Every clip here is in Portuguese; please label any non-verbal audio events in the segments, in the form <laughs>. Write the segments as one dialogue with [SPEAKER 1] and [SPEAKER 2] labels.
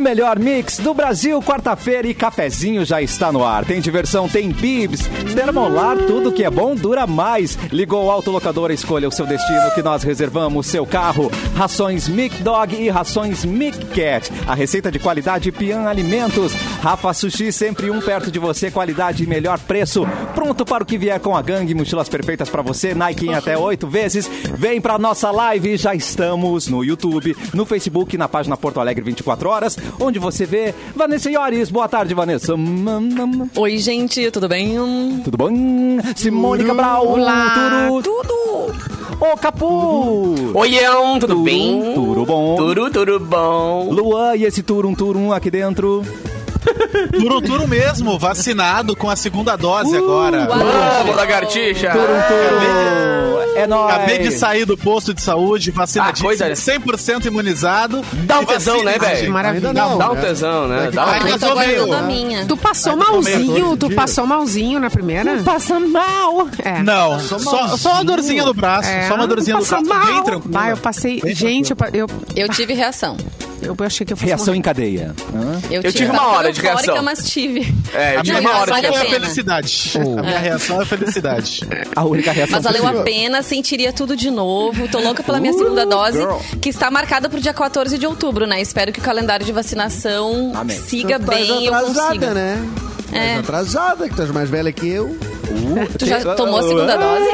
[SPEAKER 1] melhor mix do Brasil, quarta-feira e cafezinho já está no ar. Tem diversão, tem bibs, termolar, tudo que é bom dura mais. Ligou o autolocador, escolha o seu destino que nós reservamos seu carro. Rações Mic Dog e rações Mic Cat. A receita de qualidade Pian Alimentos. Rafa Sushi, sempre um perto de você, qualidade e melhor preço. Pronto para o que vier com a gangue, mochilas perfeitas para você, Nike em até oito vezes. Vem pra nossa live, já estamos no YouTube, no Facebook, na página Porto Alegre 24 horas, onde você vê Vanessa Iores. Boa tarde, Vanessa.
[SPEAKER 2] Oi, gente, tudo bem?
[SPEAKER 1] Tudo bom? Simone Cabral.
[SPEAKER 2] Olá,
[SPEAKER 1] Turu.
[SPEAKER 2] tudo!
[SPEAKER 1] Ô, Capu.
[SPEAKER 3] Oião, tudo bem?
[SPEAKER 1] Tudo bom?
[SPEAKER 3] Tudo, tudo bom.
[SPEAKER 1] Luan e esse turum turum aqui dentro.
[SPEAKER 4] Turuturo mesmo, vacinado com a segunda dose
[SPEAKER 3] Uh,
[SPEAKER 4] agora.
[SPEAKER 2] uau.
[SPEAKER 3] Vamos, lagartixa.
[SPEAKER 1] Turum turum. É nóis.
[SPEAKER 4] Acabei de sair do posto de saúde, vacinadíssimo,
[SPEAKER 3] Ah, coisa, né?
[SPEAKER 4] 100% imunizado.
[SPEAKER 3] Dá um
[SPEAKER 4] E
[SPEAKER 3] tesão,
[SPEAKER 4] vacina,
[SPEAKER 3] né,
[SPEAKER 4] gente.
[SPEAKER 3] velho?
[SPEAKER 5] Maravilha.
[SPEAKER 4] Ainda
[SPEAKER 3] Dá
[SPEAKER 4] não.
[SPEAKER 3] um tesão, né? Dá um
[SPEAKER 4] Ai,
[SPEAKER 6] Eu
[SPEAKER 4] mas
[SPEAKER 6] tô
[SPEAKER 4] ô, meu,
[SPEAKER 6] guardando a minha.
[SPEAKER 5] Tu passou malzinho, tu passou malzinho na primeira?
[SPEAKER 2] Passa mal!
[SPEAKER 5] É.
[SPEAKER 4] Não, só, só uma dorzinha no braço,
[SPEAKER 5] É,
[SPEAKER 4] só uma dorzinha no
[SPEAKER 5] passou
[SPEAKER 4] braço,
[SPEAKER 5] mal.
[SPEAKER 4] bem tranquila.
[SPEAKER 5] Bah, eu passei. gente, eu, pa- eu,
[SPEAKER 6] Eu tive reação.
[SPEAKER 5] eu, achei que eu fosse.
[SPEAKER 1] Reação
[SPEAKER 5] morrer.
[SPEAKER 1] em cadeia. Hã?
[SPEAKER 6] Eu, Tá
[SPEAKER 3] tive uma hora de
[SPEAKER 6] eufórica,
[SPEAKER 3] reação.
[SPEAKER 6] mas tive.
[SPEAKER 3] É, eu
[SPEAKER 4] A
[SPEAKER 3] tive
[SPEAKER 6] Não,
[SPEAKER 4] minha
[SPEAKER 3] uma
[SPEAKER 6] mas
[SPEAKER 3] hora de
[SPEAKER 6] vale a
[SPEAKER 4] reação é a
[SPEAKER 6] pena.
[SPEAKER 4] felicidade.
[SPEAKER 5] Uh.
[SPEAKER 4] A minha reação é a felicidade.
[SPEAKER 1] A única reação.
[SPEAKER 6] Mas valeu a
[SPEAKER 1] possível.
[SPEAKER 6] pena, sentiria tudo de novo. Tô louca pela minha segunda dose, que está marcada pro dia 14 de outubro, né? Espero que o calendário de vacinação
[SPEAKER 1] Amém.
[SPEAKER 6] siga
[SPEAKER 7] Tu tá
[SPEAKER 6] bem e eu
[SPEAKER 7] atrasada,
[SPEAKER 6] consiga.
[SPEAKER 7] né?
[SPEAKER 6] É.
[SPEAKER 7] É. atrasada, que tu és mais velha que eu.
[SPEAKER 1] Uh,
[SPEAKER 6] Tu já
[SPEAKER 1] tem-
[SPEAKER 6] tomou a segunda dose?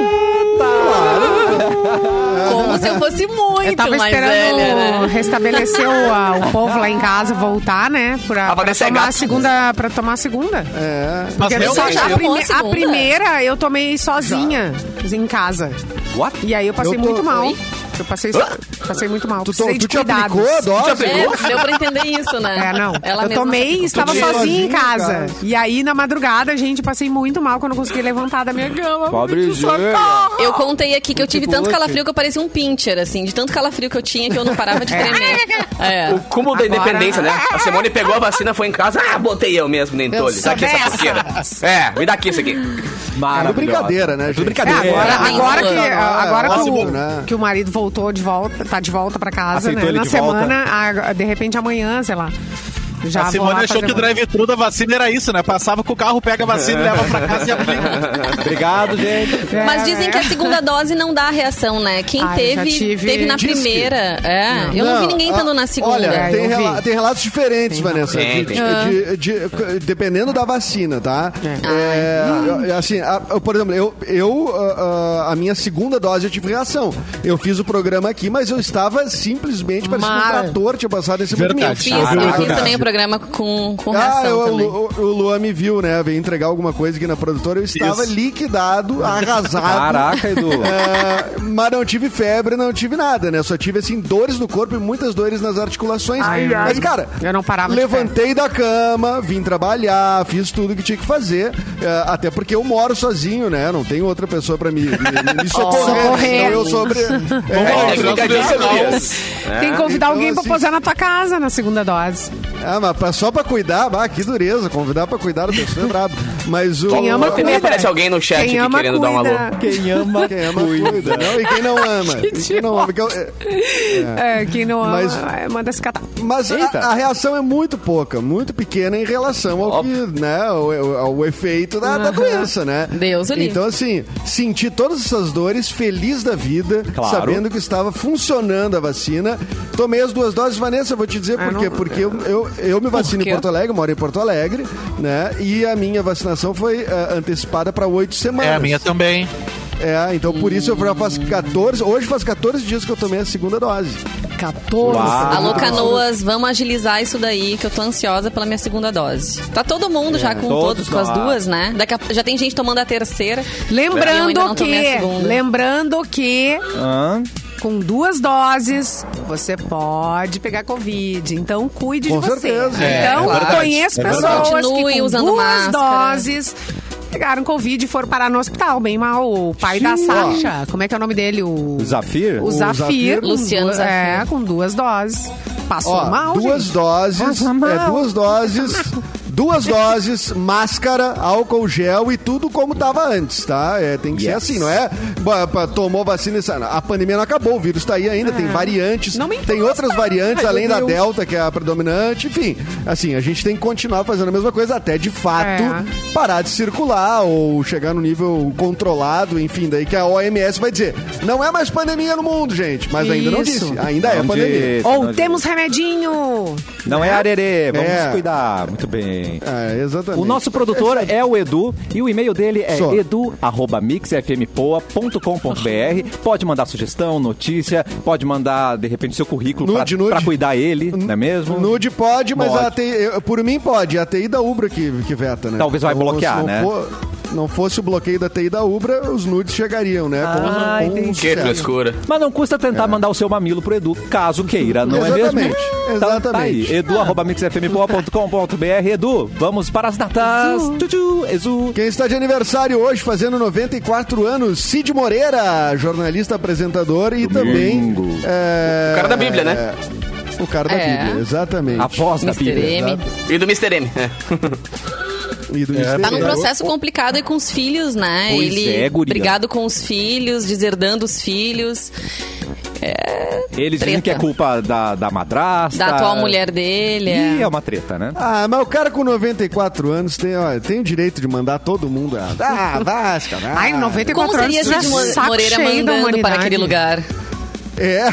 [SPEAKER 6] Como se eu fosse muito
[SPEAKER 5] Eu tava
[SPEAKER 6] mais
[SPEAKER 5] esperando
[SPEAKER 6] velha, né?
[SPEAKER 5] restabelecer o, a- o povo lá em casa voltar, né? Pra,
[SPEAKER 3] Ah, pra
[SPEAKER 5] pra
[SPEAKER 3] descer
[SPEAKER 5] tomar
[SPEAKER 3] gato.
[SPEAKER 5] a segunda. Pra tomar a segunda.
[SPEAKER 7] É.
[SPEAKER 4] Mas
[SPEAKER 5] Porque só-
[SPEAKER 4] realmente,
[SPEAKER 6] já
[SPEAKER 5] a, prime-
[SPEAKER 6] tomou a
[SPEAKER 5] a
[SPEAKER 6] segunda?
[SPEAKER 5] primeira eu tomei sozinha, em casa.
[SPEAKER 1] What?
[SPEAKER 5] E aí eu passei
[SPEAKER 7] Eu tô-
[SPEAKER 5] muito mal.
[SPEAKER 6] Oi?
[SPEAKER 5] Eu passei, só- passei muito mal.
[SPEAKER 7] Tu,
[SPEAKER 5] Precisei
[SPEAKER 7] tu
[SPEAKER 5] de
[SPEAKER 7] te
[SPEAKER 5] cuidados.
[SPEAKER 7] aplicou a dose?
[SPEAKER 6] É, deu pra entender isso, né?
[SPEAKER 5] É, não.
[SPEAKER 6] Ela
[SPEAKER 5] eu
[SPEAKER 6] mesma
[SPEAKER 5] tomei e
[SPEAKER 6] se-
[SPEAKER 5] estava
[SPEAKER 7] Tô
[SPEAKER 5] sozinha,
[SPEAKER 7] sozinha
[SPEAKER 5] em casa.
[SPEAKER 7] em casa.
[SPEAKER 5] E aí, na madrugada, gente, passei muito mal quando eu consegui levantar da minha cama.
[SPEAKER 1] Pobre
[SPEAKER 5] Muito
[SPEAKER 1] Júlia.
[SPEAKER 5] socorro.
[SPEAKER 6] Eu contei aqui que eu tive
[SPEAKER 7] Tipo
[SPEAKER 6] tanto
[SPEAKER 7] Lucky.
[SPEAKER 6] calafrio que eu parecia um pincher, assim, de tanto calafrio que eu tinha que eu não parava de tremer. É.
[SPEAKER 3] O cúmulo da
[SPEAKER 5] Agora-
[SPEAKER 3] independência, né? A Simone pegou a vacina, foi em casa. Ah, botei eu mesmo dentro
[SPEAKER 5] Eu
[SPEAKER 3] entolho.
[SPEAKER 5] sou
[SPEAKER 3] Tá aqui essa
[SPEAKER 5] dessa.
[SPEAKER 3] tosqueira. É, me dá aqui isso aqui.
[SPEAKER 1] Maravilhosa.
[SPEAKER 7] brincadeira, né,
[SPEAKER 1] É tudo
[SPEAKER 7] gente?
[SPEAKER 5] É,
[SPEAKER 1] brincadeira.
[SPEAKER 5] agora,
[SPEAKER 6] É,
[SPEAKER 5] agora, que,
[SPEAKER 6] é,
[SPEAKER 5] agora
[SPEAKER 7] é,
[SPEAKER 5] que,
[SPEAKER 7] ótimo,
[SPEAKER 5] o,
[SPEAKER 7] né?
[SPEAKER 5] que o marido voltou de volta, tá de volta pra casa,
[SPEAKER 1] Aceitou
[SPEAKER 5] né?
[SPEAKER 1] ele
[SPEAKER 5] Na
[SPEAKER 1] de
[SPEAKER 5] semana, a- de repente amanhã, sei lá. Já
[SPEAKER 4] a
[SPEAKER 5] Tá, vou
[SPEAKER 4] Simone
[SPEAKER 5] lá
[SPEAKER 4] achou
[SPEAKER 5] fazer
[SPEAKER 4] que o
[SPEAKER 5] uma-
[SPEAKER 4] drive-thru da vacina era isso, né? Passava com o carro, pega a vacina, leva pra casa e aplica.
[SPEAKER 1] É, Obrigado, gente.
[SPEAKER 5] É,
[SPEAKER 6] Mas dizem
[SPEAKER 5] né?
[SPEAKER 6] que a segunda dose não dá a reação, né? Quem
[SPEAKER 5] Ah, eu já
[SPEAKER 6] teve,
[SPEAKER 5] tive-
[SPEAKER 6] teve na
[SPEAKER 5] Diz que-
[SPEAKER 6] primeira. É, eu não vi ninguém
[SPEAKER 7] a-
[SPEAKER 6] estando na segunda. né?
[SPEAKER 7] Olha,
[SPEAKER 5] É,
[SPEAKER 7] tem,
[SPEAKER 5] eu vi.
[SPEAKER 7] rela- tem relatos diferentes, Vanessa.
[SPEAKER 3] Tem,
[SPEAKER 7] de-
[SPEAKER 3] tem.
[SPEAKER 7] de- de- de- dependendo da vacina, tá? É, eu- assim, a- eu, por exemplo, eu, eu ah, ah, a minha segunda dose eu tive reação. Eu fiz o programa aqui, mas eu estava simplesmente parecendo um
[SPEAKER 5] Mara.
[SPEAKER 7] trator tinha passado esse
[SPEAKER 4] Verdade.
[SPEAKER 6] eu fiz, eu fiz também o programa com, com
[SPEAKER 7] Ah,
[SPEAKER 6] reação
[SPEAKER 7] eu-
[SPEAKER 6] também.
[SPEAKER 7] o, o Luan me viu, né? Veio entregar alguma coisa aqui na produtora. Eu estava
[SPEAKER 4] Isso.
[SPEAKER 7] liquidado, arrasado.
[SPEAKER 1] Caraca, Edu.
[SPEAKER 7] É, mas não tive febre, não tive nada, né? Só tive, assim, dores no corpo e muitas dores nas articulações.
[SPEAKER 5] Ai, ai.
[SPEAKER 7] Mas, cara,
[SPEAKER 5] Eu não parava de
[SPEAKER 7] levantei da cama, vim trabalhar, fiz tudo que tinha que fazer. é, até porque eu moro sozinho, né? Não tem outra pessoa pra me, me,
[SPEAKER 5] <laughs>
[SPEAKER 7] me socorrer.
[SPEAKER 5] Socorrer.
[SPEAKER 7] Senão eu sobre...
[SPEAKER 3] É,
[SPEAKER 7] É,
[SPEAKER 4] Bom,
[SPEAKER 3] é que
[SPEAKER 4] eu
[SPEAKER 3] fica a
[SPEAKER 4] sou
[SPEAKER 3] dica do
[SPEAKER 4] legal.
[SPEAKER 3] Elias.
[SPEAKER 5] Tem que convidar
[SPEAKER 7] Então,
[SPEAKER 5] alguém pra
[SPEAKER 7] assim-
[SPEAKER 5] posar na tua casa na segunda dose.
[SPEAKER 7] ah, mas pra- só pra cuidar, bah, que dureza. Convidar pra cuidar da pessoa é brabo. Mas o...
[SPEAKER 5] Quem ama,
[SPEAKER 3] Volta e meia
[SPEAKER 5] cuida.
[SPEAKER 3] aparece alguém no chat
[SPEAKER 5] Quem
[SPEAKER 3] aqui
[SPEAKER 5] ama,
[SPEAKER 3] querendo dar um
[SPEAKER 5] cuida.
[SPEAKER 3] alô.
[SPEAKER 1] Quem ama.
[SPEAKER 7] Quem ama, cuida. Não, e quem não ama? E quem não ama? Porque eu-
[SPEAKER 5] <laughs>
[SPEAKER 7] eh,
[SPEAKER 5] É, quem não ama,
[SPEAKER 7] Mas-
[SPEAKER 5] é, manda se catar.
[SPEAKER 7] Mas a,
[SPEAKER 1] Eita.
[SPEAKER 7] a reação é muito pouca, muito pequena em relação ao, que, né, ao, ao- ao efeito da, da doença, né?
[SPEAKER 6] Deus o livre.
[SPEAKER 7] Então, assim, senti todas essas dores, feliz da vida,
[SPEAKER 1] Claro.
[SPEAKER 7] sabendo que estava funcionando a vacina. Tomei as duas doses, Vanessa, vou te dizer por quê. Porque eu, eu, eu me vacino em
[SPEAKER 5] quê?
[SPEAKER 7] Porto Alegre, moro em Porto Alegre, né? E a minha vacinação foi ah, antecipada para oito semanas.
[SPEAKER 4] É, a minha também.
[SPEAKER 7] É, então por isso eu já faz 14, hoje faz 14 dias que eu tomei a segunda dose.
[SPEAKER 5] 14.
[SPEAKER 7] Ah,
[SPEAKER 1] Uau.
[SPEAKER 6] Ah, Alô, Canoas, vamos agilizar isso daí, que eu tô ansiosa pela minha segunda dose. Tá todo mundo
[SPEAKER 7] É,
[SPEAKER 6] já com
[SPEAKER 1] todos
[SPEAKER 6] todos, com as
[SPEAKER 1] nós.
[SPEAKER 6] duas, né? Daqui a- já tem gente tomando a terceira. Eu ainda
[SPEAKER 5] Lembrando
[SPEAKER 6] não tomei a
[SPEAKER 5] que,
[SPEAKER 6] segunda.
[SPEAKER 5] lembrando que
[SPEAKER 1] Hã?
[SPEAKER 5] com duas doses você pode pegar covid. Então cuide
[SPEAKER 7] Com
[SPEAKER 5] de você.
[SPEAKER 7] certeza.
[SPEAKER 4] É,
[SPEAKER 5] então
[SPEAKER 4] é verdade,
[SPEAKER 5] conheço
[SPEAKER 4] é
[SPEAKER 5] pessoas
[SPEAKER 6] verdade. Continue
[SPEAKER 5] que com
[SPEAKER 6] usando
[SPEAKER 5] duas
[SPEAKER 6] máscara.
[SPEAKER 5] doses pegaram covid e foram parar no hospital, bem mal. O pai da
[SPEAKER 7] Sim, ó.
[SPEAKER 5] Sasha, como é que é o nome dele? O,
[SPEAKER 1] O Zafir?
[SPEAKER 5] o Zafir.
[SPEAKER 7] Zafir.
[SPEAKER 5] com
[SPEAKER 6] Luciano
[SPEAKER 5] duas- É,
[SPEAKER 6] Zafir.
[SPEAKER 5] com duas doses. Passou
[SPEAKER 7] Ó,
[SPEAKER 5] mal,
[SPEAKER 7] duas
[SPEAKER 5] gente.
[SPEAKER 7] doses,
[SPEAKER 5] Passou mal.
[SPEAKER 7] é duas doses Duas doses, máscara, álcool gel e tudo como tava antes, tá? É, tem que ser assim, não é? Ba- pa- Tomou vacina, e sa- a pandemia não acabou, o vírus tá aí ainda, tem variantes,
[SPEAKER 5] É. Não me
[SPEAKER 7] tem outras variantes,
[SPEAKER 5] Ai,
[SPEAKER 7] além
[SPEAKER 5] meu
[SPEAKER 7] da
[SPEAKER 5] Deus.
[SPEAKER 7] Delta, que é a predominante, enfim. Assim, a gente tem que continuar fazendo a mesma coisa até de fato
[SPEAKER 5] É.
[SPEAKER 7] parar de circular ou chegar no nível controlado, enfim, daí que a OMS vai dizer, não é mais pandemia no mundo, gente, mas ainda não
[SPEAKER 5] Isso.
[SPEAKER 7] disse, ainda é
[SPEAKER 1] Não
[SPEAKER 7] pandemia.
[SPEAKER 1] disse,
[SPEAKER 5] Ou
[SPEAKER 1] não
[SPEAKER 5] temos
[SPEAKER 1] disse.
[SPEAKER 5] remedinho.
[SPEAKER 1] Não é arerê, vamos
[SPEAKER 7] É.
[SPEAKER 1] se cuidar. Muito bem.
[SPEAKER 7] É, exatamente.
[SPEAKER 1] O nosso produtor é o Edu e o e-mail dele é
[SPEAKER 7] Só.
[SPEAKER 1] edu@mixfmpoa.com.br. Pode mandar sugestão, notícia, pode mandar de repente seu currículo
[SPEAKER 7] Nude, nude.
[SPEAKER 1] para cuidar ele, não é mesmo?
[SPEAKER 7] Nude pode, mas
[SPEAKER 1] Pode.
[SPEAKER 7] a ATI, eu- por mim pode. A TI da Ubra que, que veta, né?
[SPEAKER 1] Talvez vai bloquear,
[SPEAKER 7] se não
[SPEAKER 1] né?
[SPEAKER 7] for- não fosse o bloqueio da TI da Ubra, os nudes chegariam, né?
[SPEAKER 1] Ah, entendi.
[SPEAKER 3] Que
[SPEAKER 7] sucesso.
[SPEAKER 3] frescura.
[SPEAKER 1] Mas não custa tentar mandar o seu mamilo pro Edu, caso queira, não é mesmo?
[SPEAKER 7] É. Exatamente,
[SPEAKER 1] Então tá
[SPEAKER 7] exatamente.
[SPEAKER 1] aí, edu@mixfmpoa.com.br. Edu, vamos para as datas. Tchutchu, Ezu.
[SPEAKER 7] Quem está de aniversário hoje, fazendo 94 anos, Cid Moreira, jornalista, apresentador e também... é,
[SPEAKER 3] O cara da Bíblia, né?
[SPEAKER 7] O cara da
[SPEAKER 6] É.
[SPEAKER 7] Bíblia, exatamente.
[SPEAKER 1] A voz da
[SPEAKER 6] Mr.
[SPEAKER 1] Bíblia.
[SPEAKER 6] M.
[SPEAKER 7] Exato.
[SPEAKER 3] E do Mr. M. é.
[SPEAKER 7] E
[SPEAKER 1] É.
[SPEAKER 7] do Instagram.
[SPEAKER 6] Tá num processo complicado e com os filhos, né?
[SPEAKER 1] Pois
[SPEAKER 6] Ele
[SPEAKER 1] é, guria.
[SPEAKER 6] brigado com os filhos, deserdando os filhos,
[SPEAKER 1] Eles dizem
[SPEAKER 6] Treta.
[SPEAKER 1] que é culpa da, da madrasta.
[SPEAKER 6] da atual mulher dele. é.
[SPEAKER 1] E é uma treta, né?
[SPEAKER 7] Ah, mas o cara com 94 anos tem, ó, tem o direito de mandar todo mundo. a- <laughs> Ah, Vasca, vai.
[SPEAKER 5] Ai, 94
[SPEAKER 6] Como seria
[SPEAKER 5] anos.
[SPEAKER 6] Cid
[SPEAKER 5] já
[SPEAKER 6] Mo-
[SPEAKER 5] saco
[SPEAKER 6] Moreira
[SPEAKER 5] cheio da
[SPEAKER 6] mandando para
[SPEAKER 5] humanidade.
[SPEAKER 6] aquele lugar?
[SPEAKER 7] É,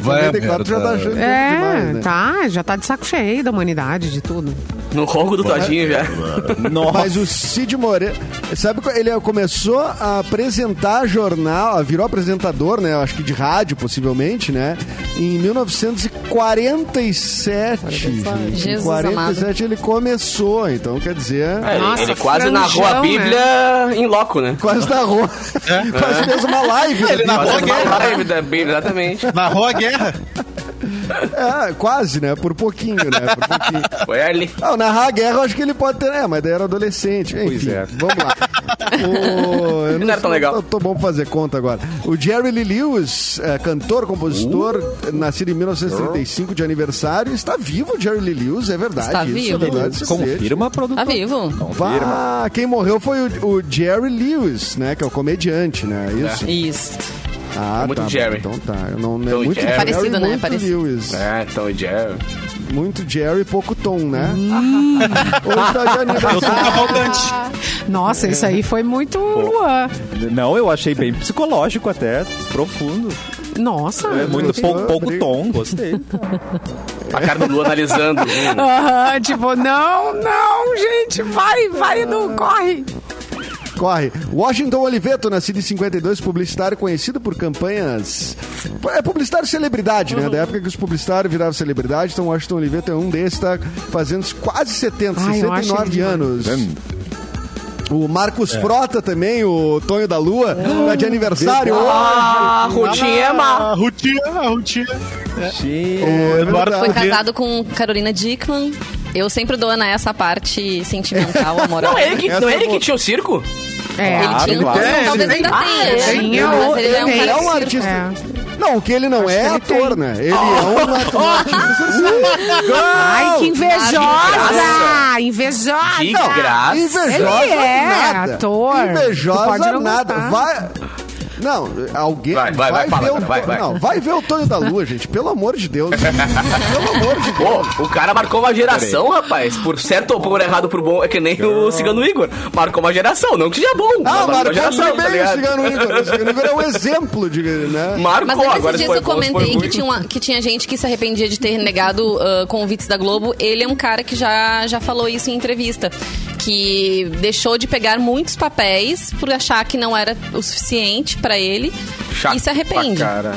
[SPEAKER 8] Vai a
[SPEAKER 7] 94 já tá
[SPEAKER 8] merda.
[SPEAKER 7] achando
[SPEAKER 5] É,
[SPEAKER 7] tempo demais, né?
[SPEAKER 5] tá, já tá de saco cheio da humanidade, de tudo.
[SPEAKER 3] No ronco do Todinho já.
[SPEAKER 1] Nossa.
[SPEAKER 7] <laughs> Mas o Cid Moreira, sabe, qual- ele começou a apresentar jornal, virou apresentador, né, acho que de rádio, possivelmente, né, em 1947. gente.
[SPEAKER 6] Jesus
[SPEAKER 7] em 47 ele começou, então quer dizer...
[SPEAKER 3] É, ele-
[SPEAKER 5] Nossa,
[SPEAKER 3] ele quase narrou
[SPEAKER 5] franjão,
[SPEAKER 3] a Bíblia em loco, né?
[SPEAKER 7] Quase na rua. <laughs> Quase fez uma live.
[SPEAKER 4] Ele
[SPEAKER 7] né?
[SPEAKER 4] narrou a
[SPEAKER 3] Quase uma
[SPEAKER 4] guerra.
[SPEAKER 3] live da Bíblia, exatamente.
[SPEAKER 4] Narrou a guerra.
[SPEAKER 7] É, quase, né? Por pouquinho, né?
[SPEAKER 3] <laughs>
[SPEAKER 7] Por pouquinho.
[SPEAKER 3] Foi ali.
[SPEAKER 7] Ah, o narrar a guerra eu acho que ele pode ter, né? Mas daí era adolescente. Enfim,
[SPEAKER 1] é.
[SPEAKER 7] vamos
[SPEAKER 3] <laughs>
[SPEAKER 7] lá. O- eu
[SPEAKER 3] Não era tão
[SPEAKER 7] sei,
[SPEAKER 3] legal.
[SPEAKER 7] eu Tô, bom pra fazer conta agora. O Jerry Lee Lewis, é, cantor, compositor,
[SPEAKER 3] Uh.
[SPEAKER 7] nascido em 1935 de aniversário, está vivo o Jerry Lee Lewis, é verdade.
[SPEAKER 6] Está
[SPEAKER 7] isso
[SPEAKER 6] vivo.
[SPEAKER 7] É verdade, se sente.
[SPEAKER 1] Confirma, produtor.
[SPEAKER 6] Tá vivo.
[SPEAKER 1] Confirma.
[SPEAKER 7] Vá, quem morreu foi o, o Jerry Lewis, né? Que é o comediante, né? Isso.
[SPEAKER 6] Isso.
[SPEAKER 7] Ah,
[SPEAKER 3] É muito
[SPEAKER 7] tá,
[SPEAKER 3] Jerry.
[SPEAKER 7] Então tá. Eu não, é
[SPEAKER 3] Então,
[SPEAKER 7] muito
[SPEAKER 3] Jerry.
[SPEAKER 6] Parecido, né?
[SPEAKER 7] muito
[SPEAKER 6] Parecido.
[SPEAKER 7] Lewis.
[SPEAKER 3] É, Tom e Jerry.
[SPEAKER 7] Muito Jerry, pouco Tom, né?
[SPEAKER 5] Hum.
[SPEAKER 7] Hoje
[SPEAKER 5] <laughs>
[SPEAKER 7] tá de
[SPEAKER 4] Eu tô
[SPEAKER 7] aniversário.
[SPEAKER 5] Ah.
[SPEAKER 4] cavalgante.
[SPEAKER 5] Nossa,
[SPEAKER 7] É.
[SPEAKER 5] isso aí foi muito Luan.
[SPEAKER 1] Não, eu achei bem psicológico até, profundo.
[SPEAKER 5] Nossa.
[SPEAKER 1] É muito
[SPEAKER 7] gostei.
[SPEAKER 1] pouco, pouco
[SPEAKER 7] Obrigado.
[SPEAKER 1] tom, gostei.
[SPEAKER 3] A cara do Lu analisando. Hum.
[SPEAKER 5] Aham, tipo, não, não, gente, vai, vai, não corre.
[SPEAKER 7] Corre. Washington Oliveto, nascido em 52, publicitário conhecido por campanhas. É publicitário celebridade, né?
[SPEAKER 5] Uhum.
[SPEAKER 7] Da época que os publicitários viravam celebridade, então Washington Oliveto é um desses, tá fazendo quase 70,
[SPEAKER 5] Ai, eu acho ele
[SPEAKER 7] 69
[SPEAKER 5] demais.
[SPEAKER 7] anos. O Marcos Frota também, o Tonho da Lua, tá de aniversário
[SPEAKER 3] Ah, Rutinha é má.
[SPEAKER 4] A Rutinha, a Rutinha.
[SPEAKER 7] É.
[SPEAKER 1] Gente.
[SPEAKER 7] hoje.
[SPEAKER 4] Eduardo
[SPEAKER 7] É
[SPEAKER 6] Foi
[SPEAKER 7] verdade.
[SPEAKER 6] casado com Carolina Dickman. Eu sempre dou Ana essa parte sentimental, amoral.
[SPEAKER 3] Não, ele que,
[SPEAKER 7] Essa
[SPEAKER 3] não
[SPEAKER 7] é
[SPEAKER 3] ele
[SPEAKER 7] boa.
[SPEAKER 3] que tinha o circo?
[SPEAKER 5] É.
[SPEAKER 6] Ele tinha um
[SPEAKER 1] claro.
[SPEAKER 6] não,
[SPEAKER 1] É,
[SPEAKER 6] talvez ainda tenha.
[SPEAKER 5] Tinha
[SPEAKER 6] né? Mas
[SPEAKER 5] outro,
[SPEAKER 6] ele é um
[SPEAKER 5] tem.
[SPEAKER 7] Ele
[SPEAKER 6] cara
[SPEAKER 7] é
[SPEAKER 6] de
[SPEAKER 7] um
[SPEAKER 6] circo.
[SPEAKER 7] artista.
[SPEAKER 5] É.
[SPEAKER 7] Não, que ele não é
[SPEAKER 5] que ele
[SPEAKER 7] ator,
[SPEAKER 5] tem.
[SPEAKER 7] né? Ele
[SPEAKER 5] <laughs>
[SPEAKER 7] é um ator- um artista.
[SPEAKER 5] Ai, que invejosa!
[SPEAKER 3] graça.
[SPEAKER 5] Invejosa!
[SPEAKER 3] Que graça.
[SPEAKER 7] Invejosa
[SPEAKER 5] Ele é
[SPEAKER 7] nada.
[SPEAKER 5] ator.
[SPEAKER 7] Invejosa
[SPEAKER 5] Tu pode não
[SPEAKER 7] nada.
[SPEAKER 5] gostar.
[SPEAKER 7] Vai. Não, alguém.
[SPEAKER 3] Vai, vai, vai, fala,
[SPEAKER 7] ver
[SPEAKER 3] cara,
[SPEAKER 7] o...
[SPEAKER 3] vai, vai.
[SPEAKER 7] Não, vai ver o Tonho da Lua, gente. Pelo amor de
[SPEAKER 3] <laughs>
[SPEAKER 7] Deus. Pelo amor de Deus.
[SPEAKER 3] Pô, o cara marcou uma geração, rapaz. Por certo ou por errado, por bom, é que nem o Cigano Igor. Marcou uma geração, não que seja bom. mas
[SPEAKER 7] Ah,
[SPEAKER 3] marcou
[SPEAKER 7] Marcos
[SPEAKER 3] uma geração, tá
[SPEAKER 7] também o
[SPEAKER 3] ligado?
[SPEAKER 7] Cigano Igor. O Cigano Igor é um exemplo de. Né?
[SPEAKER 3] Marcou,
[SPEAKER 6] Mas lembra
[SPEAKER 3] agora
[SPEAKER 6] esses dias
[SPEAKER 3] foi
[SPEAKER 6] eu
[SPEAKER 3] bom, foi
[SPEAKER 6] comentei que
[SPEAKER 3] ruim.
[SPEAKER 6] tinha, um uma- que tinha gente que se arrependia de ter negado ah, convites da Globo. Ele é um cara que já, já falou isso em entrevista. Que deixou de pegar muitos papéis por achar que não era o suficiente pra ele.
[SPEAKER 3] Chato
[SPEAKER 6] e se arrepende.
[SPEAKER 3] pra Cara.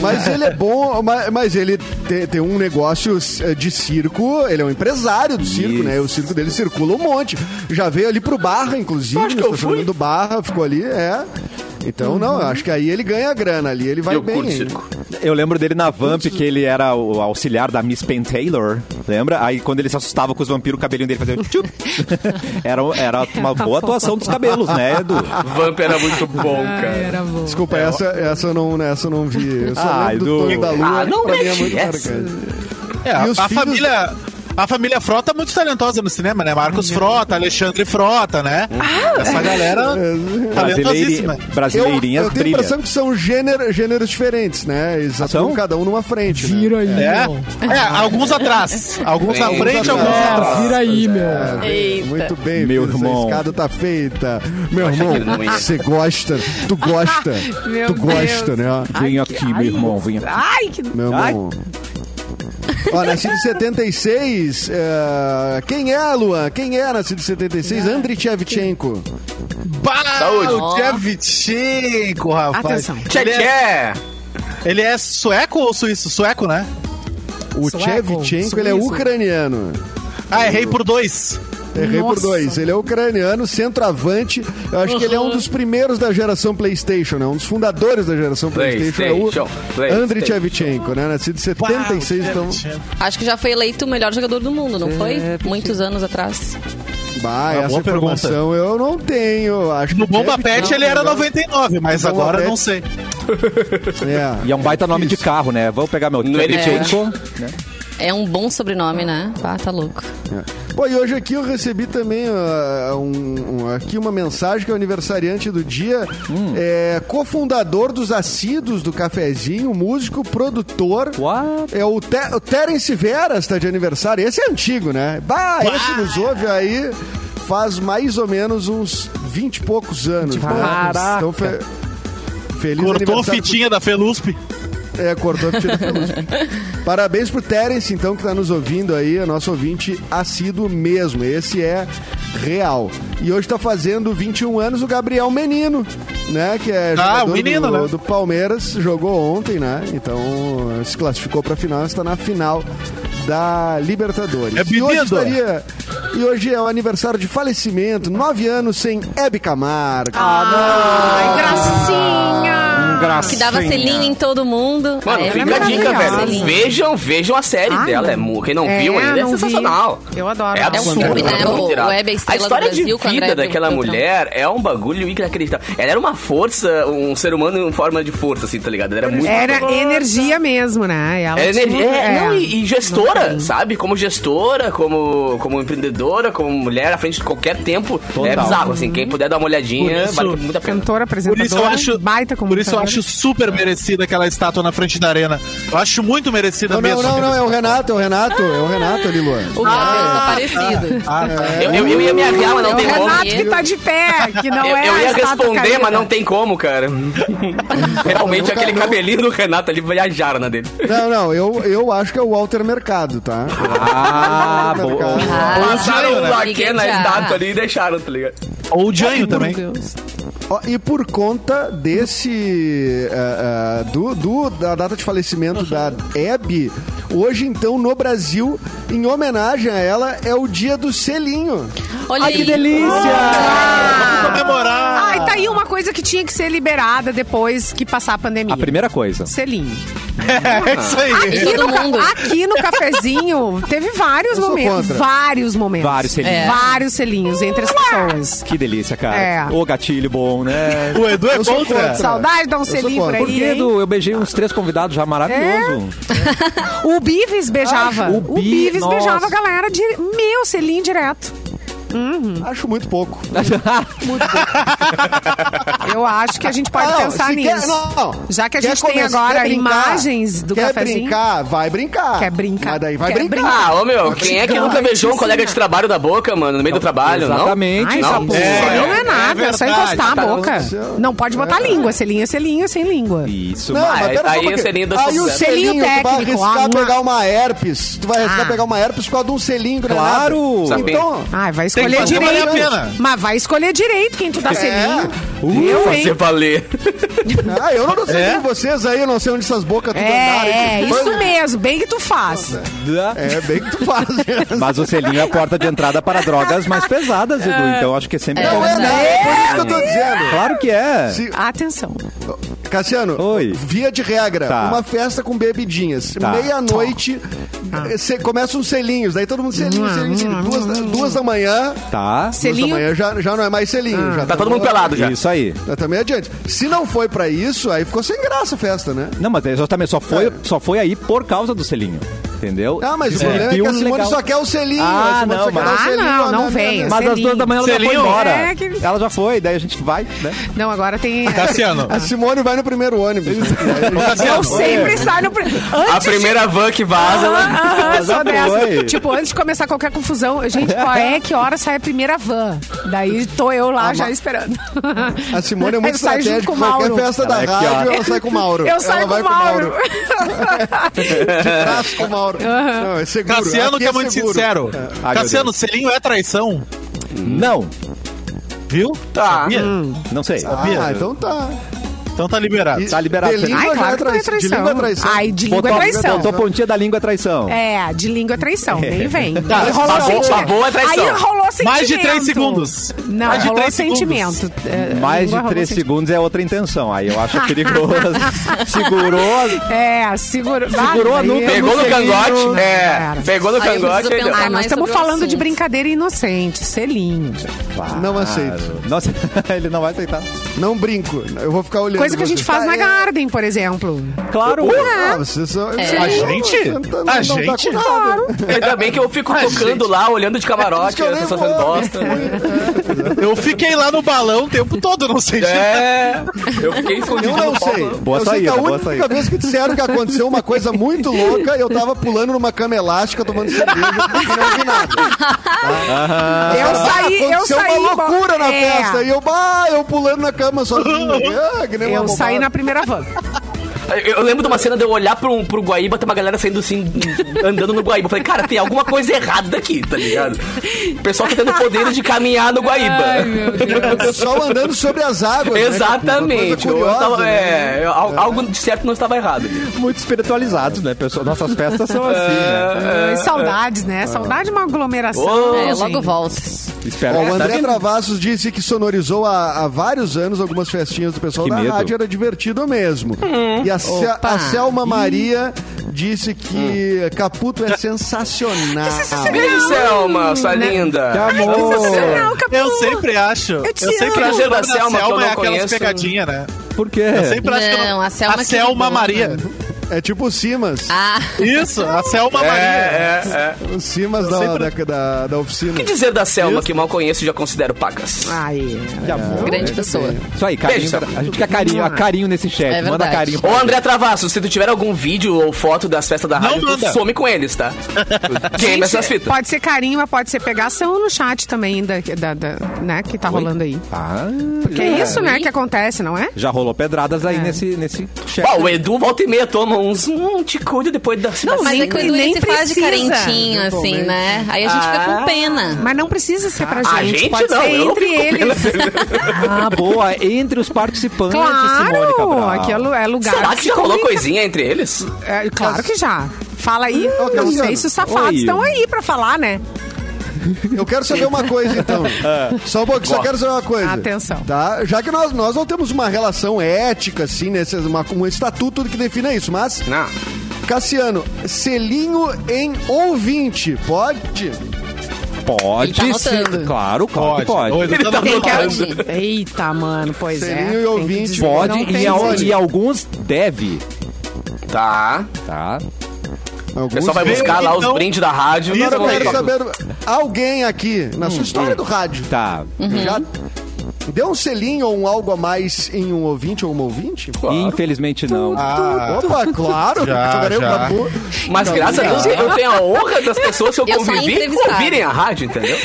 [SPEAKER 7] Mas ele é bom, mas, mas ele te- tem um negócio eh, de circo, ele é um empresário do circo,
[SPEAKER 1] Isso.
[SPEAKER 7] né? O circo dele circula um monte. Já veio ali pro Barra, inclusive,
[SPEAKER 3] Acho que
[SPEAKER 7] no
[SPEAKER 3] eu fui. Uhum.
[SPEAKER 7] do Barra, ficou ali, é. Então, não, eu acho que aí ele ganha grana ali, ele vai
[SPEAKER 3] Eu
[SPEAKER 7] bem.
[SPEAKER 3] curto
[SPEAKER 7] hein?
[SPEAKER 3] circo.
[SPEAKER 1] Eu lembro dele na Vamp, que ele era o auxiliar da Miss Penn Taylor, lembra? Aí quando ele se assustava com os vampiros, o cabelinho dele fazia... tchup. era, era uma boa atuação dos cabelos, né, Edu?
[SPEAKER 7] Ah.
[SPEAKER 3] Vamp era muito bom,
[SPEAKER 6] Ah.
[SPEAKER 3] cara.
[SPEAKER 5] bom.
[SPEAKER 7] Desculpa, essa, essa, eu não, essa eu não vi. Eu só
[SPEAKER 1] Ah, Edu.
[SPEAKER 7] lembro do Tonho da Lua,
[SPEAKER 3] Ah, não
[SPEAKER 7] pra mim é
[SPEAKER 3] mexe
[SPEAKER 7] muito
[SPEAKER 3] essa.
[SPEAKER 7] marcante.
[SPEAKER 4] É,
[SPEAKER 7] E os
[SPEAKER 4] a
[SPEAKER 7] filhos-
[SPEAKER 4] família. A família Frota é muito talentosa no cinema, né? Marcos
[SPEAKER 7] Uhum.
[SPEAKER 4] Frota, Alexandre Frota, né? Essa
[SPEAKER 7] <laughs>
[SPEAKER 4] galera
[SPEAKER 7] é
[SPEAKER 4] talentosíssima.
[SPEAKER 1] Brasileirinha
[SPEAKER 7] eu, eu tenho a
[SPEAKER 1] brilha.
[SPEAKER 7] impressão que são gênero- gêneros diferentes, né? Eles atuam
[SPEAKER 1] são?
[SPEAKER 7] cada um numa frente. né?
[SPEAKER 9] Vira aí,
[SPEAKER 4] É,
[SPEAKER 9] meu.
[SPEAKER 4] é, alguns atrás.
[SPEAKER 7] <laughs>
[SPEAKER 4] Alguns na
[SPEAKER 3] Alguns
[SPEAKER 4] frente, alguns
[SPEAKER 9] É,
[SPEAKER 4] atrás.
[SPEAKER 9] vira aí, meu.
[SPEAKER 6] Eita.
[SPEAKER 7] é, Muito bem,
[SPEAKER 1] Meu
[SPEAKER 7] filhos,
[SPEAKER 1] irmão.
[SPEAKER 7] A escada tá feita. Meu
[SPEAKER 3] Poxa, que
[SPEAKER 7] irmão,
[SPEAKER 3] ruim.
[SPEAKER 7] você gosta. Tu gosta.
[SPEAKER 5] Meu
[SPEAKER 7] tu gosta,
[SPEAKER 5] Deus.
[SPEAKER 7] né?
[SPEAKER 1] Vem aqui, meu irmão, vem aqui.
[SPEAKER 5] Ai, que
[SPEAKER 7] Meu
[SPEAKER 1] Ai.
[SPEAKER 7] irmão. Ó, nascido em 76. eh, quem é, Luan? Quem é nascido em 76? Andriy Shevchenko.
[SPEAKER 4] Bah,
[SPEAKER 3] Saúde.
[SPEAKER 4] o Tchevchenko, rapaz. é-
[SPEAKER 5] Atenção.
[SPEAKER 3] Tchê, tchê.
[SPEAKER 4] Ele é sueco ou suíço? Sueco, né?
[SPEAKER 7] O Shevchenko, ele é
[SPEAKER 9] suíço.
[SPEAKER 7] ucraniano.
[SPEAKER 4] Ah, errei por dois.
[SPEAKER 7] Errei por
[SPEAKER 9] Nossa.
[SPEAKER 7] dois. Ele é ucraniano, centroavante. Eu acho que ele é um dos primeiros da geração PlayStation, né? Um dos fundadores da geração PlayStation. é o
[SPEAKER 3] PlayStation,
[SPEAKER 7] Andriy
[SPEAKER 3] PlayStation.
[SPEAKER 7] Shevchenko, né? Nascido em
[SPEAKER 4] Uau,
[SPEAKER 7] 76, então.
[SPEAKER 4] Tchevchenko.
[SPEAKER 6] Acho que já foi eleito o melhor jogador do mundo, não foi? Muitos anos atrás.
[SPEAKER 7] Bah,
[SPEAKER 4] É Uma
[SPEAKER 7] essa
[SPEAKER 4] boa
[SPEAKER 7] informação eu não tenho. Acho
[SPEAKER 4] No
[SPEAKER 7] que
[SPEAKER 4] Bomba
[SPEAKER 7] Shevchenko-
[SPEAKER 4] Pet ele era 99, mas
[SPEAKER 7] No Bomba
[SPEAKER 4] agora
[SPEAKER 7] Pet.
[SPEAKER 4] não sei.
[SPEAKER 7] É.
[SPEAKER 1] E é um baita nome de carro, né? Vamos pegar meu
[SPEAKER 3] No
[SPEAKER 1] Tchevchenko.
[SPEAKER 6] É um bom sobrenome, né? Ah, tá louco.
[SPEAKER 7] Bom, É. e hoje aqui eu recebi também ó, um- um- aqui uma mensagem que é o aniversariante do dia.
[SPEAKER 1] Hum.
[SPEAKER 7] É, cofundador dos assíduos do cafezinho, músico, produtor.
[SPEAKER 1] What?
[SPEAKER 7] É o, Te o Terence Veras tá de aniversário. Esse é antigo, né? Bah, esse nos ouve aí faz mais ou menos uns 20 e poucos anos. né?
[SPEAKER 1] Caraca.
[SPEAKER 7] Então, fe feliz
[SPEAKER 4] Cortou a
[SPEAKER 7] aniversário.
[SPEAKER 4] fitinha da Felusp.
[SPEAKER 7] É, cortou a fitinha. da luz. Parabéns pro Terence, então, que tá nos ouvindo aí, é nosso ouvinte assíduo mesmo. Esse é real. E hoje tá fazendo 21 anos o Gabriel Menino, né? Que é
[SPEAKER 4] Ah,
[SPEAKER 7] jogador
[SPEAKER 4] o menino,
[SPEAKER 7] do,
[SPEAKER 4] né?
[SPEAKER 7] do Palmeiras, jogou ontem, né? Então, se classificou pra final, está na final da Libertadores.
[SPEAKER 4] É
[SPEAKER 7] e hoje
[SPEAKER 4] menino.
[SPEAKER 7] estaria... E hoje é o aniversário de falecimento, nove anos sem Hebe Camargo.
[SPEAKER 5] Ai, gracinha!
[SPEAKER 6] Que dava selinho em todo mundo.
[SPEAKER 3] Mano,
[SPEAKER 6] Ah, é
[SPEAKER 3] fica a
[SPEAKER 5] maravilhosa,
[SPEAKER 3] dica, velho.
[SPEAKER 6] Selinho.
[SPEAKER 3] Vejam, vejam a série
[SPEAKER 5] Ah,
[SPEAKER 3] dela.
[SPEAKER 5] não.
[SPEAKER 3] É, mu- quem não
[SPEAKER 5] É,
[SPEAKER 3] viu ainda é
[SPEAKER 5] não vi.
[SPEAKER 3] sensacional.
[SPEAKER 5] Eu adoro.
[SPEAKER 3] É
[SPEAKER 5] É um
[SPEAKER 3] absurdo.
[SPEAKER 6] filme, né?
[SPEAKER 3] é muito
[SPEAKER 6] O-
[SPEAKER 3] irado.
[SPEAKER 6] o Hebe é a
[SPEAKER 3] a
[SPEAKER 6] estrela do
[SPEAKER 3] história
[SPEAKER 6] Brasil, com
[SPEAKER 3] de
[SPEAKER 6] a
[SPEAKER 3] vida
[SPEAKER 6] Andrea
[SPEAKER 3] daquela
[SPEAKER 6] Beltrão.
[SPEAKER 3] mulher é um bagulho inacreditável. Ela era uma força, um ser humano em forma de força, assim, tá ligado? Ela era muito...
[SPEAKER 5] Era energia mesmo, né? Ela
[SPEAKER 3] É,
[SPEAKER 5] tinha-
[SPEAKER 3] energia, é,
[SPEAKER 5] é.
[SPEAKER 3] Não, e, e gestora, sabe? Como gestora, como, como empreendedora, como mulher à frente de qualquer tempo. É bizarro, assim. Quem puder dar uma olhadinha,
[SPEAKER 4] Por isso-
[SPEAKER 3] vale muito a pena.
[SPEAKER 5] Cantora,
[SPEAKER 4] Por
[SPEAKER 5] apresentadora, um
[SPEAKER 4] isso eu acho,
[SPEAKER 5] baita
[SPEAKER 4] por isso eu
[SPEAKER 5] comunicadora.
[SPEAKER 4] acho super merecida aquela estátua na frente da arena. Eu acho muito merecida
[SPEAKER 7] Não, não,
[SPEAKER 4] mesmo.
[SPEAKER 7] não, não, é o Renato, é o Renato, é o Renato ali, Luan.
[SPEAKER 6] O cabelo parecido.
[SPEAKER 4] Ah, tá.
[SPEAKER 3] Eu, eu- eu ia me arriar, mas não
[SPEAKER 5] É
[SPEAKER 3] tem
[SPEAKER 5] o
[SPEAKER 3] como.
[SPEAKER 5] Renato que tá de pé, que não
[SPEAKER 3] Eu,
[SPEAKER 5] é
[SPEAKER 3] eu
[SPEAKER 5] a
[SPEAKER 3] ia
[SPEAKER 5] estátua
[SPEAKER 3] responder,
[SPEAKER 5] caída.
[SPEAKER 3] mas não tem como,
[SPEAKER 7] <laughs>
[SPEAKER 3] cara. Realmente
[SPEAKER 7] Nunca-
[SPEAKER 3] aquele
[SPEAKER 7] nunca-
[SPEAKER 3] cabelinho do Renato ali viajaram na dele.
[SPEAKER 7] Não, não, eu, eu acho que é o Walter Mercado, tá?
[SPEAKER 1] Ah, boa.
[SPEAKER 6] Ah,
[SPEAKER 3] Passaram um
[SPEAKER 7] né?
[SPEAKER 6] Miguel
[SPEAKER 3] laque na
[SPEAKER 6] de Arra.
[SPEAKER 3] estátua ali e deixaram, tá ligado?
[SPEAKER 4] Ou o Janho também.
[SPEAKER 7] Ó, e por conta desse. ah, ah, do, do- da data de falecimento da Hebe, hoje então no Brasil, em homenagem a ela, é o dia do selinho.
[SPEAKER 6] Olha aí.
[SPEAKER 4] Vamos comemorar.
[SPEAKER 5] Ai, tá aí uma coisa que tinha que ser liberada depois que passar a pandemia.
[SPEAKER 1] A primeira coisa.
[SPEAKER 5] Selinho.
[SPEAKER 4] É isso aí.
[SPEAKER 5] Aqui
[SPEAKER 6] todo
[SPEAKER 5] no, ca-
[SPEAKER 6] mundo.
[SPEAKER 5] aqui no cafezinho teve vários
[SPEAKER 7] Eu sou
[SPEAKER 5] momentos.
[SPEAKER 7] contra.
[SPEAKER 5] Vários momentos.
[SPEAKER 1] Vários selinhos.
[SPEAKER 6] É.
[SPEAKER 5] Vários selinhos entre as pessoas.
[SPEAKER 1] Que delícia, cara.
[SPEAKER 5] É.
[SPEAKER 1] Ô, gatilho bom, né?
[SPEAKER 4] O Edu é contra.
[SPEAKER 5] Saudade, dá um
[SPEAKER 7] sou
[SPEAKER 5] selinho por
[SPEAKER 7] contra.
[SPEAKER 5] aí.
[SPEAKER 1] Por que,
[SPEAKER 5] hein?
[SPEAKER 1] Edu? Eu beijei uns três convidados já maravilhoso.
[SPEAKER 5] O Bives beijava.
[SPEAKER 1] Ah, o
[SPEAKER 5] o,
[SPEAKER 1] Bi-
[SPEAKER 5] Bives
[SPEAKER 1] nossa.
[SPEAKER 5] beijava a galera de meu selinho direto. Hum.
[SPEAKER 7] Acho muito pouco.
[SPEAKER 5] Eu acho que a gente pode
[SPEAKER 7] Ah, Não,
[SPEAKER 5] pensar
[SPEAKER 7] se
[SPEAKER 5] nisso.
[SPEAKER 7] quer- não.
[SPEAKER 5] Já que a
[SPEAKER 7] Quer
[SPEAKER 5] gente tem
[SPEAKER 7] começar-
[SPEAKER 5] agora
[SPEAKER 7] quer brincar?
[SPEAKER 5] imagens do
[SPEAKER 7] Quer
[SPEAKER 5] cafezinho.
[SPEAKER 7] brincar? Vai brincar.
[SPEAKER 5] Quer brincar?
[SPEAKER 7] Mas daí vai
[SPEAKER 5] Quer
[SPEAKER 7] brincar.
[SPEAKER 5] brincar?
[SPEAKER 3] Ah, ô meu, quem é que nunca beijou um colega de trabalho da boca, mano, no meio do trabalho, não?
[SPEAKER 1] Exatamente.
[SPEAKER 5] Ai,
[SPEAKER 3] Não,
[SPEAKER 5] não,
[SPEAKER 3] é,
[SPEAKER 5] selinho não
[SPEAKER 4] é
[SPEAKER 5] é nada, é, só
[SPEAKER 4] verdade,
[SPEAKER 5] encostar
[SPEAKER 3] tá
[SPEAKER 5] a boca.
[SPEAKER 7] no-
[SPEAKER 5] Não pode botar língua, selinho é selinho, é sem língua.
[SPEAKER 1] Isso,
[SPEAKER 7] Não,
[SPEAKER 1] mas-
[SPEAKER 7] mas
[SPEAKER 3] aí-
[SPEAKER 7] pera só
[SPEAKER 3] aí
[SPEAKER 7] um pouquinho.
[SPEAKER 3] o selinho da
[SPEAKER 7] Aí o
[SPEAKER 3] sucesso.
[SPEAKER 7] selinho,
[SPEAKER 5] Selinho
[SPEAKER 7] tu vai
[SPEAKER 5] técnico,
[SPEAKER 7] arriscar
[SPEAKER 5] ah,
[SPEAKER 7] pegar uma herpes. Tu vai arriscar
[SPEAKER 5] Ah.
[SPEAKER 7] pegar uma herpes por causa de um selinho que não é
[SPEAKER 1] Claro.
[SPEAKER 7] nada. Então,
[SPEAKER 5] Ai, vai
[SPEAKER 4] Tem que
[SPEAKER 5] escolher
[SPEAKER 4] fazer valer a
[SPEAKER 5] direito.
[SPEAKER 4] pena.
[SPEAKER 5] Mas vai escolher direito quem tu dá selinho.
[SPEAKER 3] Vou
[SPEAKER 5] eu,
[SPEAKER 3] fazer
[SPEAKER 5] hein?
[SPEAKER 3] valer.
[SPEAKER 7] ah, eu não sei
[SPEAKER 4] É?
[SPEAKER 7] de vocês aí, eu não sei onde essas bocas tudo andaram.
[SPEAKER 5] É, é,
[SPEAKER 7] esses
[SPEAKER 5] isso
[SPEAKER 7] bandos.
[SPEAKER 5] mesmo, bem que tu faz.
[SPEAKER 7] É bem que tu faz.
[SPEAKER 1] Mas o selinho é a porta de entrada para drogas mais pesadas, Edu. Então acho que é sempre
[SPEAKER 6] É.
[SPEAKER 1] bom.
[SPEAKER 7] Não é nada, é por isso que eu tô dizendo.
[SPEAKER 1] Claro que é.
[SPEAKER 7] Se-
[SPEAKER 5] Atenção.
[SPEAKER 7] Cassiano,
[SPEAKER 1] Oi.
[SPEAKER 7] via de regra,
[SPEAKER 1] Tá.
[SPEAKER 7] uma festa com bebidinhas.
[SPEAKER 1] Tá.
[SPEAKER 7] Meia-noite,
[SPEAKER 5] Tá.
[SPEAKER 7] eh, se- começam os selinhos, daí todo mundo selinho, selinho, selinho. Duas, da- duas da manhã.
[SPEAKER 1] Tá.
[SPEAKER 7] Duas da
[SPEAKER 5] Selinho. Ah.
[SPEAKER 7] manhã já, já não é mais selinho. já
[SPEAKER 3] Tá todo mundo pelado já.
[SPEAKER 1] Isso aí.
[SPEAKER 7] Mas também adiante. Se não foi pra isso, aí ficou sem graça a festa, né?
[SPEAKER 1] Não, mas exatamente, só foi, só foi aí por causa do selinho. entendeu?
[SPEAKER 7] Ah, É. mas o
[SPEAKER 1] Descobriu
[SPEAKER 7] problema é que a Simone
[SPEAKER 1] um legal-
[SPEAKER 7] só quer o selinho. a
[SPEAKER 1] Ah, não,
[SPEAKER 7] Simone só quer
[SPEAKER 1] mas-
[SPEAKER 7] dar o
[SPEAKER 1] Ah,
[SPEAKER 7] selinho,
[SPEAKER 5] não,
[SPEAKER 7] a
[SPEAKER 5] não
[SPEAKER 7] minha-
[SPEAKER 5] vem.
[SPEAKER 7] minha-
[SPEAKER 1] Mas às duas da manhã ela já foi
[SPEAKER 4] Selinho?
[SPEAKER 1] embora.
[SPEAKER 5] É, que-
[SPEAKER 1] Ela já foi, daí a gente vai, né?
[SPEAKER 5] Não, agora tem. <laughs>
[SPEAKER 4] Cassiano.
[SPEAKER 7] A Simone vai no primeiro ônibus.
[SPEAKER 4] Ô, Cassiano.
[SPEAKER 5] Eu sempre saio no. pri-
[SPEAKER 3] A
[SPEAKER 5] Antes
[SPEAKER 3] primeira van que vaza, ela-
[SPEAKER 5] Aham, aham, sou
[SPEAKER 1] Já
[SPEAKER 5] dessa.
[SPEAKER 1] foi.
[SPEAKER 5] Tipo, antes de começar qualquer confusão, eu, gente, qual é que hora sai a primeira van? Daí tô eu lá já esperando.
[SPEAKER 7] A
[SPEAKER 5] <laughs>
[SPEAKER 7] Simone é
[SPEAKER 5] Aí
[SPEAKER 7] muito
[SPEAKER 5] eu saio junto com
[SPEAKER 7] estratégica.
[SPEAKER 5] o
[SPEAKER 7] Qualquer
[SPEAKER 5] Mauro.
[SPEAKER 7] festa
[SPEAKER 1] Ela
[SPEAKER 7] da
[SPEAKER 1] é aqui, ó.
[SPEAKER 7] rádio, ela sai com o Mauro.
[SPEAKER 5] Eu
[SPEAKER 7] Ela
[SPEAKER 5] saio com
[SPEAKER 7] vai
[SPEAKER 5] o Mauro.
[SPEAKER 7] De braço com o Mauro. Não, é seguro.
[SPEAKER 4] Cassiano,
[SPEAKER 7] Aqui
[SPEAKER 4] que é muito
[SPEAKER 7] seguro.
[SPEAKER 4] sincero.
[SPEAKER 1] Ah, meu
[SPEAKER 4] Cassiano, selinho é traição,
[SPEAKER 7] Hum.
[SPEAKER 1] Não,
[SPEAKER 4] viu?
[SPEAKER 3] Tá.
[SPEAKER 4] Sabia?
[SPEAKER 1] não sei.
[SPEAKER 7] Ah, então tá.
[SPEAKER 4] Então tá liberado.
[SPEAKER 1] Tá liberado.
[SPEAKER 7] De língua,
[SPEAKER 5] Ai,
[SPEAKER 7] já
[SPEAKER 5] claro que não é
[SPEAKER 7] De
[SPEAKER 5] traição.
[SPEAKER 7] língua é traição.
[SPEAKER 5] Ai, de língua
[SPEAKER 1] Botou,
[SPEAKER 5] é traição.
[SPEAKER 1] botou pontinha da língua é traição.
[SPEAKER 5] É, de língua é traição, nem vem.
[SPEAKER 4] Tá,
[SPEAKER 5] Aí rolou
[SPEAKER 4] babou-
[SPEAKER 5] sentimento.
[SPEAKER 3] babou é traição.
[SPEAKER 5] Aí rolou sentimento.
[SPEAKER 4] Mais de três segundos.
[SPEAKER 5] Não,
[SPEAKER 4] Mais de
[SPEAKER 5] rolou
[SPEAKER 4] três segundos.
[SPEAKER 5] sentimento.
[SPEAKER 1] Mais de
[SPEAKER 5] É, língua rolou
[SPEAKER 1] 3
[SPEAKER 5] sentimento.
[SPEAKER 1] segundos é outra intenção. Aí eu acho perigoso.
[SPEAKER 5] <laughs>
[SPEAKER 1] Segurou.
[SPEAKER 5] É, segurou.
[SPEAKER 1] Segurou a
[SPEAKER 5] Vai,
[SPEAKER 1] nuca.
[SPEAKER 5] aí-
[SPEAKER 3] Pegou no
[SPEAKER 1] Selinho.
[SPEAKER 3] cangote. É.
[SPEAKER 5] Cara.
[SPEAKER 3] Pegou no
[SPEAKER 6] Aí eu preciso
[SPEAKER 3] cangote. aí deu.
[SPEAKER 6] pensar.
[SPEAKER 5] Ah, nós
[SPEAKER 6] mais
[SPEAKER 5] estamos
[SPEAKER 6] sobre o
[SPEAKER 5] falando de
[SPEAKER 6] assunto.
[SPEAKER 5] brincadeira inocente, selinho.
[SPEAKER 7] Não aceito.
[SPEAKER 1] Nossa, <laughs> ele não vai aceitar.
[SPEAKER 7] Não brinco. Eu vou ficar olhando.
[SPEAKER 5] Coisa que a gente
[SPEAKER 7] vocês.
[SPEAKER 5] faz na né?
[SPEAKER 7] Ah, é.
[SPEAKER 5] Garden, por exemplo.
[SPEAKER 1] Claro.
[SPEAKER 7] Ah, vocês são.
[SPEAKER 5] É.
[SPEAKER 7] vocês
[SPEAKER 4] A
[SPEAKER 7] não-
[SPEAKER 4] gente?
[SPEAKER 7] não- não-
[SPEAKER 4] A
[SPEAKER 7] não tá
[SPEAKER 4] gente?
[SPEAKER 7] com nada.
[SPEAKER 3] Ainda bem que eu fico tocando lá, olhando de
[SPEAKER 7] Por isso
[SPEAKER 3] camarote,
[SPEAKER 7] que eu
[SPEAKER 3] as
[SPEAKER 7] nem
[SPEAKER 3] pessoas
[SPEAKER 7] vou.
[SPEAKER 3] fazendo bosta.
[SPEAKER 4] Eu fiquei lá no balão o tempo todo, não sei de
[SPEAKER 3] É. Eu fiquei escondido
[SPEAKER 7] Eu
[SPEAKER 3] no
[SPEAKER 7] não
[SPEAKER 3] palco.
[SPEAKER 7] sei.
[SPEAKER 1] Boa
[SPEAKER 7] eu sei que
[SPEAKER 1] saída,
[SPEAKER 7] a
[SPEAKER 1] boa
[SPEAKER 7] única
[SPEAKER 1] saída.
[SPEAKER 7] vez que disseram que aconteceu uma coisa muito louca, eu tava pulando numa cama elástica, tomando cerveja e não vi nada.
[SPEAKER 5] Eu saí, eu
[SPEAKER 7] Ah. aconteceu
[SPEAKER 5] saí.
[SPEAKER 7] uma
[SPEAKER 5] igual-
[SPEAKER 7] loucura na
[SPEAKER 5] É,
[SPEAKER 7] festa. E eu, bah, eu pulando na cama sozinho. Ah, que nem uma
[SPEAKER 5] Eu saí
[SPEAKER 7] bobagem.
[SPEAKER 5] na primeira van.
[SPEAKER 3] Eu, eu lembro de uma cena de eu olhar pro, pro Guaíba, tem uma galera saindo assim, andando no Guaíba. Eu falei, cara, tem alguma coisa errada aqui, tá ligado? O pessoal tá tendo o poder de caminhar no Guaíba.
[SPEAKER 7] O pessoal andando sobre as águas. né? Uma
[SPEAKER 3] Exatamente.
[SPEAKER 7] coisa
[SPEAKER 3] Eu
[SPEAKER 7] curiosa,
[SPEAKER 3] tava-
[SPEAKER 7] né?
[SPEAKER 3] é, eu- al- Algo de certo não estava errado.
[SPEAKER 1] Muito espiritualizados, né, pessoal? Nossas festas são assim, né?
[SPEAKER 5] <laughs> Ai, Saudades, né? Saudade de uma aglomeração. né,
[SPEAKER 3] Oh,
[SPEAKER 6] É,
[SPEAKER 5] gente.
[SPEAKER 6] logo volta.
[SPEAKER 1] Espero
[SPEAKER 7] Ó, o
[SPEAKER 1] que
[SPEAKER 7] André Travassos disse que sonorizou há, há vários anos algumas festinhas do pessoal
[SPEAKER 1] Que
[SPEAKER 7] da
[SPEAKER 1] medo.
[SPEAKER 7] rádio, era divertido mesmo. E a, Ce- a Selma Maria disse que Caputo é sensacional.
[SPEAKER 3] Beijo, Selma, sua
[SPEAKER 5] né?
[SPEAKER 3] linda.
[SPEAKER 1] Que amor!
[SPEAKER 5] Não, é Capu.
[SPEAKER 4] Eu sempre acho. Eu,
[SPEAKER 5] te
[SPEAKER 4] sempre
[SPEAKER 5] amo.
[SPEAKER 4] acho que
[SPEAKER 3] Prazer
[SPEAKER 4] o nome da
[SPEAKER 3] da
[SPEAKER 4] Selma,
[SPEAKER 3] Selma que eu
[SPEAKER 4] é
[SPEAKER 3] não
[SPEAKER 4] aquelas
[SPEAKER 3] conheço. É.
[SPEAKER 4] pegadinhas, né?
[SPEAKER 1] Por quê?
[SPEAKER 4] Eu sempre acho que eu
[SPEAKER 6] Não, a Selma
[SPEAKER 4] A
[SPEAKER 6] que
[SPEAKER 4] Selma
[SPEAKER 6] é boa,
[SPEAKER 4] Maria.
[SPEAKER 7] É tipo o Simas.
[SPEAKER 6] Ah,
[SPEAKER 4] Isso, a Selma
[SPEAKER 3] É,
[SPEAKER 4] Maria.
[SPEAKER 3] é, é.
[SPEAKER 7] O Simas da,
[SPEAKER 4] sempre-
[SPEAKER 7] da, da,
[SPEAKER 3] <laughs>
[SPEAKER 7] da oficina.
[SPEAKER 3] O que dizer da Selma, que mal conheço e já considero pacas?
[SPEAKER 5] Ai,
[SPEAKER 1] Que amor.
[SPEAKER 6] grande pessoa.
[SPEAKER 1] Isso aí, carinho.
[SPEAKER 3] Beijo, Selma.
[SPEAKER 1] a gente quer carinho, a carinho nesse chat.
[SPEAKER 6] É
[SPEAKER 1] Manda
[SPEAKER 6] verdade.
[SPEAKER 1] carinho.
[SPEAKER 3] Ô André Travasso, se tu tiver algum vídeo ou foto das festas da
[SPEAKER 4] Não
[SPEAKER 3] rádio, tu
[SPEAKER 4] manda.
[SPEAKER 3] some com eles,
[SPEAKER 4] <laughs>
[SPEAKER 3] tá? Tu Queima essas fitas.
[SPEAKER 5] pode ser carinho, mas pode ser pegação no chat também, da, da- da- né? Que tá rolando aí.
[SPEAKER 1] Ah,
[SPEAKER 5] Que é isso, né? Que acontece, não é?
[SPEAKER 1] já rolou pedradas aí nesse, nesse chat.
[SPEAKER 3] Ó, o Edu volta e meia toma uns. Hum, te cuida depois da
[SPEAKER 5] Não,
[SPEAKER 6] Mas é que o Edu ele
[SPEAKER 5] Nem
[SPEAKER 6] se faz de
[SPEAKER 5] precisa.
[SPEAKER 6] carentinho, assim, né? Aí a gente fica com pena.
[SPEAKER 5] Mas não precisa ser pra
[SPEAKER 3] A
[SPEAKER 5] gente.
[SPEAKER 3] gente
[SPEAKER 5] pode
[SPEAKER 3] não,
[SPEAKER 5] ser
[SPEAKER 3] eu não
[SPEAKER 5] entre
[SPEAKER 3] fico com
[SPEAKER 5] eles.
[SPEAKER 1] Ah, boa. Entre os participantes, Simone Cabral.
[SPEAKER 5] Claro, aqui é, lu- é lugar.
[SPEAKER 3] Será
[SPEAKER 5] de
[SPEAKER 3] que
[SPEAKER 5] se
[SPEAKER 3] já rolou
[SPEAKER 5] comunicar.
[SPEAKER 3] coisinha entre eles?
[SPEAKER 5] É, claro que já. Fala aí,
[SPEAKER 7] Ô,
[SPEAKER 5] não
[SPEAKER 7] Cassiano.
[SPEAKER 5] sei se os safados
[SPEAKER 1] Oi.
[SPEAKER 5] estão aí pra falar, né?
[SPEAKER 7] Eu quero saber uma coisa, então. Só um pouco, só quero saber uma coisa.
[SPEAKER 5] Atenção.
[SPEAKER 7] Tá? Já que nós, nós não temos uma relação ética, assim, né? Cês- uma- um estatuto que defina isso, mas.
[SPEAKER 3] Não.
[SPEAKER 7] Cassiano, selinho em ouvinte, pode?
[SPEAKER 1] Pode
[SPEAKER 6] Ele tá
[SPEAKER 1] ser.
[SPEAKER 6] anotando.
[SPEAKER 1] Claro, claro que pode.
[SPEAKER 4] Oi, doutora
[SPEAKER 6] Quem
[SPEAKER 4] Doutora.
[SPEAKER 6] quer um
[SPEAKER 5] Eita, mano, pois
[SPEAKER 7] Selinho
[SPEAKER 5] é.
[SPEAKER 7] e
[SPEAKER 5] tem que
[SPEAKER 7] um ouvinte.
[SPEAKER 5] dizer,
[SPEAKER 1] Pode
[SPEAKER 5] não
[SPEAKER 1] e,
[SPEAKER 5] tem
[SPEAKER 1] al-
[SPEAKER 5] jeito.
[SPEAKER 1] e alguns deve,
[SPEAKER 3] Tá.
[SPEAKER 1] tá?
[SPEAKER 3] O pessoal vai
[SPEAKER 4] veio,
[SPEAKER 3] buscar lá os
[SPEAKER 4] então.
[SPEAKER 3] brindes da rádio.
[SPEAKER 4] Isso,
[SPEAKER 3] Não, não,
[SPEAKER 7] Agora eu quero
[SPEAKER 3] não.
[SPEAKER 7] saber, alguém aqui, na sua história do rádio,
[SPEAKER 1] Tá.
[SPEAKER 5] Uhum.
[SPEAKER 7] já deu um selinho ou um algo a mais em um ouvinte ou uma ouvinte?
[SPEAKER 1] Infelizmente não.
[SPEAKER 4] Ah,
[SPEAKER 7] Opa, claro.
[SPEAKER 4] Já,
[SPEAKER 7] Agora eu
[SPEAKER 4] já.
[SPEAKER 7] acabou.
[SPEAKER 3] Mas graças a Deus eu tenho a honra das pessoas que eu
[SPEAKER 6] Eu sou
[SPEAKER 3] convivi
[SPEAKER 6] entrevistada.
[SPEAKER 3] ouvirem a rádio,
[SPEAKER 5] <laughs>
[SPEAKER 3] entendeu?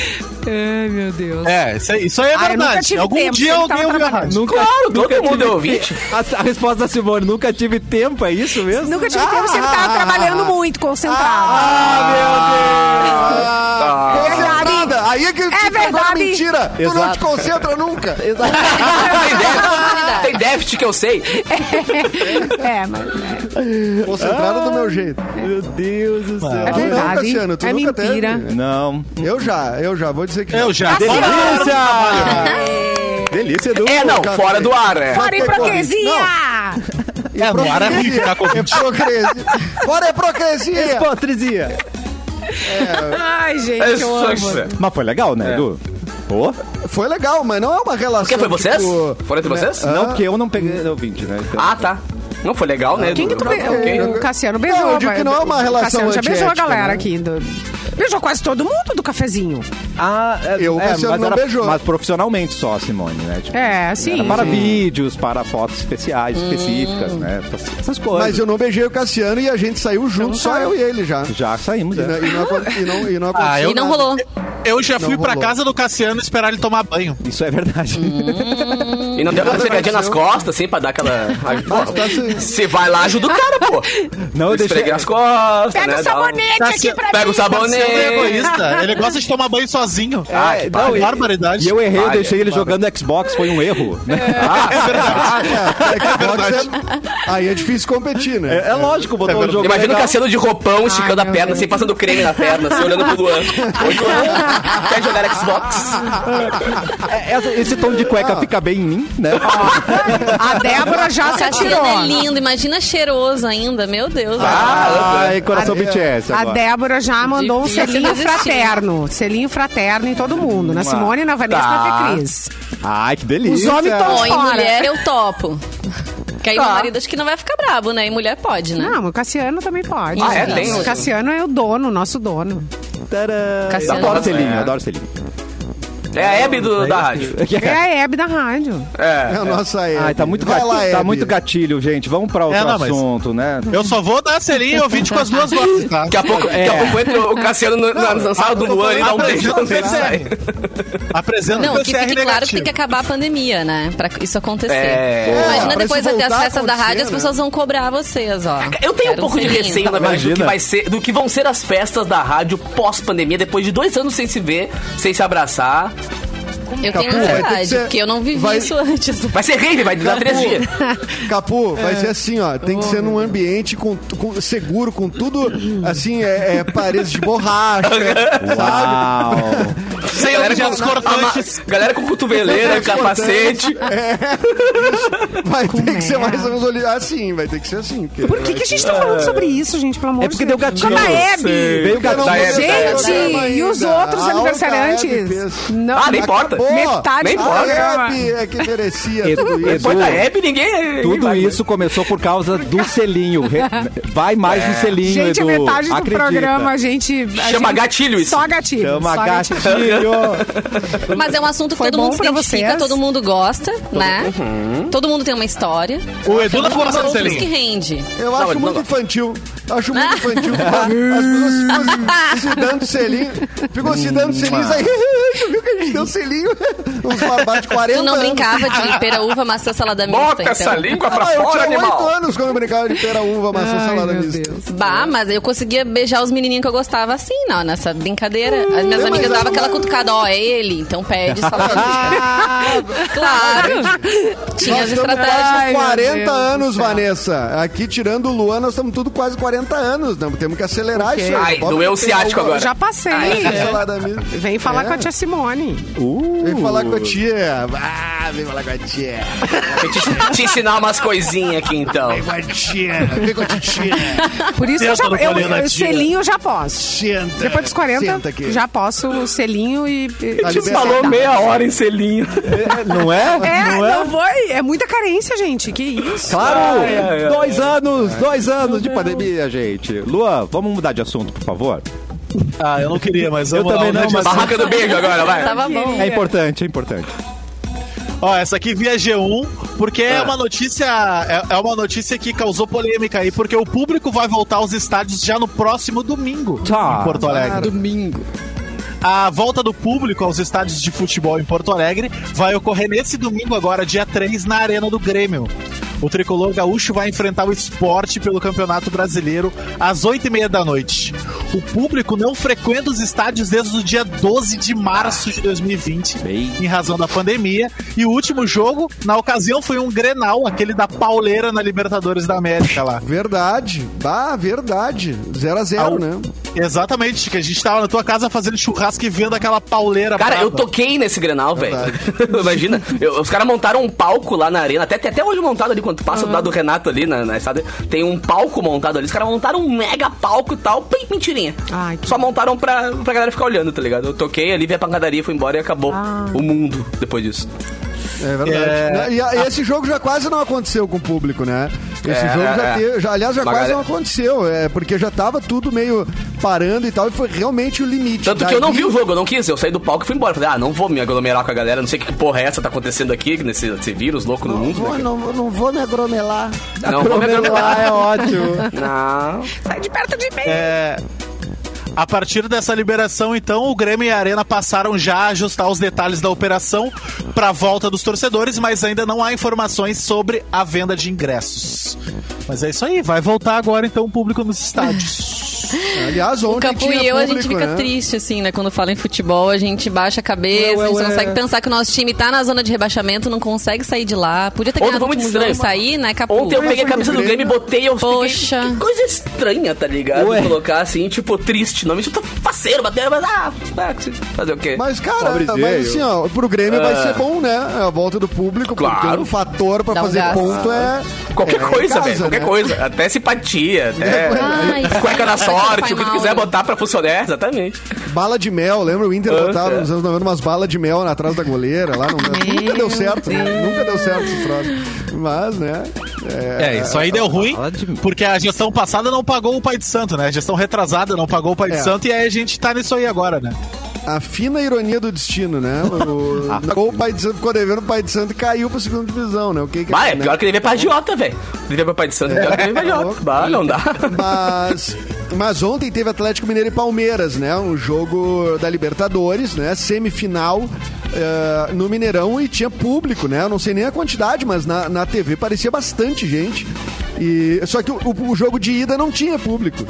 [SPEAKER 5] Ai, meu Deus.
[SPEAKER 4] É, isso aí, isso aí é
[SPEAKER 5] Ah, eu nunca
[SPEAKER 4] verdade.
[SPEAKER 5] tive
[SPEAKER 4] Algum
[SPEAKER 5] tempo,
[SPEAKER 4] dia
[SPEAKER 5] sempre tava
[SPEAKER 4] alguém ouviu a
[SPEAKER 5] trabalhando.
[SPEAKER 4] rádio.
[SPEAKER 1] Nunca,
[SPEAKER 3] Claro,
[SPEAKER 1] nunca
[SPEAKER 3] todo mundo
[SPEAKER 1] tive-
[SPEAKER 3] é ouvinte.
[SPEAKER 1] <laughs> A, a resposta da Simone, nunca tive tempo, é isso mesmo?
[SPEAKER 5] Nunca tive tempo, sempre tava tá trabalhando muito, concentrado.
[SPEAKER 1] Ah,
[SPEAKER 7] Ah,
[SPEAKER 3] Tá.
[SPEAKER 7] concentrada. Aí é que te pegou
[SPEAKER 5] verdade.
[SPEAKER 7] mentira. Tu não te concentra nunca.
[SPEAKER 3] Tem déficit, tem déficit que eu sei.
[SPEAKER 5] é, mas
[SPEAKER 7] Concentrada do meu jeito.
[SPEAKER 1] Meu Deus do céu.
[SPEAKER 5] é
[SPEAKER 7] Tu não,
[SPEAKER 5] verdade. hein?
[SPEAKER 7] Cassiano, tu
[SPEAKER 5] é
[SPEAKER 7] nunca teve?
[SPEAKER 5] mentira.
[SPEAKER 1] Não.
[SPEAKER 7] Eu já, eu já, vou dizer que
[SPEAKER 4] Eu já.
[SPEAKER 6] Tá
[SPEAKER 1] Delícia! Delícia do...
[SPEAKER 3] É, não, fora do ar, é.
[SPEAKER 5] Fora
[SPEAKER 7] Não,
[SPEAKER 5] hipocrisia!
[SPEAKER 7] É
[SPEAKER 4] agora é ruim ficar com ouvinte.
[SPEAKER 7] hipocrisia. Fora é a hipocrisia.
[SPEAKER 1] Espotrizia.
[SPEAKER 5] Ai, gente,
[SPEAKER 3] É
[SPEAKER 5] eu amo.
[SPEAKER 3] isso.
[SPEAKER 1] Mas foi legal, né, Edu? Pô?
[SPEAKER 7] Foi legal, mas não é uma relação.
[SPEAKER 3] Quem foi vocês?
[SPEAKER 7] tipo,
[SPEAKER 1] É, Ah,
[SPEAKER 3] Foram entre vocês?
[SPEAKER 1] Não, porque eu não peguei ouvinte, né? Então,
[SPEAKER 3] Ah, tá. Não, foi legal, né?
[SPEAKER 5] Quem
[SPEAKER 3] Do-
[SPEAKER 5] que tu É,
[SPEAKER 3] do-
[SPEAKER 5] beijou?
[SPEAKER 3] ok.
[SPEAKER 5] O Cassiano beijou.
[SPEAKER 7] Não, eu digo que não é uma relação
[SPEAKER 5] O Cassiano já beijou a
[SPEAKER 7] antiética,
[SPEAKER 5] galera
[SPEAKER 7] né?
[SPEAKER 5] aqui. do- Beijou quase todo mundo do cafezinho.
[SPEAKER 1] Ah, é,
[SPEAKER 7] Eu,
[SPEAKER 1] é,
[SPEAKER 7] você não beijou.
[SPEAKER 1] Mas profissionalmente só, Simone, né? Tipo,
[SPEAKER 5] É, sim. Hum.
[SPEAKER 1] era para vídeos, para fotos especiais, específicas, né? Essas- Essas coisas.
[SPEAKER 7] Mas eu não beijei o Cassiano e a gente saiu junto, só eu e ele já.
[SPEAKER 1] Já saímos,
[SPEAKER 7] E,
[SPEAKER 1] né?
[SPEAKER 7] não- e não, acon- e não, e não aconteceu
[SPEAKER 4] Ah, eu
[SPEAKER 6] E não
[SPEAKER 7] nada.
[SPEAKER 6] rolou.
[SPEAKER 4] Eu já fui
[SPEAKER 7] Não
[SPEAKER 4] pra
[SPEAKER 7] rolou.
[SPEAKER 4] casa do Cassiano esperar ele tomar banho.
[SPEAKER 1] Isso é verdade.
[SPEAKER 5] Hum.
[SPEAKER 3] E não deu uma esfregadinha nas costas, assim, pra dar aquela. Pô,
[SPEAKER 7] tá assim,
[SPEAKER 3] Você vai lá, ajuda o cara, pô.
[SPEAKER 1] Não, eu deixei.
[SPEAKER 3] Esfrega as costas.
[SPEAKER 5] Pega
[SPEAKER 3] né?
[SPEAKER 5] o
[SPEAKER 3] dá um-
[SPEAKER 5] sabonete aqui pra
[SPEAKER 3] Pega o
[SPEAKER 5] mim.
[SPEAKER 4] Cassiano é
[SPEAKER 3] sabonete.
[SPEAKER 4] egoísta. Ele gosta de tomar banho sozinho.
[SPEAKER 3] Ah,
[SPEAKER 1] É,
[SPEAKER 3] que
[SPEAKER 1] não, e-
[SPEAKER 3] pariu.
[SPEAKER 4] barbaridade.
[SPEAKER 1] E eu errei, eu
[SPEAKER 3] Vale,
[SPEAKER 1] deixei ele jogando Xbox, foi um erro. né?
[SPEAKER 7] Ah, cara, é que Xbox é- Aí é difícil competir, né?
[SPEAKER 1] É, é lógico, botou o jogo.
[SPEAKER 3] Imagina o
[SPEAKER 1] legal.
[SPEAKER 3] Cassiano de roupão, esticando
[SPEAKER 5] Ai,
[SPEAKER 3] a
[SPEAKER 5] meu
[SPEAKER 3] perna,
[SPEAKER 5] Deus.
[SPEAKER 3] assim, passando creme na perna, assim, olhando pro Luan. Oi, Luan. Quer jogar Xbox?
[SPEAKER 1] É, essa- Esse tom de cueca fica bem em mim, né?
[SPEAKER 5] A Débora já se atirou.
[SPEAKER 6] Cassiano é lindo, imagina cheiroso ainda, meu Deus.
[SPEAKER 1] Ai, coração BTS
[SPEAKER 5] A
[SPEAKER 1] agora.
[SPEAKER 5] Débora já mandou um
[SPEAKER 6] Difícil
[SPEAKER 5] selinho
[SPEAKER 6] resistir, né?
[SPEAKER 5] fraterno. Selinho fraterno em todo mundo. Na Simone, na Vanessa e
[SPEAKER 3] Tá.
[SPEAKER 5] na Fê Cris.
[SPEAKER 1] Ai, que delícia.
[SPEAKER 5] Os homens tão-
[SPEAKER 6] Bom, em
[SPEAKER 5] Fora.
[SPEAKER 6] mulher eu topo. Que aí
[SPEAKER 5] Tá.
[SPEAKER 6] meu marido acho que não vai ficar brabo, né? E mulher pode, né?
[SPEAKER 5] Não, mas o Cassiano também pode.
[SPEAKER 3] Ah, é? Tem
[SPEAKER 5] o
[SPEAKER 3] hoje?
[SPEAKER 5] Cassiano é o dono, o nosso dono.
[SPEAKER 1] Tadã.
[SPEAKER 6] Cassiano.
[SPEAKER 1] Adoro selinho,
[SPEAKER 3] É.
[SPEAKER 1] adoro selinho. <laughs>
[SPEAKER 3] É a Hebe do- da rádio.
[SPEAKER 5] É a Hebe da rádio.
[SPEAKER 7] É a nossa Hebe.
[SPEAKER 1] Ai, tá muito,
[SPEAKER 7] Vai
[SPEAKER 1] gati-
[SPEAKER 7] lá,
[SPEAKER 1] tá
[SPEAKER 7] Hebe.
[SPEAKER 1] muito gatilho, gente. Vamos pra outro
[SPEAKER 4] não, mas-
[SPEAKER 1] assunto, né?
[SPEAKER 4] Eu só vou dar selinho e ouvinte com as duas vozes, tá?
[SPEAKER 3] Daqui a pouco, daqui a pouco entra o Cassiano no- na, na sala do
[SPEAKER 7] eu tô
[SPEAKER 3] Luan e dá um
[SPEAKER 7] falando,
[SPEAKER 3] beijo no
[SPEAKER 7] apresenta
[SPEAKER 3] meio
[SPEAKER 7] o
[SPEAKER 3] e sai.
[SPEAKER 4] Apresenta
[SPEAKER 6] Não,
[SPEAKER 4] o PCR
[SPEAKER 6] que fique claro que
[SPEAKER 4] é negativo.
[SPEAKER 6] tem que acabar a pandemia, né? Pra isso acontecer.
[SPEAKER 3] É.
[SPEAKER 7] Pra
[SPEAKER 6] Imagina
[SPEAKER 7] isso
[SPEAKER 6] depois até
[SPEAKER 7] voltar
[SPEAKER 6] as
[SPEAKER 7] a
[SPEAKER 6] festas da
[SPEAKER 7] acontecer,
[SPEAKER 6] rádio, as
[SPEAKER 7] né?
[SPEAKER 6] pessoas vão cobrar vocês, ó.
[SPEAKER 3] Eu tenho um
[SPEAKER 6] Quero
[SPEAKER 3] pouco de
[SPEAKER 6] selinho.
[SPEAKER 3] receio, na verdade, do que,
[SPEAKER 1] Imagina.
[SPEAKER 3] vai ser, do que vão ser as festas da rádio pós-pandemia, depois de dois anos sem se ver, sem se abraçar.
[SPEAKER 6] Eu tenho
[SPEAKER 7] Capu, vai ter que
[SPEAKER 6] ansiedade,
[SPEAKER 7] ser-
[SPEAKER 6] porque eu não vivi
[SPEAKER 7] vai-
[SPEAKER 6] isso antes.
[SPEAKER 3] Vai ser rave, vai durar três dias.
[SPEAKER 7] Capu, vai ser assim, ó. Tem que ser num ambiente com, com- seguro, com tudo, assim, é, é paredes de borracha, sabe?
[SPEAKER 1] Uau.
[SPEAKER 3] Sem
[SPEAKER 4] Galera
[SPEAKER 3] de-
[SPEAKER 4] com os cortantes.
[SPEAKER 3] ama- galera com <laughs> cotoveleira, capacete.
[SPEAKER 7] Vai ter que ser
[SPEAKER 5] é?
[SPEAKER 7] mais ou menos olhe- assim, vai ter que ser assim. porque
[SPEAKER 5] Por que,
[SPEAKER 7] vai
[SPEAKER 5] que a gente tá falando sobre isso, gente? Pelo amor
[SPEAKER 1] É
[SPEAKER 5] de
[SPEAKER 1] porque
[SPEAKER 5] Deus.
[SPEAKER 1] deu gatilho.
[SPEAKER 5] Chama a Hebe.
[SPEAKER 1] Veio o
[SPEAKER 7] Eu
[SPEAKER 1] gatilho.
[SPEAKER 7] não
[SPEAKER 3] Tá, é,
[SPEAKER 7] vou ver o programa
[SPEAKER 5] Gente, e os
[SPEAKER 7] ainda.
[SPEAKER 5] outros
[SPEAKER 7] A Olga Hebe
[SPEAKER 5] aniversariantes?
[SPEAKER 7] fez.
[SPEAKER 5] Não.
[SPEAKER 3] Ah, nem importa.
[SPEAKER 7] Acabou.
[SPEAKER 5] Metade
[SPEAKER 3] Nem
[SPEAKER 5] do
[SPEAKER 3] importa.
[SPEAKER 5] programa.
[SPEAKER 7] A Hebe é que merecia tudo
[SPEAKER 1] Edu,
[SPEAKER 7] isso.
[SPEAKER 3] Depois da
[SPEAKER 1] Edu,
[SPEAKER 3] Hebe, ninguém. ninguém
[SPEAKER 1] tudo
[SPEAKER 3] vai, né?
[SPEAKER 1] isso começou por causa do selinho. Re- Vai mais no selinho,
[SPEAKER 5] Gente, é
[SPEAKER 1] Edu.
[SPEAKER 5] metade do
[SPEAKER 1] Acredita.
[SPEAKER 5] programa a gente. a
[SPEAKER 3] Chama
[SPEAKER 5] gente-
[SPEAKER 3] gatilho isso.
[SPEAKER 5] Só gatilho.
[SPEAKER 1] Chama
[SPEAKER 5] só
[SPEAKER 1] gatilho.
[SPEAKER 6] Mas é um assunto que
[SPEAKER 5] Foi
[SPEAKER 6] todo
[SPEAKER 5] bom
[SPEAKER 6] mundo se
[SPEAKER 5] pra
[SPEAKER 6] identifica,
[SPEAKER 5] vocês?
[SPEAKER 6] todo mundo gosta, né? Todo mundo tem uma história.
[SPEAKER 4] O Edu não gosta do
[SPEAKER 6] Outros que
[SPEAKER 4] selinho.
[SPEAKER 6] rende.
[SPEAKER 7] Eu acho muito infantil. Acho muito infantil. As pessoas ficam se- se dando selinho. Ficam se dando selinhos aí. <laughs> Tu viu que a gente deu selinho? Uns babá de 40
[SPEAKER 6] Tu não
[SPEAKER 7] anos.
[SPEAKER 6] brincava de pera, uva, maçã, salada mista,
[SPEAKER 3] Bota
[SPEAKER 6] então.
[SPEAKER 3] essa língua Tá pra
[SPEAKER 7] Ah, eu
[SPEAKER 3] fora,
[SPEAKER 7] tinha
[SPEAKER 3] animal.
[SPEAKER 7] 8 anos quando eu brincava de pera uva, maçã
[SPEAKER 5] Ai,
[SPEAKER 7] salada
[SPEAKER 5] meu
[SPEAKER 7] mista.
[SPEAKER 5] Deus.
[SPEAKER 6] Bah, mas eu conseguia beijar os menininhos que eu gostava assim, não, nessa brincadeira. As minhas
[SPEAKER 7] mas
[SPEAKER 6] amigas
[SPEAKER 7] aí-
[SPEAKER 6] davam aquela cutucada, ó, é ele, então pede salada
[SPEAKER 7] <laughs> Ah,
[SPEAKER 6] mista. claro. Tinha
[SPEAKER 7] Nós
[SPEAKER 6] as
[SPEAKER 7] estamos
[SPEAKER 6] estratégias.
[SPEAKER 7] quase
[SPEAKER 5] meu
[SPEAKER 7] 40
[SPEAKER 5] Deus
[SPEAKER 7] anos,
[SPEAKER 5] do céu.
[SPEAKER 7] Vanessa. Aqui, tirando o Luan, nós estamos tudo quase 40 anos. Não, temos que acelerar isso.
[SPEAKER 3] Ai,
[SPEAKER 7] Bota
[SPEAKER 3] doeu o
[SPEAKER 7] pera uva,
[SPEAKER 3] ciático agora.
[SPEAKER 5] Já passei.
[SPEAKER 7] maçã salada mista.
[SPEAKER 5] Vem falar
[SPEAKER 7] Ah, É.
[SPEAKER 5] com a tia Simone.
[SPEAKER 1] Uh.
[SPEAKER 7] Vem falar com a tia. Ah, vem falar com a tia.
[SPEAKER 3] Vou te, te ensinar umas coisinhas aqui, então.
[SPEAKER 4] Com a tia, vem com a tia.
[SPEAKER 5] Por isso eu
[SPEAKER 4] Senta
[SPEAKER 5] já.
[SPEAKER 4] no
[SPEAKER 5] Eu,
[SPEAKER 4] colinho da
[SPEAKER 5] eu-
[SPEAKER 4] tia.
[SPEAKER 5] selinho eu já posso.
[SPEAKER 4] Senta.
[SPEAKER 5] Depois dos 40,
[SPEAKER 7] Senta aqui.
[SPEAKER 5] já posso o selinho e. e-
[SPEAKER 7] Tá
[SPEAKER 3] Te
[SPEAKER 7] liberado.
[SPEAKER 3] falou meia hora em selinho.
[SPEAKER 1] É, <laughs> Não é?
[SPEAKER 5] É,
[SPEAKER 1] não é?
[SPEAKER 5] não foi. É muita carência, gente. Que isso.
[SPEAKER 1] Claro!
[SPEAKER 3] Ai, ai, ai.
[SPEAKER 1] dois anos, dois anos de pandemia, gente. Luan, vamos mudar de assunto, por favor?
[SPEAKER 4] Ah, eu não queria, mas
[SPEAKER 1] Eu
[SPEAKER 4] vamos lá.
[SPEAKER 1] também não,
[SPEAKER 4] onde é que-
[SPEAKER 1] mas-
[SPEAKER 3] Barraca do beijo agora, vai.
[SPEAKER 6] Tava bom.
[SPEAKER 1] É importante, é importante.
[SPEAKER 4] Ó, essa aqui via G1, porque
[SPEAKER 1] Ah.
[SPEAKER 4] é uma notícia é, é uma notícia que causou polêmica aí, porque o público vai voltar aos estádios já no próximo domingo
[SPEAKER 1] Tá.
[SPEAKER 4] em Porto Alegre.
[SPEAKER 2] Domingo.
[SPEAKER 4] A volta do público aos estádios de futebol em Porto Alegre vai ocorrer nesse domingo agora, dia 3, na Arena do Grêmio. O tricolor gaúcho vai enfrentar o esporte pelo Campeonato Brasileiro às 8h30 da noite. O público não frequenta os estádios desde o dia 12 de março de 2020,
[SPEAKER 1] Bem.
[SPEAKER 4] em razão da pandemia. E o último jogo, na ocasião, foi um Grenal, aquele da pauleira na Libertadores da América lá.
[SPEAKER 7] Verdade. Ah, verdade. 0 a 0
[SPEAKER 4] Au.
[SPEAKER 7] né?
[SPEAKER 4] Exatamente, que a gente tava na tua casa fazendo churrasco e vendo aquela pauleira.
[SPEAKER 3] Cara, eu
[SPEAKER 4] braba.
[SPEAKER 3] toquei nesse Grenal, velho. <laughs> Imagina. eu- os caras montaram um palco lá na arena. Até, tem até hoje montado ali, quando tu passa do lado do Renato ali na, na estrada, tem um palco montado ali. Os caras montaram um mega palco e tal. Pim, mentirinha.
[SPEAKER 5] Ai, que-
[SPEAKER 3] Só montaram pra, pra galera ficar olhando, tá ligado? Eu toquei ali, vi a pancadaria, fui embora e acabou o mundo depois disso.
[SPEAKER 7] É
[SPEAKER 4] É.
[SPEAKER 7] verdade. E, a- e esse jogo já quase não aconteceu com o público, né? Esse
[SPEAKER 3] Ah. É,
[SPEAKER 7] jogo
[SPEAKER 3] é,
[SPEAKER 7] já
[SPEAKER 3] é.
[SPEAKER 7] teve. já- aliás, já
[SPEAKER 3] Uma
[SPEAKER 7] quase
[SPEAKER 3] galera-
[SPEAKER 7] não aconteceu. É, porque já tava tudo meio parando e tal, e foi realmente o limite.
[SPEAKER 3] Tanto que eu não
[SPEAKER 7] Daí-
[SPEAKER 3] vi o jogo, eu não quis. Eu saí do palco e fui embora. Falei, ah, não vou me aglomerar com a galera. Não sei que porra é essa tá acontecendo aqui, nesse, esse vírus louco no mundo.
[SPEAKER 9] Vou,
[SPEAKER 3] né?
[SPEAKER 9] não, vou- não vou me agromelar.
[SPEAKER 3] Não, vou me aglomerar.
[SPEAKER 7] é ótimo.
[SPEAKER 3] <laughs> Não.
[SPEAKER 5] Sai de perto de mim.
[SPEAKER 4] É, A partir dessa liberação, então, o Grêmio e a Arena passaram já a ajustar os detalhes da operação para a volta dos torcedores, mas ainda não há informações sobre a venda de ingressos. Mas é isso aí, vai voltar agora então o público nos estádios.
[SPEAKER 7] Aliás,
[SPEAKER 6] O
[SPEAKER 7] ontem
[SPEAKER 6] Capu
[SPEAKER 7] tinha
[SPEAKER 6] e eu, a
[SPEAKER 7] público,
[SPEAKER 6] gente fica
[SPEAKER 7] né?
[SPEAKER 6] triste, assim, né? Quando fala em futebol, a gente baixa a cabeça, a
[SPEAKER 7] Ué, ué,
[SPEAKER 6] gente
[SPEAKER 7] ué.
[SPEAKER 6] não consegue pensar que o nosso time tá na zona de rebaixamento, não consegue sair de lá. Podia ter
[SPEAKER 3] Ontem
[SPEAKER 6] ganhado
[SPEAKER 3] foi
[SPEAKER 6] o
[SPEAKER 3] muito
[SPEAKER 6] último jogo e
[SPEAKER 3] estranho.
[SPEAKER 6] sair, né, Capu?
[SPEAKER 3] Ontem eu peguei a
[SPEAKER 7] foi
[SPEAKER 3] camisa
[SPEAKER 7] no
[SPEAKER 3] do Grêmio e
[SPEAKER 7] Grêmio.
[SPEAKER 3] botei e eu fiquei,
[SPEAKER 6] Poxa.
[SPEAKER 3] que coisa estranha, tá ligado?
[SPEAKER 1] Ué.
[SPEAKER 3] Colocar assim, tipo, triste. Não, isso tá faceiro, bateu, mas ah, ah, que se- fazer o quê?
[SPEAKER 7] Mas, cara,
[SPEAKER 8] Pobre
[SPEAKER 7] mas assim,
[SPEAKER 8] Diego.
[SPEAKER 7] ó, pro Grêmio vai
[SPEAKER 3] Ah.
[SPEAKER 7] ser bom, né? A volta do público, porque
[SPEAKER 3] Claro.
[SPEAKER 7] um fator pra
[SPEAKER 6] Dá um
[SPEAKER 7] fazer
[SPEAKER 6] gás.
[SPEAKER 7] ponto é.
[SPEAKER 3] Qualquer
[SPEAKER 7] é em
[SPEAKER 3] coisa,
[SPEAKER 7] casa,
[SPEAKER 3] velho, qualquer
[SPEAKER 7] né?
[SPEAKER 3] coisa. Até
[SPEAKER 7] <laughs>
[SPEAKER 3] simpatia, até
[SPEAKER 6] Ai,
[SPEAKER 3] <laughs> cueca na
[SPEAKER 6] sim, cara, que
[SPEAKER 3] sorte, o que tu
[SPEAKER 6] faz
[SPEAKER 3] quiser
[SPEAKER 6] mal.
[SPEAKER 3] botar pra funcionar, é, exatamente.
[SPEAKER 7] Bala de mel, lembra? O Inter
[SPEAKER 3] Ah,
[SPEAKER 7] botava
[SPEAKER 3] é.
[SPEAKER 7] nos anos 90 umas balas de mel na- atrás da goleira lá. não- nunca deu certo, né? nunca deu certo esse troço. Mas, né?
[SPEAKER 4] É, isso aí deu ruim, porque a gestão passada não pagou o Pai de Santo, né? A gestão retrasada não pagou o Pai de
[SPEAKER 7] É.
[SPEAKER 4] Santo e aí a gente tá nisso aí agora, né?
[SPEAKER 7] A fina ironia do destino, né?
[SPEAKER 3] <laughs>
[SPEAKER 7] O,
[SPEAKER 3] Ah.
[SPEAKER 7] o Pai de Santo ficou devendo o Pai de Santo e caiu pra segunda divisão, né? O que que
[SPEAKER 3] Bah, é
[SPEAKER 7] né?
[SPEAKER 3] pior que dever pra agiota, velho. Dever pra pai de santo, é pior que dever pra agiota. Bah, não dá. <laughs>
[SPEAKER 7] Mas, mas ontem teve Atlético Mineiro e Palmeiras, né? Um jogo da Libertadores, né? Semifinal eh, no Mineirão e tinha público, né? Eu não sei nem a quantidade, mas na, na TV parecia bastante gente. E, só que o, o- o jogo de ida não tinha público,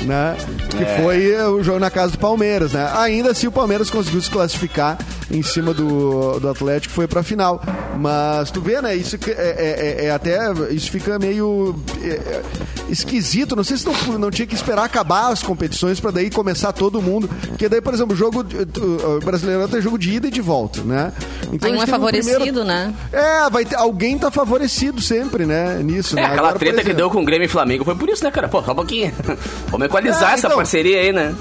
[SPEAKER 7] né? Que foi eh, o jogo na casa do Palmeiras, né? Ainda assim, o Palmeiras conseguiu se classificar em cima do, do Atlético, foi pra final. Mas tu vê, né? Isso que- é, é- é- é até. Isso fica meio é, é, esquisito. Não sei se não, não tinha que esperar acabar as competições pra daí começar todo mundo. Porque daí, por exemplo, o jogo de- eh, o o Brasileirão tem jogo de ida e de volta, né? Então a
[SPEAKER 6] Um
[SPEAKER 7] gente
[SPEAKER 6] é
[SPEAKER 7] teve o
[SPEAKER 6] favorecido,
[SPEAKER 7] primeiro-
[SPEAKER 6] né?
[SPEAKER 7] É, vai ter, alguém tá favorecido sempre, né? Nisso,
[SPEAKER 3] É,
[SPEAKER 7] né?
[SPEAKER 3] aquela
[SPEAKER 7] Agora, por
[SPEAKER 3] treta que
[SPEAKER 7] exemplo,
[SPEAKER 3] deu com o Grêmio e Flamengo foi por isso, né, cara? Pô, só um pouquinho. <laughs> Vamos equalizar
[SPEAKER 7] É,
[SPEAKER 3] essa
[SPEAKER 7] então.
[SPEAKER 3] parceria aí, né?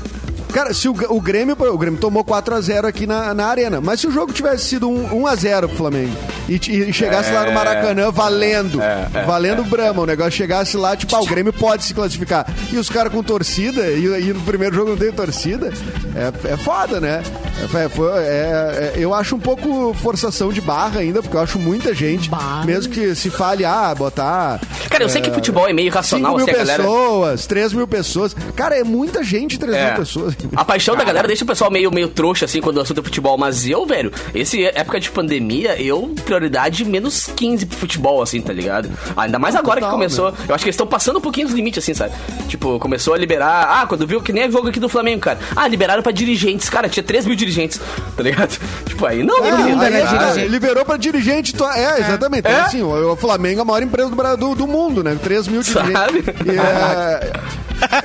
[SPEAKER 7] Cara, se o, Gr- o Grêmio, o Grêmio tomou 4x0 aqui na, na arena, mas se o jogo tivesse sido um, 1x0 pro Flamengo e, t- e chegasse lá
[SPEAKER 3] É.
[SPEAKER 7] no Maracanã valendo, valendo o Brahma, o negócio chegasse lá, tipo, ah, o Grêmio pode se classificar. E os caras com torcida, e, e no primeiro jogo não teve torcida, é, é foda, né? É, foi- foi- é- é- eu acho um pouco forçação de barra ainda, porque eu acho muita gente, mesmo que se fale, ah, botar
[SPEAKER 3] Cara, eu sei que futebol é meio
[SPEAKER 7] 5
[SPEAKER 3] racional,
[SPEAKER 7] mil
[SPEAKER 3] assim, a galera.
[SPEAKER 7] pessoas, 3 mil pessoas. Cara, é muita gente, 3
[SPEAKER 3] É.
[SPEAKER 7] mil pessoas.
[SPEAKER 3] A paixão da galera deixa o pessoal meio, meio trouxa, assim, quando o assunto é futebol. Mas eu, velho, esse é, época de pandemia, eu, prioridade menos 15 pro futebol, assim, tá ligado? Ainda mais agora que
[SPEAKER 7] total,
[SPEAKER 3] começou. Eu acho que eles estão passando um pouquinho dos limites, assim, sabe? Tipo, começou a liberar. Ah, quando viu que nem é jogo aqui do Flamengo, cara. Ah, liberaram pra dirigentes. Cara, tinha 3 mil dirigentes, tá ligado? <laughs> Tipo, aí não,
[SPEAKER 7] É,
[SPEAKER 3] né, menino?
[SPEAKER 7] aí,
[SPEAKER 3] Aí,
[SPEAKER 7] cara, Liberou pra dirigente. tu- É, exatamente. Então,
[SPEAKER 3] É?
[SPEAKER 7] assim, o, o Flamengo é a maior empresa do, Bra- do, do mundo, né? 3 mil dirigentes.
[SPEAKER 3] Sabe? <laughs>
[SPEAKER 7] E, é,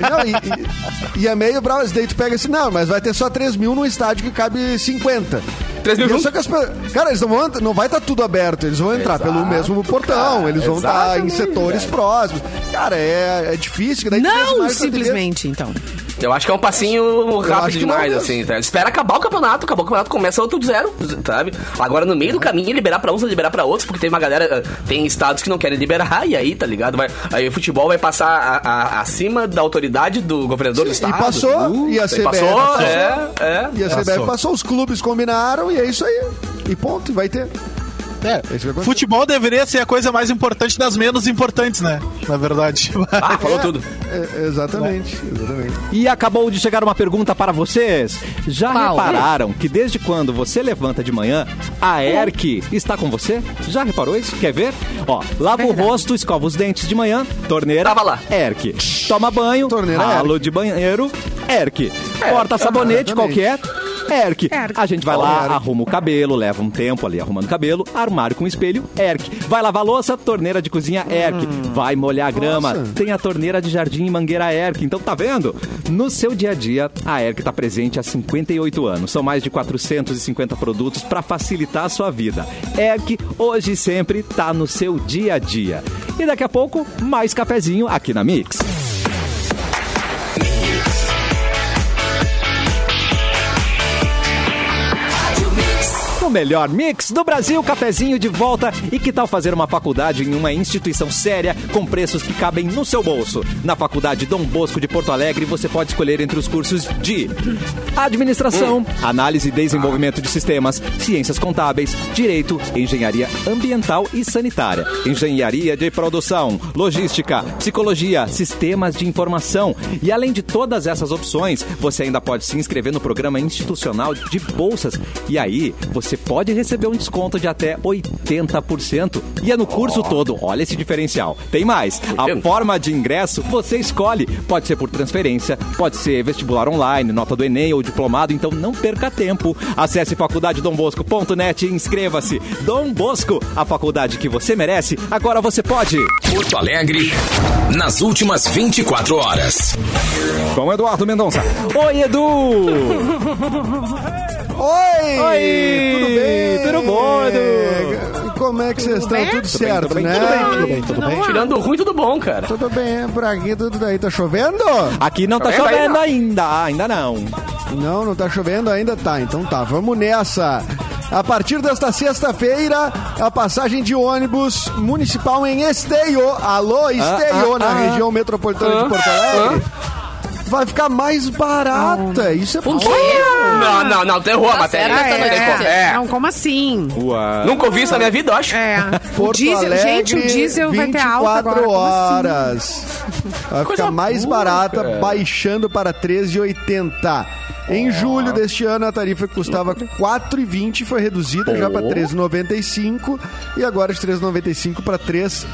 [SPEAKER 7] não, e- e- e é meio bravo. Esse Daí tu pega assim, não, mas vai ter só 3 mil num estádio que cabe 50.
[SPEAKER 3] 3 mil
[SPEAKER 7] E é
[SPEAKER 3] junto?
[SPEAKER 7] só que as pe- Cara, eles não vão entrar- não vai estar tudo aberto, eles vão entrar pelo mesmo portão, eles vão estar em
[SPEAKER 3] exatamente,
[SPEAKER 7] setores próximos. Cara, é, é difícil. que Daí tu pensa
[SPEAKER 5] Não,
[SPEAKER 7] mais na TV.
[SPEAKER 5] simplesmente, então.
[SPEAKER 3] Eu acho que é um passinho
[SPEAKER 7] acho
[SPEAKER 3] rápido
[SPEAKER 7] que
[SPEAKER 3] demais,
[SPEAKER 7] não mesmo.
[SPEAKER 3] assim, tá? Espera acabar o campeonato, acabou o campeonato, começa outro do zero, sabe? Agora, no meio do caminho, liberar pra uns, liberar pra outros, porque tem uma galera, eh, tem estados que não querem liberar, e aí, tá ligado? Vai, aí o futebol vai passar a- a- acima da autoridade do governador do
[SPEAKER 7] E
[SPEAKER 3] estado.
[SPEAKER 7] passou, e a
[SPEAKER 3] Aí
[SPEAKER 7] CBF
[SPEAKER 3] passou,
[SPEAKER 7] passou.
[SPEAKER 3] é, é.
[SPEAKER 7] E a CBF
[SPEAKER 4] Passou.
[SPEAKER 7] passou, os clubes combinaram e é isso aí. E ponto, e vai ter.
[SPEAKER 4] É,
[SPEAKER 7] isso que aconteceu.
[SPEAKER 4] futebol deveria ser a coisa mais importante das menos importantes, né? Na verdade.
[SPEAKER 3] Ah, falou tudo.
[SPEAKER 7] É, exatamente, exatamente.
[SPEAKER 1] E acabou de chegar uma pergunta para vocês. Já
[SPEAKER 6] Qual?
[SPEAKER 1] repararam que desde quando você levanta de manhã, a ERC está com você? Já reparou isso? Quer ver? Ó, lava o rosto, escova os dentes de manhã, torneira.
[SPEAKER 3] Tava lá.
[SPEAKER 1] ERC. Toma banho,
[SPEAKER 7] Torneira,
[SPEAKER 1] ralo de banheiro, ERC. Corta sabonete
[SPEAKER 7] exatamente.
[SPEAKER 1] qualquer. ERC. é? A gente vai lá,
[SPEAKER 7] Erc.
[SPEAKER 1] arruma o cabelo, leva um tempo ali arrumando o cabelo, armário com espelho, ERC. Vai lavar louça, torneira de cozinha, ERC. Vai molhar a grama,
[SPEAKER 7] Nossa.
[SPEAKER 1] tem a torneira de jardim e mangueira ERC. Então, tá vendo? No seu dia a dia, a ERC está presente há 58 anos. São mais de 450 produtos para facilitar a sua vida. ERC, hoje e sempre, tá no seu dia a dia. E daqui a pouco, mais cafezinho aqui na Mix. No melhor mix do Brasil, cafezinho de volta. E que tal fazer uma faculdade em uma instituição séria com preços que cabem no seu bolso? Na Faculdade Dom Bosco de Porto Alegre, você pode escolher entre os cursos de Administração, Análise e Desenvolvimento de Sistemas, Ciências Contábeis, Direito, Engenharia Ambiental e Sanitária, Engenharia de Produção, Logística, Psicologia, Sistemas de Informação. E além de todas essas opções, você ainda pode se inscrever no programa institucional de bolsas. E aí, você pode receber um desconto de até 80%. E é no curso todo. Olha esse diferencial. Tem mais. A forma de ingresso você escolhe. Pode ser por transferência, pode ser vestibular online, nota do Enem ou diplomado. Então não perca tempo. Acesse faculdadedombosco.net e inscreva-se. Dom Bosco, a faculdade que você merece. Agora você pode.
[SPEAKER 10] Porto Alegre, nas últimas 24 horas.
[SPEAKER 1] Com Eduardo Mendonça. Oi, Edu!
[SPEAKER 7] Oi!
[SPEAKER 1] Oi!
[SPEAKER 7] Tudo bem?
[SPEAKER 1] Tudo bom,
[SPEAKER 7] Edu? Como é que vocês estão? Tudo certo, né?
[SPEAKER 3] Tudo bem, tudo bem. Tirando o ruim, tudo bom, cara.
[SPEAKER 7] Tudo bem, é por aqui tudo daí. Tá chovendo?
[SPEAKER 1] Aqui não tá
[SPEAKER 3] Tá vendo aí,
[SPEAKER 1] chovendo
[SPEAKER 3] não?
[SPEAKER 1] ainda, Ah, ainda não.
[SPEAKER 7] Não, não tá chovendo ainda? Tá, então tá, vamos nessa. A partir desta sexta-feira, a passagem de ônibus municipal em Esteio, alô Esteio,
[SPEAKER 1] ah,
[SPEAKER 7] na
[SPEAKER 1] ah.
[SPEAKER 7] região metropolitana de Porto Alegre, vai ficar mais barata. Isso é
[SPEAKER 6] Um
[SPEAKER 3] Não, não, não, tu errou a
[SPEAKER 6] Ah. Tá
[SPEAKER 3] matéria.
[SPEAKER 6] certo,
[SPEAKER 5] Ah,
[SPEAKER 6] essa notícia.
[SPEAKER 5] é.
[SPEAKER 3] É.
[SPEAKER 5] Não, como assim?
[SPEAKER 1] Uau.
[SPEAKER 3] Nunca ouvi isso na minha vida, eu acho.
[SPEAKER 5] É. o
[SPEAKER 7] Porto
[SPEAKER 5] diesel,
[SPEAKER 7] Alegre,
[SPEAKER 5] gente, o diesel vai ter alta agora.
[SPEAKER 7] 24
[SPEAKER 5] como assim?
[SPEAKER 7] horas. Vai ficar mais barata, baixando para 13,80. Em julho deste ano, a tarifa custava 4,20 e foi reduzida já para 3,95 e agora de 3,95 para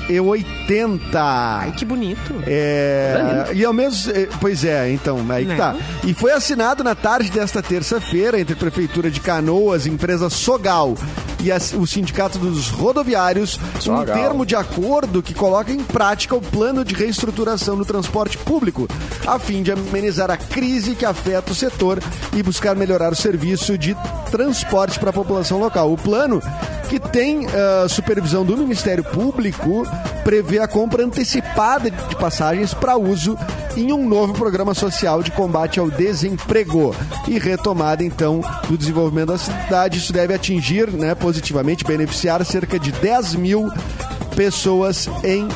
[SPEAKER 7] 3,80.
[SPEAKER 5] Ai, que bonito.
[SPEAKER 7] É, e ao mesmo. eh, Pois é, então, aí que
[SPEAKER 5] Né?
[SPEAKER 7] tá. E foi assinado na tarde desta terça-feira entre a Prefeitura de Canoas, empresa Sogal e as- o Sindicato dos Rodoviários um termo de acordo que coloca em prática o plano de reestruturação do transporte público, a fim de amenizar a crise que afeta o setor e buscar melhorar o serviço de transporte para a população local. O plano, que tem ah, supervisão do Ministério Público, prevê a compra antecipada de passagens para uso em um novo programa social de combate ao desemprego e retomada então do desenvolvimento da cidade. Isso deve atingir, né, positivamente beneficiar cerca de 10 mil pessoas em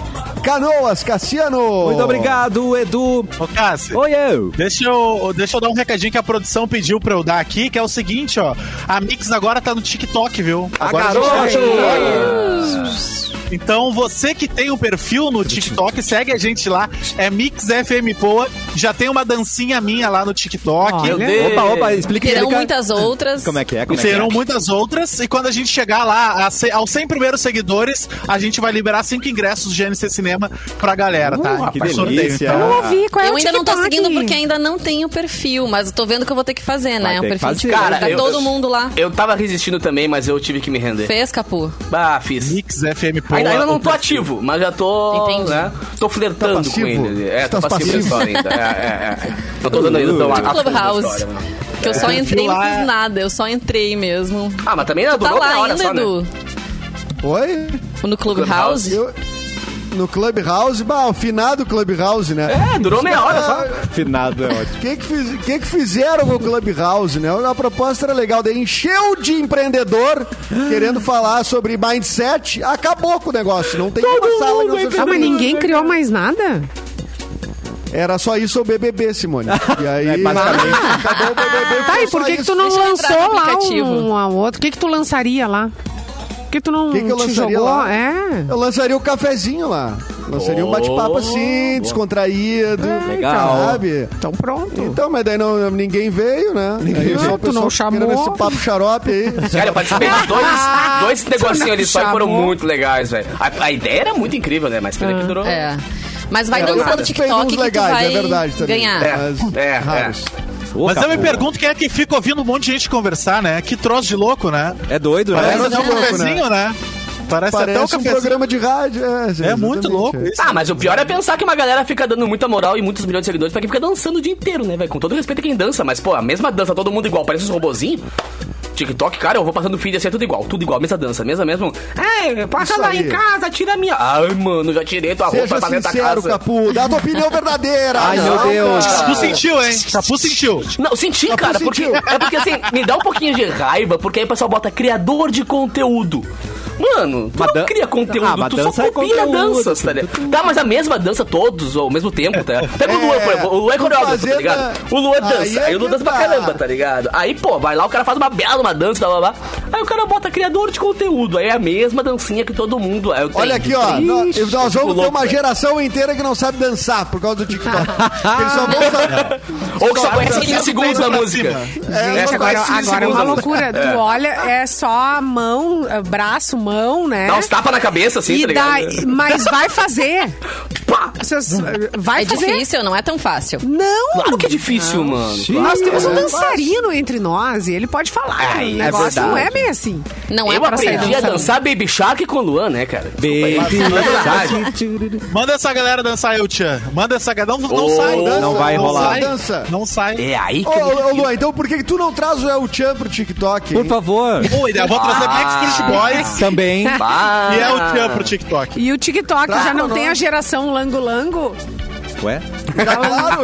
[SPEAKER 7] Canoas, Cassiano.
[SPEAKER 1] Muito obrigado, Edu.
[SPEAKER 4] Ô, Cássio.
[SPEAKER 1] Oi, eu.
[SPEAKER 4] Deixa eu, deixa eu dar um recadinho que a produção pediu pra eu dar aqui, que é o seguinte, ó. A Mix agora tá no TikTok, viu?
[SPEAKER 1] Ah,
[SPEAKER 4] Agora a gente tá no TikTok. Então, você que tem um perfil no TikTok, segue a gente lá. É Mix FM Poa. Já tem uma dancinha minha lá no
[SPEAKER 1] Ah,
[SPEAKER 4] TikTok.
[SPEAKER 3] Meu Deus.
[SPEAKER 1] Opa, opa, explique
[SPEAKER 6] Terão
[SPEAKER 1] Erika,
[SPEAKER 6] muitas outras.
[SPEAKER 1] Como é que é?
[SPEAKER 4] E
[SPEAKER 1] Como é que é?
[SPEAKER 4] terão muitas outras. E quando a gente chegar lá a ce- aos 100 primeiros seguidores, a gente vai liberar cinco ingressos do GNC Cinema pra galera, tá?
[SPEAKER 1] Uh, que
[SPEAKER 4] Pra sorteio. tá?
[SPEAKER 1] delícia.
[SPEAKER 5] Eu não ouvi, qual é
[SPEAKER 6] Eu
[SPEAKER 5] o
[SPEAKER 6] ainda não tô
[SPEAKER 5] TikTok?
[SPEAKER 6] seguindo porque ainda não tenho perfil, mas eu tô vendo que eu vou ter que fazer,
[SPEAKER 1] Vai
[SPEAKER 6] né? O
[SPEAKER 1] ter que
[SPEAKER 6] perfil de
[SPEAKER 1] fazer.
[SPEAKER 6] cara. Tá
[SPEAKER 3] Cara, eu-
[SPEAKER 6] todo mundo lá.
[SPEAKER 3] Eu tava resistindo também, mas eu tive que me render.
[SPEAKER 6] Fez, Capu?
[SPEAKER 3] Bah, fiz.
[SPEAKER 4] Mix FM Poa.
[SPEAKER 3] Ainda, ainda não tô ativo, mas já tô.
[SPEAKER 6] Entendi.
[SPEAKER 3] Né, tô
[SPEAKER 7] Tá
[SPEAKER 3] flertando
[SPEAKER 7] passivo?
[SPEAKER 3] com ele.
[SPEAKER 7] Você
[SPEAKER 3] É, tô passivo
[SPEAKER 7] tá
[SPEAKER 3] da
[SPEAKER 7] passivo?
[SPEAKER 3] história ainda. É, é, é. Não tô dando ainda
[SPEAKER 6] Tipo
[SPEAKER 3] tão a- a fundo da
[SPEAKER 6] Clubhouse.
[SPEAKER 3] história, mano.
[SPEAKER 6] Que eu só entrei, não
[SPEAKER 4] lá-
[SPEAKER 6] fiz
[SPEAKER 7] é-
[SPEAKER 6] nada. Eu só entrei mesmo.
[SPEAKER 3] Ah, mas também é do
[SPEAKER 6] Tá
[SPEAKER 3] novo
[SPEAKER 6] lá
[SPEAKER 3] na hora
[SPEAKER 6] ainda,
[SPEAKER 3] só, né?
[SPEAKER 6] Edu?
[SPEAKER 7] Oi?
[SPEAKER 6] No
[SPEAKER 3] Clubhouse?
[SPEAKER 6] Clubhouse?
[SPEAKER 7] Eu- no Clubhouse, bah, o finado Clubhouse, né?
[SPEAKER 3] É, durou meia hora só.
[SPEAKER 1] Finado é ótimo.
[SPEAKER 7] O que, que, fiz- que que fizeram com o Clubhouse, né? A proposta era legal, daí encheu de empreendedor querendo falar sobre mindset, acabou com o negócio, não tem uma sala que não seja
[SPEAKER 5] Ah, mas
[SPEAKER 7] sobre isso.
[SPEAKER 5] ninguém criou mais nada?
[SPEAKER 7] Era só isso o BBB, Simone. E aí,
[SPEAKER 1] <laughs> É, basicamente.
[SPEAKER 7] acabou o BBB.
[SPEAKER 5] Tá, e
[SPEAKER 7] foi
[SPEAKER 5] por
[SPEAKER 7] só
[SPEAKER 5] que, que
[SPEAKER 7] isso.
[SPEAKER 5] tu não
[SPEAKER 6] Deixa eu entrar
[SPEAKER 5] lançou
[SPEAKER 6] no
[SPEAKER 5] lá
[SPEAKER 6] aplicativo.
[SPEAKER 5] um, ao outro? O que que tu lançaria lá? Por que tu não
[SPEAKER 7] que que eu
[SPEAKER 5] te
[SPEAKER 7] lançaria
[SPEAKER 5] jogou?
[SPEAKER 7] lá?
[SPEAKER 5] É.
[SPEAKER 7] Eu lançaria o cafezinho lá. Lançaria um bate-papo assim, descontraído.
[SPEAKER 1] Legal.
[SPEAKER 7] Sabe?
[SPEAKER 5] Ah, Então pronto.
[SPEAKER 7] Então, mas daí não, ninguém veio, né? Aí
[SPEAKER 5] veio.
[SPEAKER 7] só o
[SPEAKER 5] Tu não
[SPEAKER 7] pessoal querendo
[SPEAKER 5] chamou.
[SPEAKER 7] Esse papo xarope aí.
[SPEAKER 3] Cara, eu participei de
[SPEAKER 7] <laughs>
[SPEAKER 3] dois, dois negocinhos ali só e foram
[SPEAKER 5] chamou.
[SPEAKER 3] muito legais, velho. A, a ideia era muito incrível, né? Mas pena que durou.
[SPEAKER 6] É. Mas vai
[SPEAKER 7] É, eu
[SPEAKER 6] dançar no
[SPEAKER 7] participei de uns
[SPEAKER 6] TikTok que tu
[SPEAKER 7] legais,
[SPEAKER 6] vai
[SPEAKER 7] é verdade também.
[SPEAKER 6] ganhar.
[SPEAKER 3] É,
[SPEAKER 7] Mas-
[SPEAKER 3] é, é.
[SPEAKER 7] raros.
[SPEAKER 1] Ô,
[SPEAKER 4] Mas eu me
[SPEAKER 1] Capu.
[SPEAKER 4] pergunto quem é que fica ouvindo um monte de gente conversar, né? Que troço de louco, né?
[SPEAKER 1] É doido, né?
[SPEAKER 4] Parece até
[SPEAKER 7] de
[SPEAKER 4] um
[SPEAKER 7] louco,
[SPEAKER 4] cafezinho, né? Parece, até um
[SPEAKER 7] Parece um
[SPEAKER 4] cafezinho.
[SPEAKER 7] programa de rádio. É,
[SPEAKER 4] É muito louco isso.
[SPEAKER 3] Ah, mas o pior é pensar que uma galera fica dando muita moral e muitos milhões de seguidores pra quem fica dançando o dia inteiro, né, velho? Com todo respeito a quem dança, mas, pô, a mesma dança, todo mundo igual, parece uns robozinhos. TikTok, cara, eu vou passando o feed assim, é tudo igual, tudo igual, mesma dança, mesma mesmo. Ei, passa
[SPEAKER 7] Isso
[SPEAKER 3] lá
[SPEAKER 7] aí.
[SPEAKER 3] em casa, tira a minha. Ai, mano, já tirei tua
[SPEAKER 7] Seja
[SPEAKER 3] roupa pra dentro da
[SPEAKER 7] sincero,
[SPEAKER 3] casa.
[SPEAKER 7] Capu. Dá a tua opinião verdadeira.
[SPEAKER 3] Ai, meu
[SPEAKER 4] Ah.
[SPEAKER 3] Deus.
[SPEAKER 7] cara.
[SPEAKER 3] Capu sentiu,
[SPEAKER 4] hein? Capu sentiu.
[SPEAKER 3] Não, senti, cara, porque é porque assim, me dá um pouquinho de raiva, porque aí o pessoal bota criador de conteúdo. Mano, tu não cria
[SPEAKER 1] Ah,
[SPEAKER 3] conteúdo,
[SPEAKER 1] mas
[SPEAKER 3] tu só
[SPEAKER 1] dança é
[SPEAKER 3] copia
[SPEAKER 1] conteúdo,
[SPEAKER 3] danças, tá ligado? Tá, mas a mesma dança todos ao mesmo tempo, tá? Pega o Luan, por exemplo, o Luan é
[SPEAKER 7] tu
[SPEAKER 3] coreógrafo, tá
[SPEAKER 7] fazer
[SPEAKER 3] ligado?
[SPEAKER 7] na-
[SPEAKER 3] O Luan
[SPEAKER 7] Aí
[SPEAKER 3] dança,
[SPEAKER 7] é
[SPEAKER 3] aí o Luan
[SPEAKER 7] que
[SPEAKER 3] dança pra
[SPEAKER 7] tá.
[SPEAKER 3] caramba, tá ligado? Aí, pô, vai lá, o cara faz uma bela uma dança, blá blá blá. Aí o cara bota criador de conteúdo, aí é a mesma dancinha que todo mundo. aí eu
[SPEAKER 7] Olha
[SPEAKER 3] tenho-
[SPEAKER 7] aqui, ó.
[SPEAKER 3] Ixi,
[SPEAKER 7] Nós,
[SPEAKER 3] eu
[SPEAKER 7] nós
[SPEAKER 3] fico
[SPEAKER 7] vamos ter
[SPEAKER 3] louco,
[SPEAKER 7] uma
[SPEAKER 3] velho.
[SPEAKER 7] geração inteira que não sabe dançar por causa do TikTok. Eles só vão
[SPEAKER 3] <laughs>
[SPEAKER 7] saber.
[SPEAKER 3] Ou que só
[SPEAKER 7] Cara,
[SPEAKER 3] conhece
[SPEAKER 7] tá
[SPEAKER 3] 15
[SPEAKER 7] tudo
[SPEAKER 3] segundos
[SPEAKER 7] bem
[SPEAKER 3] da
[SPEAKER 7] pra
[SPEAKER 3] música.
[SPEAKER 7] cima. É,
[SPEAKER 5] Gente,
[SPEAKER 3] só conhece 15
[SPEAKER 5] agora, agora é
[SPEAKER 3] segundos
[SPEAKER 5] uma
[SPEAKER 3] da
[SPEAKER 5] loucura.
[SPEAKER 3] música. É.
[SPEAKER 5] Tu olha, é só mão, eh, braço, mão, né?
[SPEAKER 3] Dá uns tapas na cabeça, assim,
[SPEAKER 5] e
[SPEAKER 3] tá
[SPEAKER 5] dá,
[SPEAKER 3] ligado?
[SPEAKER 5] mas vai fazer. Vocês- eh, vai
[SPEAKER 6] É
[SPEAKER 5] fazer.
[SPEAKER 6] difícil, não é tão fácil.
[SPEAKER 5] Não!
[SPEAKER 3] Claro que é difícil, mano.
[SPEAKER 5] Nós
[SPEAKER 3] Claro.
[SPEAKER 5] temos um
[SPEAKER 3] É.
[SPEAKER 5] dançarino entre nós e ele pode falar.
[SPEAKER 3] Ai,
[SPEAKER 5] o
[SPEAKER 3] é
[SPEAKER 5] negócio
[SPEAKER 3] verdade.
[SPEAKER 5] não é bem assim.
[SPEAKER 6] Não é
[SPEAKER 3] Eu
[SPEAKER 6] pra sair
[SPEAKER 3] aprendi a
[SPEAKER 6] dançando.
[SPEAKER 3] dançar Baby Shark com o Luan, né, cara?
[SPEAKER 1] Baby
[SPEAKER 4] Manda essa galera dançar, eu Tchan. Manda essa galera. Não, não
[SPEAKER 3] Oh,
[SPEAKER 4] sai.
[SPEAKER 1] não vai rolar.
[SPEAKER 4] sai,
[SPEAKER 7] Dança.
[SPEAKER 4] Não sai.
[SPEAKER 3] É aí
[SPEAKER 7] Ô,
[SPEAKER 3] que eu me
[SPEAKER 7] ô, ô, Luan, então por que que tu não traz o El Chan pro TikTok? hein?
[SPEAKER 1] Por favor.
[SPEAKER 4] Pô, ideia. Vou
[SPEAKER 1] Ah.
[SPEAKER 4] trazer Backstreet Boys
[SPEAKER 1] Também.
[SPEAKER 3] Ah,
[SPEAKER 4] e é o Tchan pro TikTok.
[SPEAKER 5] E o TikTok
[SPEAKER 7] Claro,
[SPEAKER 5] já não
[SPEAKER 7] não.
[SPEAKER 5] tem a geração lango-lango
[SPEAKER 1] Ué?
[SPEAKER 7] Tá Claro.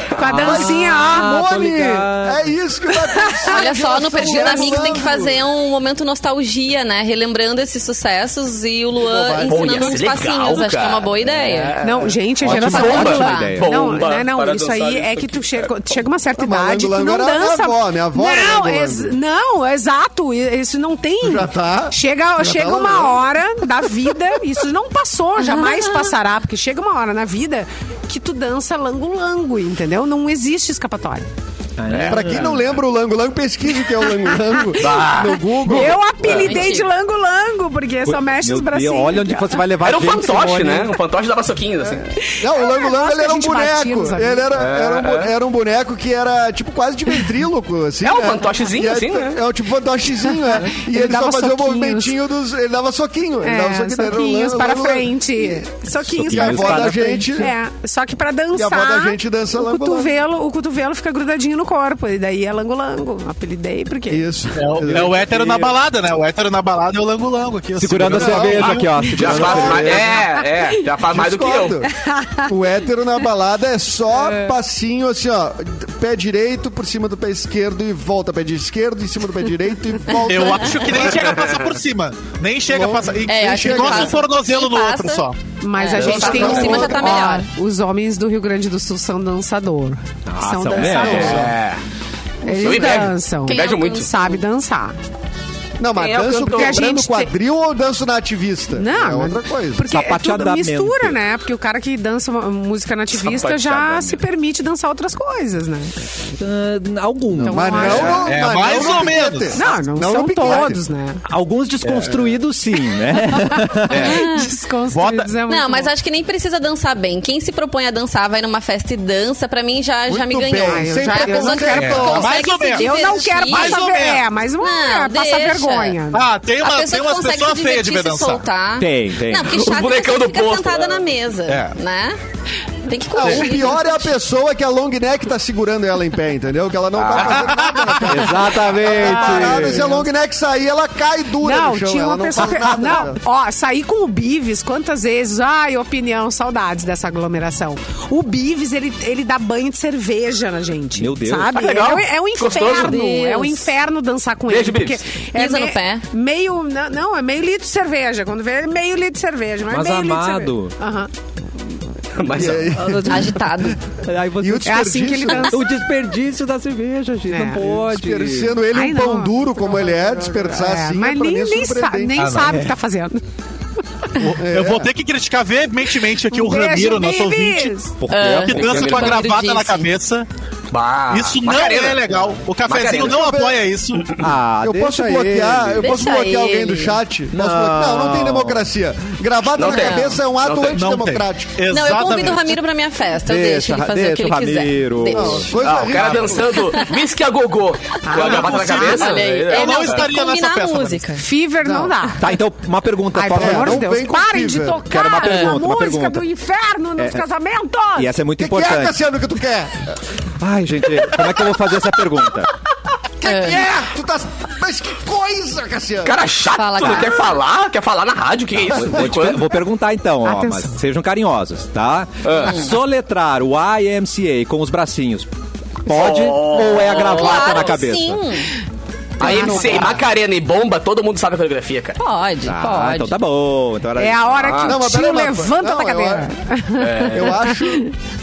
[SPEAKER 3] <laughs>
[SPEAKER 5] com a dancinha,
[SPEAKER 3] Ah,
[SPEAKER 5] ó.
[SPEAKER 1] tô
[SPEAKER 7] Mone,
[SPEAKER 1] ligado.
[SPEAKER 7] é isso que vai acontecer.
[SPEAKER 6] Olha só, no Perdido na
[SPEAKER 7] Geração
[SPEAKER 6] Mix tem que
[SPEAKER 7] Lango.
[SPEAKER 6] fazer um momento nostalgia, né? Relembrando esses sucessos e o Luan
[SPEAKER 3] Pô, ia
[SPEAKER 6] ensinando uns
[SPEAKER 3] ser legal,
[SPEAKER 6] passinhos. Acho que é uma
[SPEAKER 3] cara.
[SPEAKER 6] boa ideia.
[SPEAKER 7] É,
[SPEAKER 5] Não, gente, a
[SPEAKER 1] Ótima
[SPEAKER 5] geração
[SPEAKER 1] ideia.
[SPEAKER 5] lango-lango.
[SPEAKER 1] Ótima ideia.
[SPEAKER 5] Não,
[SPEAKER 3] Bomba
[SPEAKER 5] né, não,
[SPEAKER 3] para
[SPEAKER 5] isso
[SPEAKER 3] dançar
[SPEAKER 5] aí
[SPEAKER 3] isso
[SPEAKER 5] é que tu chega, tu chega uma certa
[SPEAKER 7] Ah, mas
[SPEAKER 5] idade, tu
[SPEAKER 7] lango-lango
[SPEAKER 5] não
[SPEAKER 7] era a minha
[SPEAKER 5] dança.
[SPEAKER 7] avó, minha avó era
[SPEAKER 5] não,
[SPEAKER 7] lango-lango.
[SPEAKER 5] ex- não, exato. i- Isso não tem.
[SPEAKER 7] Já tá-
[SPEAKER 5] Chega,
[SPEAKER 7] já
[SPEAKER 5] chega
[SPEAKER 7] tá
[SPEAKER 5] uma
[SPEAKER 7] lango-lango.
[SPEAKER 5] hora da vida, isso não passou, jamais passará, porque chega uma hora na vida que tu dança lango-lango, entendeu? Não existe escapatória.
[SPEAKER 7] Pra quem não lembra o Lango Lango, pesquise o que é o Lango Lango no Google.
[SPEAKER 5] Eu apelidei
[SPEAKER 6] Antigo.
[SPEAKER 5] de lango-lango, porque só mexe
[SPEAKER 1] Meu Deus,
[SPEAKER 5] os bracinhos.
[SPEAKER 1] Olha onde você vai levar
[SPEAKER 3] Era um
[SPEAKER 1] gente,
[SPEAKER 3] fantoche,
[SPEAKER 1] Simone.
[SPEAKER 3] né? Um fantoche dava soquinhos, assim.
[SPEAKER 7] Não, o Lango Lango
[SPEAKER 5] gosto
[SPEAKER 7] ele
[SPEAKER 5] que a
[SPEAKER 7] era um
[SPEAKER 5] gente batia nos
[SPEAKER 7] boneco.
[SPEAKER 5] amigos.
[SPEAKER 7] Ele era, era, um, bo- era um boneco que era tipo quase de ventríloco, assim.
[SPEAKER 3] É um
[SPEAKER 7] né?
[SPEAKER 3] fantochezinho,
[SPEAKER 7] E é-
[SPEAKER 3] assim, né?
[SPEAKER 7] É um tipo fantochezinho, é. E ele,
[SPEAKER 5] dava
[SPEAKER 7] só fazia
[SPEAKER 5] soquinhos.
[SPEAKER 7] o movimentinho dos. Ele dava soquinho. ele dava
[SPEAKER 5] É,
[SPEAKER 7] soquinho, era o
[SPEAKER 5] soquinhos
[SPEAKER 7] Lango-
[SPEAKER 5] para
[SPEAKER 7] Lango Lango. É.
[SPEAKER 5] frente. Soquinhos
[SPEAKER 7] E a
[SPEAKER 5] para
[SPEAKER 7] avó da
[SPEAKER 5] frente.
[SPEAKER 7] gente.
[SPEAKER 5] É, só que pra dançar.
[SPEAKER 7] E a avó da gente dança
[SPEAKER 5] o
[SPEAKER 7] lango-lango.
[SPEAKER 5] cotovelo, o cotovelo fica grudadinho no corpo. E daí é langolango. Apelidei porque.
[SPEAKER 7] Isso.
[SPEAKER 4] É o, é o hétero na balada, né? O hétero na balada é o lango-lango aqui. né? ó.
[SPEAKER 1] Segurando a cerveja aqui, ó.
[SPEAKER 3] Já
[SPEAKER 1] Segurando a
[SPEAKER 3] faz
[SPEAKER 1] cerveja.
[SPEAKER 3] mais.
[SPEAKER 4] né?
[SPEAKER 3] É, é, já faz mais do que eu.
[SPEAKER 5] <laughs>
[SPEAKER 7] Discordo. O hétero na balada é só passinho assim, ó. Pé direito por cima do pé esquerdo e volta. Pé de esquerdo em cima do pé direito e volta.
[SPEAKER 4] Eu acho que nem chega a passar por cima. Nem chega a passar. E,
[SPEAKER 6] É,
[SPEAKER 4] e
[SPEAKER 6] acho que
[SPEAKER 4] encosta
[SPEAKER 6] passa.
[SPEAKER 4] um fornozelo no
[SPEAKER 6] Quem
[SPEAKER 4] outro
[SPEAKER 6] passa-
[SPEAKER 4] só.
[SPEAKER 5] Mas a
[SPEAKER 6] É,
[SPEAKER 5] gente
[SPEAKER 6] dançar
[SPEAKER 5] tem
[SPEAKER 7] por
[SPEAKER 5] um
[SPEAKER 7] cima
[SPEAKER 5] outro-
[SPEAKER 7] já tá
[SPEAKER 6] melhor.
[SPEAKER 5] Ó, os homens do Rio Grande do Sul são dançador. são
[SPEAKER 1] são
[SPEAKER 5] dançadores.
[SPEAKER 1] mesmo.
[SPEAKER 3] É. Eu
[SPEAKER 5] Eles
[SPEAKER 3] invejo.
[SPEAKER 5] dançam.
[SPEAKER 6] Quem
[SPEAKER 3] Invejo muito.
[SPEAKER 5] Sabe dançar.
[SPEAKER 7] Não, mas
[SPEAKER 3] Quem é o
[SPEAKER 7] danço
[SPEAKER 3] cantor?
[SPEAKER 5] Porque a
[SPEAKER 7] quebrando
[SPEAKER 5] gente
[SPEAKER 7] quadril ou danço na ativista?
[SPEAKER 5] Não,
[SPEAKER 7] É outra
[SPEAKER 5] mas-
[SPEAKER 7] coisa.
[SPEAKER 5] Porque é tudo
[SPEAKER 1] Sapateadamento.
[SPEAKER 5] mistura, né? Porque o cara que dança uma- música nativista já
[SPEAKER 3] Sapateadamento.
[SPEAKER 5] se permite dançar outras coisas, né?
[SPEAKER 1] Ah, alguns.
[SPEAKER 5] Então,
[SPEAKER 7] Mas
[SPEAKER 5] eu
[SPEAKER 7] não,
[SPEAKER 5] acho-
[SPEAKER 7] não,
[SPEAKER 4] É,
[SPEAKER 7] mas
[SPEAKER 4] mais
[SPEAKER 7] não no
[SPEAKER 4] ou menos.
[SPEAKER 7] piquete.
[SPEAKER 5] Não, não,
[SPEAKER 7] no
[SPEAKER 5] são
[SPEAKER 7] piquete.
[SPEAKER 5] todos, né?
[SPEAKER 1] Alguns desconstruídos, sim, né?
[SPEAKER 5] <laughs> Desconstruídos é muito
[SPEAKER 6] Não, mas
[SPEAKER 5] bom.
[SPEAKER 6] acho que nem precisa dançar bem. Quem se propõe a dançar, vai numa festa e dança, pra mim já, já me
[SPEAKER 7] Muito
[SPEAKER 6] ganhou.
[SPEAKER 7] bem,
[SPEAKER 6] Porque
[SPEAKER 7] sempre
[SPEAKER 6] a
[SPEAKER 7] eu
[SPEAKER 6] pessoa
[SPEAKER 7] não
[SPEAKER 6] que
[SPEAKER 7] quero.
[SPEAKER 6] consegue
[SPEAKER 4] Mais ou
[SPEAKER 6] se
[SPEAKER 4] menos.
[SPEAKER 5] Eu não quero
[SPEAKER 6] divertir-
[SPEAKER 4] Mais
[SPEAKER 5] passar
[SPEAKER 4] ou
[SPEAKER 5] vergonha.
[SPEAKER 4] menos.
[SPEAKER 5] É, mas não, é
[SPEAKER 6] Não,
[SPEAKER 5] passar
[SPEAKER 6] deixa.
[SPEAKER 5] vergonha.
[SPEAKER 4] Ah, tem, uma,
[SPEAKER 6] a pessoa
[SPEAKER 4] tem
[SPEAKER 6] que
[SPEAKER 4] umas
[SPEAKER 6] consegue
[SPEAKER 4] pessoas
[SPEAKER 6] se
[SPEAKER 4] feias de
[SPEAKER 6] divertir,
[SPEAKER 4] ver
[SPEAKER 6] se
[SPEAKER 4] dançar.
[SPEAKER 6] soltar.
[SPEAKER 1] Tem, tem.
[SPEAKER 6] Não, porque
[SPEAKER 3] Os
[SPEAKER 6] chato é a
[SPEAKER 3] bonecão
[SPEAKER 6] pessoa
[SPEAKER 3] do
[SPEAKER 6] que fica
[SPEAKER 3] posto,
[SPEAKER 6] sentada
[SPEAKER 3] né?
[SPEAKER 6] na mesa,
[SPEAKER 4] É.
[SPEAKER 6] né? Tem que
[SPEAKER 7] Não,
[SPEAKER 6] curtir.
[SPEAKER 7] o pior é a pessoa que a long neck tá segurando ela em pé, entendeu? Que ela não tá fazendo nada. na cara. Parada, se a
[SPEAKER 1] Exatamente.
[SPEAKER 7] long neck sair, ela cai dura
[SPEAKER 5] Não,
[SPEAKER 7] no chão.
[SPEAKER 5] tinha
[SPEAKER 7] ela
[SPEAKER 5] uma
[SPEAKER 7] não
[SPEAKER 5] pessoa
[SPEAKER 7] faz
[SPEAKER 5] que.
[SPEAKER 7] nada.
[SPEAKER 5] Não, ó, saí com o Bives quantas vezes. Ai, opinião, saudades dessa aglomeração. O Bives, ele, ele dá banho de cerveja na gente.
[SPEAKER 1] Meu Deus.
[SPEAKER 5] Sabe?
[SPEAKER 3] Ah, legal.
[SPEAKER 5] É, é um
[SPEAKER 3] Gostoso.
[SPEAKER 5] inferno. É um
[SPEAKER 6] Deus.
[SPEAKER 5] inferno dançar com
[SPEAKER 3] Beijo,
[SPEAKER 5] ele. Porque
[SPEAKER 3] Bives.
[SPEAKER 5] é
[SPEAKER 6] Pisa
[SPEAKER 5] me-
[SPEAKER 6] no pé.
[SPEAKER 5] Meio. Não, não, é meio litro de cerveja. Quando vê, é meio litro de cerveja. Mas, é
[SPEAKER 1] Mas
[SPEAKER 5] meio
[SPEAKER 1] amado.
[SPEAKER 5] litro de cerveja. Aham.
[SPEAKER 3] <laughs> Mas
[SPEAKER 7] E aí-
[SPEAKER 6] Agitado.
[SPEAKER 1] Aí você-
[SPEAKER 7] E o
[SPEAKER 5] É assim que ele
[SPEAKER 7] desperdício?
[SPEAKER 5] dança.
[SPEAKER 1] O desperdício da cerveja, gente.
[SPEAKER 5] É.
[SPEAKER 1] Não pode.
[SPEAKER 7] Desperdiçando ele
[SPEAKER 5] Ai,
[SPEAKER 7] um
[SPEAKER 5] não.
[SPEAKER 7] pão duro como ele é, desperdiçar
[SPEAKER 5] É,
[SPEAKER 7] assim.
[SPEAKER 5] mas
[SPEAKER 7] é pra
[SPEAKER 5] nem,
[SPEAKER 7] mim é
[SPEAKER 5] nem, sa
[SPEAKER 7] surpreendente.
[SPEAKER 1] Ah,
[SPEAKER 5] nem sabe o que tá fazendo.
[SPEAKER 4] Eu vou ter que criticar veementemente aqui o
[SPEAKER 5] Beijo,
[SPEAKER 4] Ramiro, nosso
[SPEAKER 5] Bives.
[SPEAKER 4] ouvinte,
[SPEAKER 1] Porque
[SPEAKER 4] que dança com a
[SPEAKER 6] Quando
[SPEAKER 4] gravata na
[SPEAKER 6] disse.
[SPEAKER 4] cabeça.
[SPEAKER 3] Bah,
[SPEAKER 4] Isso não
[SPEAKER 3] Ah, Macarena.
[SPEAKER 4] é legal. O cafezinho
[SPEAKER 3] Macarena.
[SPEAKER 4] não apoia isso.
[SPEAKER 1] Ah,
[SPEAKER 7] eu
[SPEAKER 1] deixa
[SPEAKER 7] posso bloquear,
[SPEAKER 1] ele.
[SPEAKER 7] eu posso
[SPEAKER 6] Deixa
[SPEAKER 7] bloquear alguém
[SPEAKER 6] ele.
[SPEAKER 7] do chat? Posso
[SPEAKER 1] Não.
[SPEAKER 7] bloquear? Não, não tem democracia. Gravata
[SPEAKER 3] Não
[SPEAKER 7] na
[SPEAKER 3] tem.
[SPEAKER 7] cabeça é um ato
[SPEAKER 3] Não tem.
[SPEAKER 4] Não tem.
[SPEAKER 7] antidemocrático.
[SPEAKER 6] Não, eu convido o
[SPEAKER 4] Exatamente.
[SPEAKER 6] Ramiro pra minha festa. Eu deixo
[SPEAKER 1] Deixa,
[SPEAKER 6] ele fazer o que
[SPEAKER 1] deixa
[SPEAKER 6] ele
[SPEAKER 1] o Ramiro.
[SPEAKER 6] quiser.
[SPEAKER 7] Não,
[SPEAKER 6] Deixo.
[SPEAKER 7] coisa
[SPEAKER 3] Ah, o cara
[SPEAKER 7] ridícula.
[SPEAKER 3] dançando whisky a gogô. Com a gravata na cabeça.
[SPEAKER 6] Ah, Olha aí.
[SPEAKER 3] Ele-
[SPEAKER 6] É,
[SPEAKER 4] não
[SPEAKER 6] tem que
[SPEAKER 4] estaria nessa
[SPEAKER 6] combinar a
[SPEAKER 4] festa,
[SPEAKER 6] música.
[SPEAKER 5] Fever não, dá.
[SPEAKER 1] Tá, então, uma pergunta.
[SPEAKER 5] Ai,
[SPEAKER 1] Paulo.
[SPEAKER 5] pelo amor de
[SPEAKER 7] não
[SPEAKER 5] Deus,
[SPEAKER 7] vem com
[SPEAKER 5] parem de
[SPEAKER 7] fever.
[SPEAKER 5] tocar
[SPEAKER 1] Quero uma pergunta,
[SPEAKER 5] essa
[SPEAKER 1] uma
[SPEAKER 5] música
[SPEAKER 1] pergunta.
[SPEAKER 5] do inferno nos casamentos!
[SPEAKER 1] E essa é muito
[SPEAKER 7] O que, que é,
[SPEAKER 1] importante.
[SPEAKER 7] Cassiano, que tu quer?
[SPEAKER 1] Ai, gente, como é que eu vou fazer essa pergunta?
[SPEAKER 7] que é? Tu tá... Mas que coisa, Cassiano!
[SPEAKER 3] Cara é chato,
[SPEAKER 6] Fala,
[SPEAKER 3] não
[SPEAKER 6] cara.
[SPEAKER 3] quer falar? Quer falar na rádio? Que é isso?
[SPEAKER 1] Vou, te per- vou perguntar então, ó, mas sejam carinhosos, tá? Soletrar o IMCA com os bracinhos, pode ou é a gravata
[SPEAKER 6] Claro,
[SPEAKER 1] na cabeça?
[SPEAKER 6] Sim.
[SPEAKER 3] Aí MC, Macarena e Bomba, todo mundo sabe a coreografia, cara.
[SPEAKER 6] Pode,
[SPEAKER 1] Ah,
[SPEAKER 6] pode.
[SPEAKER 1] então tá bom. Então era
[SPEAKER 5] É
[SPEAKER 1] isso.
[SPEAKER 5] a hora que
[SPEAKER 7] Não,
[SPEAKER 5] o
[SPEAKER 7] mas
[SPEAKER 5] tio
[SPEAKER 7] peraí, mas-
[SPEAKER 5] levanta
[SPEAKER 7] não,
[SPEAKER 5] da cadeira.
[SPEAKER 7] Eu acho,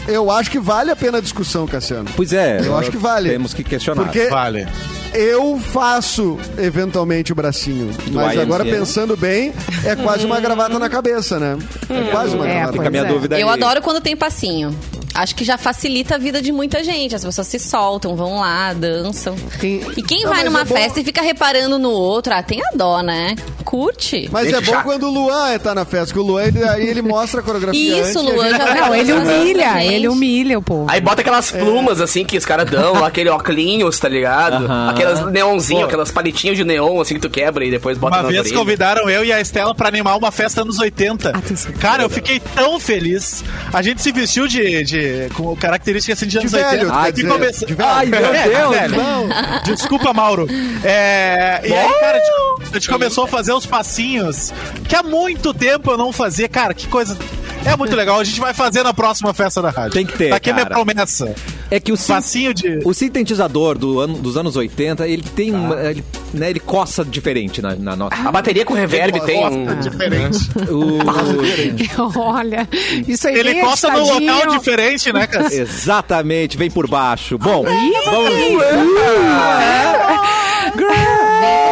[SPEAKER 7] eu acho que vale a pena a discussão, Cassiano.
[SPEAKER 1] Pois é.
[SPEAKER 7] Eu acho que vale.
[SPEAKER 1] Temos que questionar.
[SPEAKER 7] Porque
[SPEAKER 4] Vale.
[SPEAKER 7] eu faço, eventualmente, o bracinho. Mas
[SPEAKER 1] IMC,
[SPEAKER 7] agora,
[SPEAKER 1] né?
[SPEAKER 7] pensando bem, é quase uma gravata na cabeça, né? É quase uma
[SPEAKER 5] É,
[SPEAKER 7] gravata.
[SPEAKER 5] pois
[SPEAKER 1] Fica a minha
[SPEAKER 5] é.
[SPEAKER 1] dúvida aí.
[SPEAKER 6] Eu adoro quando tem passinho. Acho que já facilita a vida de muita gente. As pessoas se soltam, vão lá, dançam.
[SPEAKER 5] Tem-
[SPEAKER 6] E quem
[SPEAKER 7] Não,
[SPEAKER 6] vai
[SPEAKER 7] mas
[SPEAKER 6] numa
[SPEAKER 7] é bom-
[SPEAKER 6] festa e fica reparando no outro, ah, tem a dó, né? Curte.
[SPEAKER 7] Mas
[SPEAKER 3] Deixa
[SPEAKER 7] é bom
[SPEAKER 3] chato.
[SPEAKER 7] quando o Luan tá na festa, que o Luan, ele, aí ele mostra a coreografia.
[SPEAKER 6] Isso,
[SPEAKER 7] antes e a
[SPEAKER 6] Luan,
[SPEAKER 7] gente-
[SPEAKER 6] já vai
[SPEAKER 5] Não, ele
[SPEAKER 6] mostrando pra
[SPEAKER 5] humilha,
[SPEAKER 6] gente.
[SPEAKER 5] ele humilha o povo.
[SPEAKER 3] Aí bota aquelas
[SPEAKER 5] É.
[SPEAKER 3] plumas, assim, que os caras
[SPEAKER 5] <laughs>
[SPEAKER 3] dão, aquele óculos, tá ligado?
[SPEAKER 1] Aham.
[SPEAKER 3] Aquelas neonzinho, aquelas palitinhas de neon, assim, que tu quebra e depois bota
[SPEAKER 4] Uma
[SPEAKER 3] na
[SPEAKER 4] vez
[SPEAKER 1] né?
[SPEAKER 3] orelha.
[SPEAKER 4] convidaram eu e a Estela pra animar uma festa anos 80.
[SPEAKER 5] Atenção.
[SPEAKER 4] Cara, eu fiquei tão feliz. A gente se vestiu de, de com característica assim de anos 80.
[SPEAKER 7] velho, tu
[SPEAKER 4] Ai,
[SPEAKER 7] quer dizer, de velho.
[SPEAKER 4] Ai,
[SPEAKER 7] <laughs>
[SPEAKER 4] meu
[SPEAKER 1] É,
[SPEAKER 4] Deus,
[SPEAKER 1] velho.
[SPEAKER 4] não. Desculpa, Mauro. É, e aí, cara, a gente, a gente começou a fazer uns passinhos que há muito tempo eu não fazia. Cara, que coisa... É muito legal, a gente vai fazer na próxima festa da rádio.
[SPEAKER 1] Tem que ter,
[SPEAKER 4] Tá aqui a minha
[SPEAKER 1] cara.
[SPEAKER 4] promessa.
[SPEAKER 1] É que o, sin-
[SPEAKER 4] Passinho de.
[SPEAKER 1] o sintetizador do ano, dos anos 80, ele tem.
[SPEAKER 5] Tá.
[SPEAKER 1] uma- Ele, né, ele coça diferente na, na
[SPEAKER 5] <laughs>
[SPEAKER 1] nota.
[SPEAKER 3] A bateria com reverb tem um...
[SPEAKER 4] Diferente.
[SPEAKER 1] O-
[SPEAKER 5] <laughs> Olha, isso aí
[SPEAKER 4] Ele
[SPEAKER 5] nem é
[SPEAKER 4] coça num
[SPEAKER 5] ditadinho.
[SPEAKER 4] local diferente, né, cara?
[SPEAKER 1] Exatamente, vem por baixo. Bom,
[SPEAKER 5] Ah, tá,
[SPEAKER 1] vamos.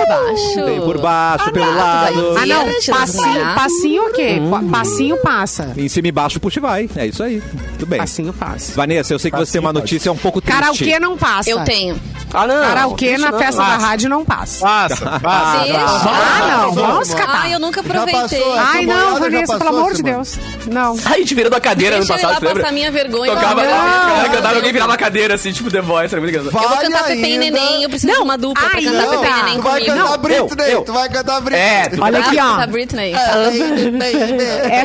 [SPEAKER 6] Baixo.
[SPEAKER 1] Vem por baixo, pelo lado.
[SPEAKER 5] Ah, não,
[SPEAKER 6] Deixa eu
[SPEAKER 5] passinho,
[SPEAKER 6] desenhar.
[SPEAKER 5] passinho o quê? Pa- Passinho passa.
[SPEAKER 1] Em cima e baixo, puxa e vai. É isso aí. Tudo bem.
[SPEAKER 5] Passinho passa.
[SPEAKER 1] Vanessa, eu sei que você tem uma notícia um pouco triste.
[SPEAKER 5] Assim Karaokê não passa.
[SPEAKER 6] Eu tenho.
[SPEAKER 3] Ah, não.
[SPEAKER 5] Karaokê
[SPEAKER 3] isso
[SPEAKER 5] na
[SPEAKER 3] não.
[SPEAKER 5] festa
[SPEAKER 3] Ah,
[SPEAKER 5] da rádio não passa.
[SPEAKER 1] <laughs>
[SPEAKER 4] Passa, passa.
[SPEAKER 6] Deixa.
[SPEAKER 5] Ah, não, vamos catar.
[SPEAKER 6] Ai, eu nunca aproveitei.
[SPEAKER 7] passou,
[SPEAKER 6] Ai,
[SPEAKER 5] Ai,
[SPEAKER 7] Essa boiada
[SPEAKER 5] não,
[SPEAKER 7] já
[SPEAKER 5] Vanessa, pelo
[SPEAKER 7] passou,
[SPEAKER 5] amor de
[SPEAKER 7] Simone?
[SPEAKER 5] Deus. Não.
[SPEAKER 3] A gente virou da cadeira
[SPEAKER 6] Deixa eu
[SPEAKER 3] no
[SPEAKER 6] ir lá
[SPEAKER 3] passado, tu lembra?
[SPEAKER 6] passar minha vergonha.
[SPEAKER 3] Tocava,
[SPEAKER 6] Não.
[SPEAKER 3] não. cantava, alguém virava a cadeira, assim, tipo The Voice, era muito engraçado.
[SPEAKER 6] Eu vou
[SPEAKER 7] Vale
[SPEAKER 6] cantar Pepe e
[SPEAKER 7] ainda-
[SPEAKER 6] Neném. Eu preciso de uma dupla pra
[SPEAKER 5] Ai,
[SPEAKER 6] cantar
[SPEAKER 5] não.
[SPEAKER 6] Pepe e Neném
[SPEAKER 7] Tu vai
[SPEAKER 6] comigo.
[SPEAKER 7] cantar Britney,
[SPEAKER 1] eu.
[SPEAKER 7] tu vai cantar Britney.
[SPEAKER 3] É, tu-
[SPEAKER 5] Olha aqui,
[SPEAKER 6] Da
[SPEAKER 5] ó.
[SPEAKER 6] Britney. <laughs> né?
[SPEAKER 5] É, é, é,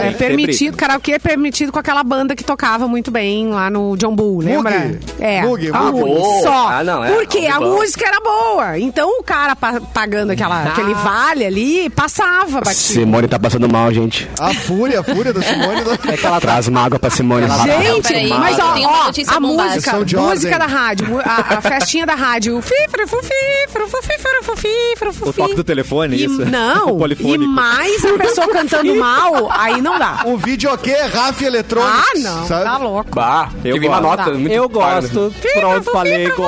[SPEAKER 5] é
[SPEAKER 1] Tem
[SPEAKER 5] permitido, karaokê é permitido com aquela banda que tocava muito bem lá no John Bull, lembra? É.
[SPEAKER 7] Mugi,
[SPEAKER 5] a
[SPEAKER 7] Mugi.
[SPEAKER 5] Mugi, Só.
[SPEAKER 3] Ah, não, é,
[SPEAKER 5] Porque a
[SPEAKER 3] muito bom.
[SPEAKER 5] música era boa. Então o cara pa- pagando aquela, aquele vale ali, passava batido.
[SPEAKER 8] tá passando mal, gente.
[SPEAKER 7] A fúria, a fúria da Simone.
[SPEAKER 5] É
[SPEAKER 7] da-
[SPEAKER 5] tá-
[SPEAKER 8] Traz uma água pra Simone.
[SPEAKER 5] Gente,
[SPEAKER 6] peraí,
[SPEAKER 5] mas ó,
[SPEAKER 6] eu tenho uma
[SPEAKER 5] ó,
[SPEAKER 6] notícia
[SPEAKER 5] a
[SPEAKER 6] bombástica.
[SPEAKER 5] música,
[SPEAKER 7] Sessão de
[SPEAKER 5] música
[SPEAKER 7] ordem.
[SPEAKER 5] da rádio, mu- a, a festinha da rádio. Fifra, fufi, fru, fufi, fru, fufi, fru, fufi.
[SPEAKER 1] O toque do telefone,
[SPEAKER 5] E-
[SPEAKER 1] isso? <laughs> O
[SPEAKER 5] Não, e
[SPEAKER 1] polifônico.
[SPEAKER 5] mais a pessoa cantando mal, aí não dá.
[SPEAKER 7] Um videokê, Rafa Eletrônica.
[SPEAKER 5] Ah, não, tá louco.
[SPEAKER 3] Bah, eu
[SPEAKER 1] Eu
[SPEAKER 3] vi uma
[SPEAKER 1] gosto.
[SPEAKER 3] nota muito
[SPEAKER 1] Eu
[SPEAKER 3] parda.
[SPEAKER 1] gosto.
[SPEAKER 5] Fica,
[SPEAKER 1] Pronto,
[SPEAKER 5] fofinho,
[SPEAKER 1] falei,
[SPEAKER 5] fofinho.
[SPEAKER 1] gosto.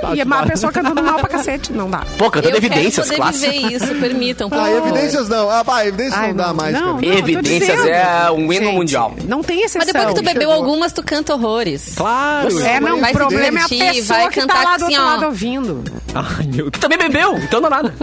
[SPEAKER 1] Tá
[SPEAKER 5] E uma pessoa cantando mal pra cacete, não dá.
[SPEAKER 3] Pô, cantando
[SPEAKER 6] Eu quero
[SPEAKER 3] evidências,
[SPEAKER 6] poder
[SPEAKER 3] clássico.
[SPEAKER 6] viver isso, permitam. por
[SPEAKER 7] Ah,
[SPEAKER 6] favor.
[SPEAKER 7] evidências não. Ah, pá, evidências
[SPEAKER 5] Ai,
[SPEAKER 7] não dá mais, cara.
[SPEAKER 5] eu tô
[SPEAKER 3] Evidências
[SPEAKER 5] dizendo.
[SPEAKER 3] é um hino mundial.
[SPEAKER 5] Não tem exceção.
[SPEAKER 6] Mas depois que tu bebeu
[SPEAKER 7] Chegou.
[SPEAKER 6] algumas, tu canta horrores.
[SPEAKER 1] Claro.
[SPEAKER 5] É, não,
[SPEAKER 6] Vai se
[SPEAKER 5] o problema é a
[SPEAKER 6] divertir,
[SPEAKER 5] pessoa
[SPEAKER 6] vai
[SPEAKER 5] que tá
[SPEAKER 6] cantar
[SPEAKER 5] lá do
[SPEAKER 6] assim,
[SPEAKER 5] outro
[SPEAKER 6] ó.
[SPEAKER 5] lado ouvindo.
[SPEAKER 1] Ai, meu
[SPEAKER 3] Também bebeu, então não é nada.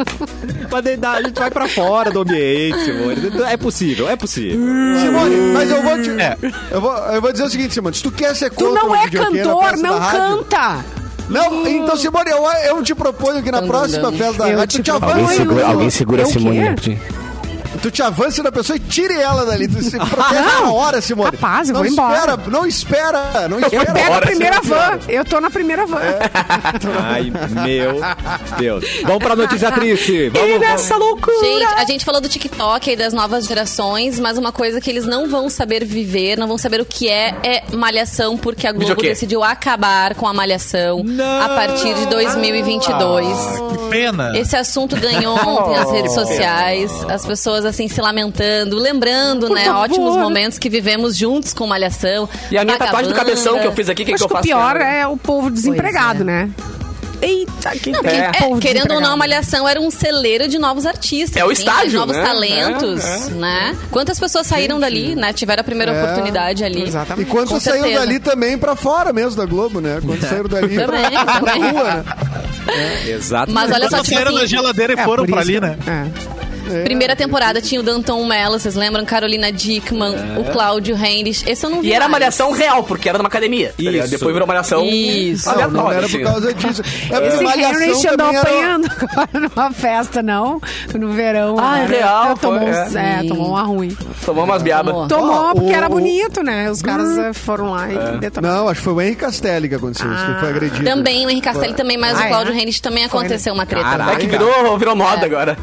[SPEAKER 1] Mas daí dá- a gente vai pra fora do ambiente, Simone. É possível, é possível.
[SPEAKER 7] Simone, mas eu vou te.
[SPEAKER 4] É.
[SPEAKER 7] Eu, vou, eu vou dizer o seguinte, Simone. Se tu quer ser
[SPEAKER 5] Tu
[SPEAKER 7] contra
[SPEAKER 5] não
[SPEAKER 7] um
[SPEAKER 5] é
[SPEAKER 7] videokê na
[SPEAKER 5] cantor,
[SPEAKER 7] festa da
[SPEAKER 5] não
[SPEAKER 7] rádio-
[SPEAKER 5] canta.
[SPEAKER 7] Não, então, Simone, eu, eu te proponho que na próxima festa da
[SPEAKER 5] Eu
[SPEAKER 7] rádio
[SPEAKER 5] te
[SPEAKER 7] tu te
[SPEAKER 5] proponho.
[SPEAKER 8] Alguém
[SPEAKER 7] avance.
[SPEAKER 8] segura, alguém segura a
[SPEAKER 5] Eu o quê?
[SPEAKER 8] Simone Leptin.
[SPEAKER 3] né?
[SPEAKER 7] Tu te avance na pessoa e tire ela dali. Tu se protege na hora, Simone.
[SPEAKER 5] Ah, Capaz, eu
[SPEAKER 7] não
[SPEAKER 5] vou
[SPEAKER 7] espera,
[SPEAKER 5] embora.
[SPEAKER 7] Não espera, não
[SPEAKER 5] Eu
[SPEAKER 7] espera.
[SPEAKER 5] pego a
[SPEAKER 3] Bora,
[SPEAKER 5] primeira
[SPEAKER 7] Simone.
[SPEAKER 5] van. Eu tô na primeira van.
[SPEAKER 1] Ai, meu Deus. Vamos pra notícia triste.
[SPEAKER 5] E
[SPEAKER 1] Vamos, vamos.
[SPEAKER 5] nessa loucura.
[SPEAKER 6] Gente, a gente falou do TikTok e das novas gerações, mas uma coisa que eles não vão saber viver, não vão saber o que é, é malhação, porque a Globo
[SPEAKER 3] Videoquê.
[SPEAKER 6] decidiu acabar com a malhação
[SPEAKER 1] Não!
[SPEAKER 6] a partir de 2022.
[SPEAKER 4] Que pena.
[SPEAKER 6] Esse assunto ganhou ontem as
[SPEAKER 3] Oh.
[SPEAKER 6] redes sociais, as pessoas assim se lamentando, lembrando, né,
[SPEAKER 5] favor.
[SPEAKER 6] ótimos momentos que vivemos juntos com malhação.
[SPEAKER 3] E a minha tatuagem do
[SPEAKER 6] Vagabanda.
[SPEAKER 3] cabeção que eu fiz aqui, o que, que
[SPEAKER 5] Acho
[SPEAKER 3] eu
[SPEAKER 5] que o
[SPEAKER 3] faço?
[SPEAKER 5] pior
[SPEAKER 3] cara?
[SPEAKER 5] é o povo desempregado, né? Eita, que
[SPEAKER 6] Não, porque,
[SPEAKER 5] tem
[SPEAKER 6] é,
[SPEAKER 5] povo
[SPEAKER 6] querendo ou não, a
[SPEAKER 5] desempregado.
[SPEAKER 6] Malhação era um celeiro de novos artistas.
[SPEAKER 3] É o
[SPEAKER 6] assim,
[SPEAKER 3] estádio,
[SPEAKER 6] De novos
[SPEAKER 3] né?
[SPEAKER 6] talentos, né? Quantas pessoas saíram dali, né? Tiveram a primeira
[SPEAKER 7] É,
[SPEAKER 6] oportunidade ali.
[SPEAKER 7] E
[SPEAKER 5] Exatamente.
[SPEAKER 7] quantos
[SPEAKER 6] Com
[SPEAKER 7] saíram
[SPEAKER 6] certeza.
[SPEAKER 7] dali também pra fora mesmo da Globo, né?
[SPEAKER 5] É.
[SPEAKER 7] Quantos saíram dali <laughs> pra,
[SPEAKER 6] Também,
[SPEAKER 7] pra
[SPEAKER 6] também.
[SPEAKER 7] rua, né?
[SPEAKER 3] É,
[SPEAKER 1] Exato.
[SPEAKER 6] Mas olha só,
[SPEAKER 4] Quando
[SPEAKER 6] tipo
[SPEAKER 4] saíram da
[SPEAKER 6] assim,
[SPEAKER 4] geladeira e
[SPEAKER 5] É,
[SPEAKER 4] foram
[SPEAKER 5] por
[SPEAKER 4] pra
[SPEAKER 5] isso
[SPEAKER 4] ali,
[SPEAKER 5] que-
[SPEAKER 4] né?
[SPEAKER 5] É.
[SPEAKER 6] primeira temporada tinha o Danton Mello, vocês lembram? Carolina Dickman, o Cláudio Heinrich. Esse eu não vi.
[SPEAKER 3] É. E era
[SPEAKER 6] mais.
[SPEAKER 3] malhação real, porque era numa academia. tá ligado?
[SPEAKER 1] Isso.
[SPEAKER 3] Depois virou malhação.
[SPEAKER 7] Então,
[SPEAKER 6] Isso.
[SPEAKER 7] Não, não
[SPEAKER 3] Aleatória,
[SPEAKER 7] era
[SPEAKER 3] assim.
[SPEAKER 7] por
[SPEAKER 5] <laughs>
[SPEAKER 7] causa disso. É porque
[SPEAKER 5] Esse
[SPEAKER 7] Malhação
[SPEAKER 5] Henry andou
[SPEAKER 7] também era-
[SPEAKER 5] apanhando agora numa festa, não? No verão.
[SPEAKER 3] Ah, é
[SPEAKER 5] agora.
[SPEAKER 3] real,
[SPEAKER 5] Então, Tomou,
[SPEAKER 3] foi,
[SPEAKER 5] um-
[SPEAKER 6] é.
[SPEAKER 5] é, tomou uma ruim.
[SPEAKER 3] Tomou umas biabas.
[SPEAKER 5] Tomou
[SPEAKER 7] Ó,
[SPEAKER 5] porque
[SPEAKER 7] o-
[SPEAKER 5] era
[SPEAKER 7] o-
[SPEAKER 5] bonito, né? Os caras eh, foram lá e detonaram.
[SPEAKER 7] Não, acho que foi o Henrique Castelli que aconteceu isso, que ele foi agredido.
[SPEAKER 6] Também o Henrique Castelli também, mas
[SPEAKER 5] Ah,
[SPEAKER 6] o
[SPEAKER 5] é?
[SPEAKER 6] Cláudio Rennes também aconteceu uma treta.
[SPEAKER 3] É que virou, virou moda agora.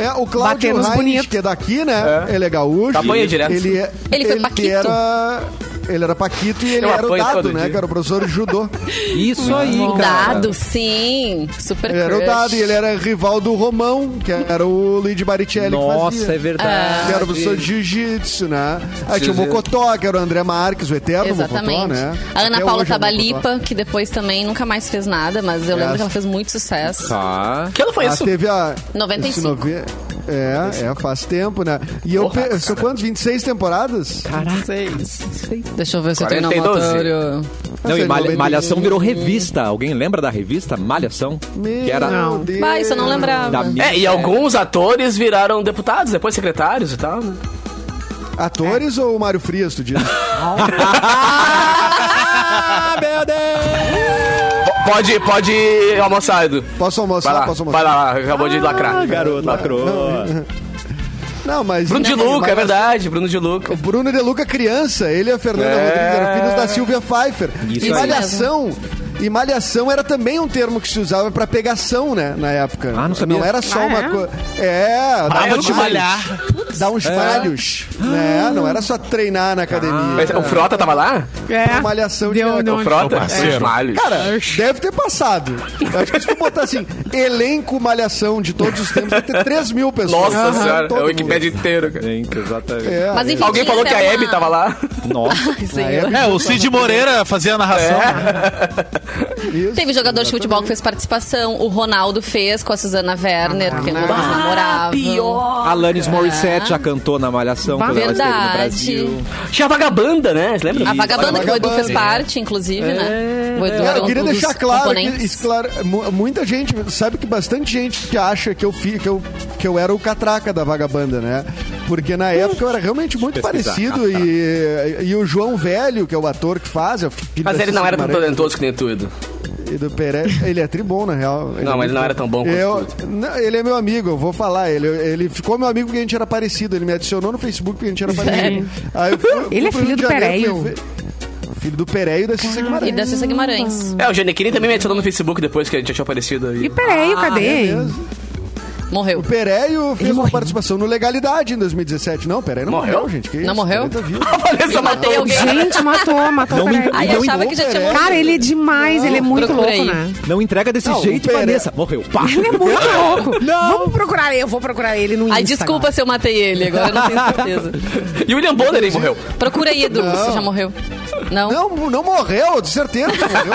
[SPEAKER 7] É, o
[SPEAKER 5] Bater
[SPEAKER 7] Cláudio
[SPEAKER 5] nos
[SPEAKER 7] Heinrich,
[SPEAKER 5] bonitos.
[SPEAKER 7] que é daqui, né? Ele é gaúcho.
[SPEAKER 3] Tá apanha direto.
[SPEAKER 7] Ele, é-
[SPEAKER 6] Ele foi Paquito.
[SPEAKER 7] Era, ele era Paquito e ele
[SPEAKER 3] Eu
[SPEAKER 7] era o
[SPEAKER 3] apanho
[SPEAKER 7] dado,
[SPEAKER 3] todo
[SPEAKER 7] né?
[SPEAKER 3] dia.
[SPEAKER 7] Que era o professor de judô.
[SPEAKER 1] Isso aí, cara.
[SPEAKER 6] Dado, sim. Super
[SPEAKER 7] Ele era o
[SPEAKER 6] crush.
[SPEAKER 7] dado e ele era rival do Romão, que era o Luigi Baricelli que
[SPEAKER 1] Nossa,
[SPEAKER 7] fazia.
[SPEAKER 1] é verdade.
[SPEAKER 7] Que era o professor de jiu-jitsu, né? Aí tinha o
[SPEAKER 1] Jiu-jitsu.
[SPEAKER 7] Mocotó, que era o André Marques, o eterno Mocotó,
[SPEAKER 6] Exatamente.
[SPEAKER 7] né?
[SPEAKER 6] A Ana
[SPEAKER 7] Até
[SPEAKER 6] Paula
[SPEAKER 7] hoje é o Mocotó.
[SPEAKER 6] Tabalipa, que depois também nunca mais fez nada, mas eu lembro
[SPEAKER 7] Essa.
[SPEAKER 6] que ela fez muito sucesso.
[SPEAKER 7] Então,
[SPEAKER 1] Tá.
[SPEAKER 3] Que ano foi
[SPEAKER 7] Ah,
[SPEAKER 3] isso?
[SPEAKER 7] teve a...
[SPEAKER 6] 95.
[SPEAKER 7] esse nove- É, é, faz tempo, né? E eu...
[SPEAKER 3] Porra,
[SPEAKER 7] pe- São quantos? 26 temporadas?
[SPEAKER 6] Deixa eu ver se eu tenho na
[SPEAKER 3] 42.
[SPEAKER 6] motório.
[SPEAKER 1] Não, e Malha-
[SPEAKER 7] Nossa, 91.
[SPEAKER 1] Malhação virou revista. Alguém lembra da revista Malhação?
[SPEAKER 7] Meu
[SPEAKER 1] que era
[SPEAKER 7] Deus.
[SPEAKER 6] Bah, isso eu não lembrava.
[SPEAKER 1] da minha.
[SPEAKER 3] É, e alguns atores viraram deputados, depois secretários e tal, né?
[SPEAKER 7] Atores ou Mário Frias, tu diz?
[SPEAKER 1] Ah, meu Deus!
[SPEAKER 3] Pode, pode almoçar, Edu.
[SPEAKER 7] Posso
[SPEAKER 3] Vai
[SPEAKER 7] almoçar?
[SPEAKER 3] lá,
[SPEAKER 7] Posso
[SPEAKER 3] vai
[SPEAKER 7] almoçar?
[SPEAKER 3] lá, acabou de lacrar.
[SPEAKER 1] Garoto, lacrou.
[SPEAKER 7] Não, mas...
[SPEAKER 3] Bruno de
[SPEAKER 7] Não,
[SPEAKER 3] Luca, é
[SPEAKER 7] mas-
[SPEAKER 3] verdade, Bruno de Luca.
[SPEAKER 7] O Bruno de Luca criança, ele e a Fernanda
[SPEAKER 3] É.
[SPEAKER 7] Rodrigues eram filhos da Silvia Pfeiffer.
[SPEAKER 1] Isso aí.
[SPEAKER 7] e malhação, e malhação era também um termo que se usava pra pegação, né, na época.
[SPEAKER 1] Ah, não sabia.
[SPEAKER 7] era só
[SPEAKER 5] Ah,
[SPEAKER 7] uma
[SPEAKER 5] é?
[SPEAKER 7] coisa. É,
[SPEAKER 3] Ah,
[SPEAKER 7] dá
[SPEAKER 4] vou
[SPEAKER 7] uns
[SPEAKER 4] te
[SPEAKER 7] malhos,
[SPEAKER 4] malhar.
[SPEAKER 7] Dá uns malhos, né? Não era só treinar na academia.
[SPEAKER 3] Mas O Frota tava lá?
[SPEAKER 5] É.
[SPEAKER 7] Uma malhação de
[SPEAKER 5] Deu, um
[SPEAKER 7] época.
[SPEAKER 5] não,
[SPEAKER 3] O Frota?
[SPEAKER 4] parceiro.
[SPEAKER 3] Os malhos.
[SPEAKER 7] Cara, deve ter passado. Eu Acho que se tu botar assim, elenco malhação de todos os tempos, vai ter 3 mil pessoas.
[SPEAKER 3] Nossa
[SPEAKER 7] Aham,
[SPEAKER 3] senhora,
[SPEAKER 7] todo
[SPEAKER 3] é o
[SPEAKER 7] mundo.
[SPEAKER 3] Wikipedia inteiro, cara.
[SPEAKER 1] Gente, exatamente.
[SPEAKER 7] É,
[SPEAKER 6] Mas enfim,
[SPEAKER 3] Alguém
[SPEAKER 6] tinha
[SPEAKER 3] falou que
[SPEAKER 6] até
[SPEAKER 3] a Hebe
[SPEAKER 6] uma-
[SPEAKER 3] tava lá.
[SPEAKER 1] Nossa.
[SPEAKER 6] Ai, senhor.
[SPEAKER 4] É, o Cid Moreira fazia a narração.
[SPEAKER 3] É.
[SPEAKER 7] é isso.
[SPEAKER 6] Teve jogador de futebol que fez participação. O Ronaldo fez com a Suzana Werner, que é eles
[SPEAKER 7] Ah,
[SPEAKER 6] namoravam.
[SPEAKER 1] Alanis Morissette já cantou na Malhação. quando ela esteve no
[SPEAKER 6] Verdade.
[SPEAKER 1] Brasil.
[SPEAKER 3] Tinha a vagabanda, né? Você lembra?
[SPEAKER 6] A vagabanda que o Edu fez
[SPEAKER 7] Vagabanda. É.
[SPEAKER 6] parte, inclusive, né? O Edu
[SPEAKER 7] Cara,
[SPEAKER 6] era
[SPEAKER 7] eu
[SPEAKER 6] um
[SPEAKER 7] queria
[SPEAKER 6] dos
[SPEAKER 7] deixar claro, que,
[SPEAKER 6] componentes.
[SPEAKER 7] esclare- mu- muita gente, sabe que bastante gente que acha que eu, fi, que, eu, que eu era o catraca da vagabanda, né? Porque na época eu era realmente muito
[SPEAKER 1] pesquisar.
[SPEAKER 7] parecido e, e o João Velho, que é o ator que faz, é o filho
[SPEAKER 3] Mas
[SPEAKER 7] da
[SPEAKER 3] ele não
[SPEAKER 7] Cissa
[SPEAKER 3] era tão
[SPEAKER 7] Guimarães
[SPEAKER 3] talentoso que nem tu, Edu.
[SPEAKER 7] e do Pere- ele é tribom, na real.
[SPEAKER 3] Não, mas
[SPEAKER 7] é
[SPEAKER 3] ele
[SPEAKER 7] muito
[SPEAKER 3] não era tão bom quanto
[SPEAKER 7] eu, não, Ele é meu amigo, eu vou falar. Ele, ele ficou meu amigo porque a gente era parecido. Ele me adicionou no Facebook porque a gente era parecido. Aí eu fui- fui
[SPEAKER 5] Ele é
[SPEAKER 7] pro
[SPEAKER 5] filho
[SPEAKER 7] Rio de
[SPEAKER 5] do
[SPEAKER 7] Janeiro,
[SPEAKER 5] Pereio.
[SPEAKER 7] fui- Filho do Pereio da
[SPEAKER 5] Ah,
[SPEAKER 7] Cissa
[SPEAKER 6] E
[SPEAKER 7] Guimarães.
[SPEAKER 6] da Cissa
[SPEAKER 7] Hum.
[SPEAKER 6] Guimarães.
[SPEAKER 3] É, o Janequini também me adicionou no Facebook depois que a gente tinha aparecido aí. <laughs>
[SPEAKER 5] E peraí,
[SPEAKER 6] Ah,
[SPEAKER 5] cadê?
[SPEAKER 6] Morreu.
[SPEAKER 7] O Pereio fez uma participação no Legalidade em 2017. Não, o Pereio não morreu,
[SPEAKER 3] Morreu?
[SPEAKER 7] gente. que
[SPEAKER 6] Não
[SPEAKER 7] isso,
[SPEAKER 6] morreu?
[SPEAKER 7] o Pereio tá vivo.
[SPEAKER 3] A
[SPEAKER 6] matei
[SPEAKER 3] Vanessa matou alguém.
[SPEAKER 6] alguém.
[SPEAKER 5] Gente, matou, matou o Pereira.
[SPEAKER 6] Ai,
[SPEAKER 7] Não
[SPEAKER 6] achava
[SPEAKER 7] ligou,
[SPEAKER 6] que já tinha
[SPEAKER 7] Pereira.
[SPEAKER 6] morrido.
[SPEAKER 5] Cara, ele é demais, ele é muito
[SPEAKER 6] Procura
[SPEAKER 5] louco,
[SPEAKER 6] aí.
[SPEAKER 5] né?
[SPEAKER 1] Não entrega desse
[SPEAKER 7] Não,
[SPEAKER 1] jeito,
[SPEAKER 7] o Pere-
[SPEAKER 1] Vanessa. Morreu.
[SPEAKER 7] <laughs>
[SPEAKER 1] Pá.
[SPEAKER 5] Ele é muito louco. Vamos procurar ele, eu vou procurar ele no Insta.
[SPEAKER 6] Ai, desculpa se eu matei ele, agora eu não tenho certeza.
[SPEAKER 7] <laughs>
[SPEAKER 3] E o William Bonner aí
[SPEAKER 5] <laughs>
[SPEAKER 3] morreu.
[SPEAKER 6] Procura aí, Edu, se já morreu. Não?
[SPEAKER 7] Não, não morreu, de certeza
[SPEAKER 6] <laughs>
[SPEAKER 7] que morreu.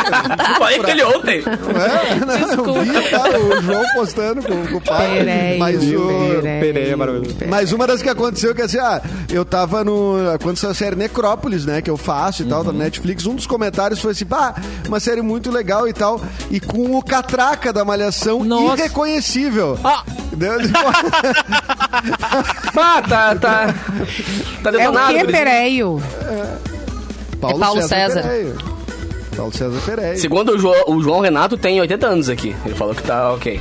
[SPEAKER 3] Eu falei com ele ontem.
[SPEAKER 7] É, não, eu vi tá, o João postando com, com o pai.
[SPEAKER 5] Pereio,
[SPEAKER 7] mas o,
[SPEAKER 5] Pereio.
[SPEAKER 1] Pereira é maravilhoso.
[SPEAKER 7] Mas uma das que aconteceu que assim, ah, eu tava no. Quando saiu a série Necrópolis, né? Que eu faço e tal,
[SPEAKER 6] Uhum.
[SPEAKER 7] da Netflix, um dos comentários foi assim, pá, uma série muito legal e tal. E com o catraca da malhação
[SPEAKER 1] Nossa.
[SPEAKER 7] irreconhecível.
[SPEAKER 1] Ah.
[SPEAKER 7] Deu-
[SPEAKER 6] <laughs>
[SPEAKER 3] Ah, tá, tá. Tá
[SPEAKER 5] É o
[SPEAKER 3] detonado.
[SPEAKER 5] que,
[SPEAKER 3] guri.
[SPEAKER 5] Pereio?
[SPEAKER 6] É Paulo César.
[SPEAKER 7] Pereio. Paulo César Pereira.
[SPEAKER 3] Segundo o, Jo- o João Renato, tem 80 anos aqui. Ele falou que tá ok.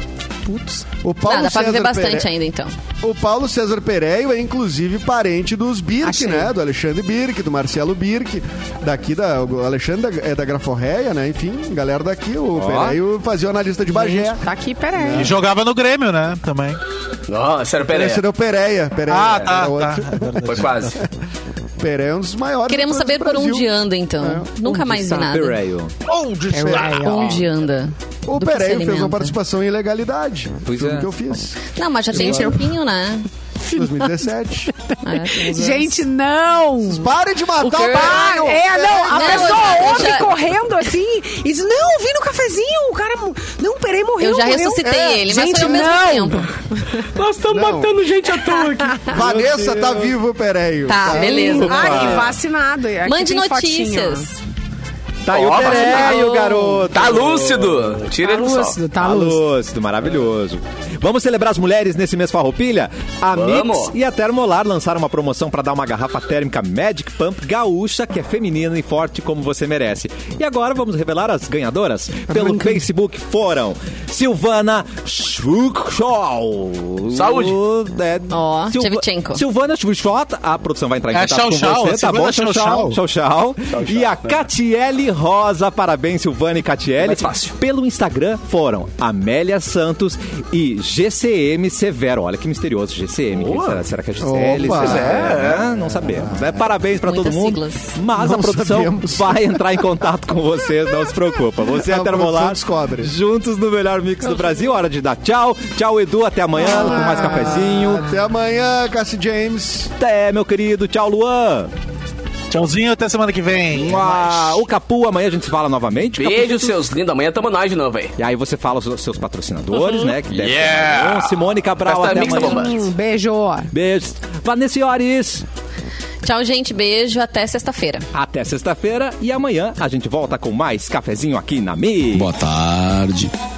[SPEAKER 7] O
[SPEAKER 6] Ah,
[SPEAKER 7] Paulo
[SPEAKER 6] dá pra viver
[SPEAKER 7] César
[SPEAKER 6] bastante
[SPEAKER 7] Pereira-
[SPEAKER 6] ainda, então.
[SPEAKER 7] O Paulo César Pereio é inclusive parente dos Birk,
[SPEAKER 5] Achei.
[SPEAKER 7] né? Do Alexandre Birk, do Marcelo Birk, daqui da. O Alexandre é da Graforreia, né? Enfim, galera daqui. O Pereio fazia o analista de Bagé.
[SPEAKER 5] Tá aqui, Pereio.
[SPEAKER 4] E jogava no Grêmio, né? Também.
[SPEAKER 3] Nossa, era Pereira.
[SPEAKER 7] Esse era o Pereia. Pereia
[SPEAKER 4] Ah,
[SPEAKER 7] Era
[SPEAKER 4] tá,
[SPEAKER 7] outro.
[SPEAKER 4] tá. É verdade.
[SPEAKER 3] Foi quase.
[SPEAKER 7] Pereia é um dos maiores.
[SPEAKER 6] Queremos saber
[SPEAKER 7] atores do
[SPEAKER 6] por
[SPEAKER 7] Brasil. É,
[SPEAKER 6] onde anda, então. Nunca mais vi nada.
[SPEAKER 1] Pereio.
[SPEAKER 4] Onde será?
[SPEAKER 6] Onde anda?
[SPEAKER 7] O
[SPEAKER 6] Do que se
[SPEAKER 7] Pereio fez uma
[SPEAKER 6] alimenta?
[SPEAKER 7] participação em ilegalidade.
[SPEAKER 1] Pois
[SPEAKER 7] filme
[SPEAKER 1] é.
[SPEAKER 7] que eu fiz.
[SPEAKER 6] Não, mas já tem um tempinho, né?
[SPEAKER 7] 2017.
[SPEAKER 6] É, tem uns anos.
[SPEAKER 5] Gente, não!
[SPEAKER 7] Pare de matar o,
[SPEAKER 6] quê?
[SPEAKER 7] Pereio!
[SPEAKER 5] É, não, a
[SPEAKER 6] Ah, Não,
[SPEAKER 5] pessoa
[SPEAKER 6] eu já-
[SPEAKER 5] ouve
[SPEAKER 6] eu já-
[SPEAKER 5] correndo assim e diz, não, vi no cafezinho, o cara, mo- não, o Pereio morreu,
[SPEAKER 6] Eu já
[SPEAKER 5] morreu."
[SPEAKER 6] ressuscitei
[SPEAKER 5] É,
[SPEAKER 6] ele, mas
[SPEAKER 5] gente,
[SPEAKER 6] foi ao mesmo
[SPEAKER 5] não.
[SPEAKER 6] tempo.
[SPEAKER 3] Nós estamos
[SPEAKER 7] Não. matando
[SPEAKER 3] gente à toa aqui.
[SPEAKER 7] Vanessa tá vivo, Pereio.
[SPEAKER 6] Tá, beleza.
[SPEAKER 5] Ai, vacinado. Aqui
[SPEAKER 6] Mande
[SPEAKER 5] tem fotinho,
[SPEAKER 6] notícias.
[SPEAKER 5] ó.
[SPEAKER 1] Tá aí o
[SPEAKER 3] Ó,
[SPEAKER 1] Pereio,
[SPEAKER 3] vacinado.
[SPEAKER 1] garoto.
[SPEAKER 3] Tá lúcido. Tira
[SPEAKER 5] Tá
[SPEAKER 3] ele do sol.
[SPEAKER 5] lúcido, tá
[SPEAKER 1] Tá
[SPEAKER 5] lúcido.
[SPEAKER 1] lúcido, maravilhoso. Vamos celebrar as mulheres nesse mês farroupilha? A Mix
[SPEAKER 3] Vamos.
[SPEAKER 1] e a Termolar lançaram uma promoção para dar uma garrafa térmica Magic Pump gaúcha, que é feminina e forte como você merece. E agora vamos revelar as ganhadoras.
[SPEAKER 6] Tá
[SPEAKER 1] Pelo Facebook foram Silvana Schuchol.
[SPEAKER 3] Saúde.
[SPEAKER 1] É,
[SPEAKER 6] Ó, Shevchenko.
[SPEAKER 1] Silvana Schuchol, a produção vai entrar em
[SPEAKER 4] É,
[SPEAKER 1] contato
[SPEAKER 4] tchau,
[SPEAKER 1] com
[SPEAKER 4] tchau,
[SPEAKER 1] você, tá
[SPEAKER 4] Silvana
[SPEAKER 1] bom?
[SPEAKER 4] tchau, tchau.
[SPEAKER 1] Tchau, tchau. E a Catiele Rosa, parabéns Silvana e Catiele.
[SPEAKER 3] Mais fácil.
[SPEAKER 1] Pelo Instagram foram Amélia Santos e GCM Severo. Olha que misterioso, GCM. Quem Será, será que é GCL?
[SPEAKER 7] Opa.
[SPEAKER 1] É, não sabemos. né? Parabéns pra todo
[SPEAKER 6] Muitas
[SPEAKER 1] mundo.
[SPEAKER 6] siglas.
[SPEAKER 1] Mas a
[SPEAKER 7] Não
[SPEAKER 1] produção
[SPEAKER 7] sabemos.
[SPEAKER 1] vai entrar em contato com vocês, não se preocupa. Você é
[SPEAKER 7] A produção
[SPEAKER 1] Termolar.
[SPEAKER 7] descobre.
[SPEAKER 1] Juntos no melhor mix do Brasil. Hora de dar tchau. Tchau, Edu. Até amanhã com mais cafezinho.
[SPEAKER 7] Até amanhã, Cassie James.
[SPEAKER 1] Até, meu querido. Tchau, Luan.
[SPEAKER 4] Tchauzinho, até semana que vem.
[SPEAKER 1] Ah, o Capu, amanhã a gente se fala novamente. Capu,
[SPEAKER 3] Beijo, seus lindos. Amanhã tamo nós de novo, velho.
[SPEAKER 1] E aí você fala os seus patrocinadores, né? Que deve
[SPEAKER 3] Uhum. Yeah!
[SPEAKER 1] ser bom. Simone Cabral,
[SPEAKER 3] Festa
[SPEAKER 1] até
[SPEAKER 3] tá mista,
[SPEAKER 1] amanhã.
[SPEAKER 3] bomba.
[SPEAKER 5] Um beijo.
[SPEAKER 1] Beijos. Vanessa Iores.
[SPEAKER 6] Tchau, gente. Beijo. Até sexta-feira.
[SPEAKER 1] Até sexta-feira e amanhã a gente volta com mais cafezinho aqui na Mi.
[SPEAKER 10] Boa tarde.
[SPEAKER 3] É,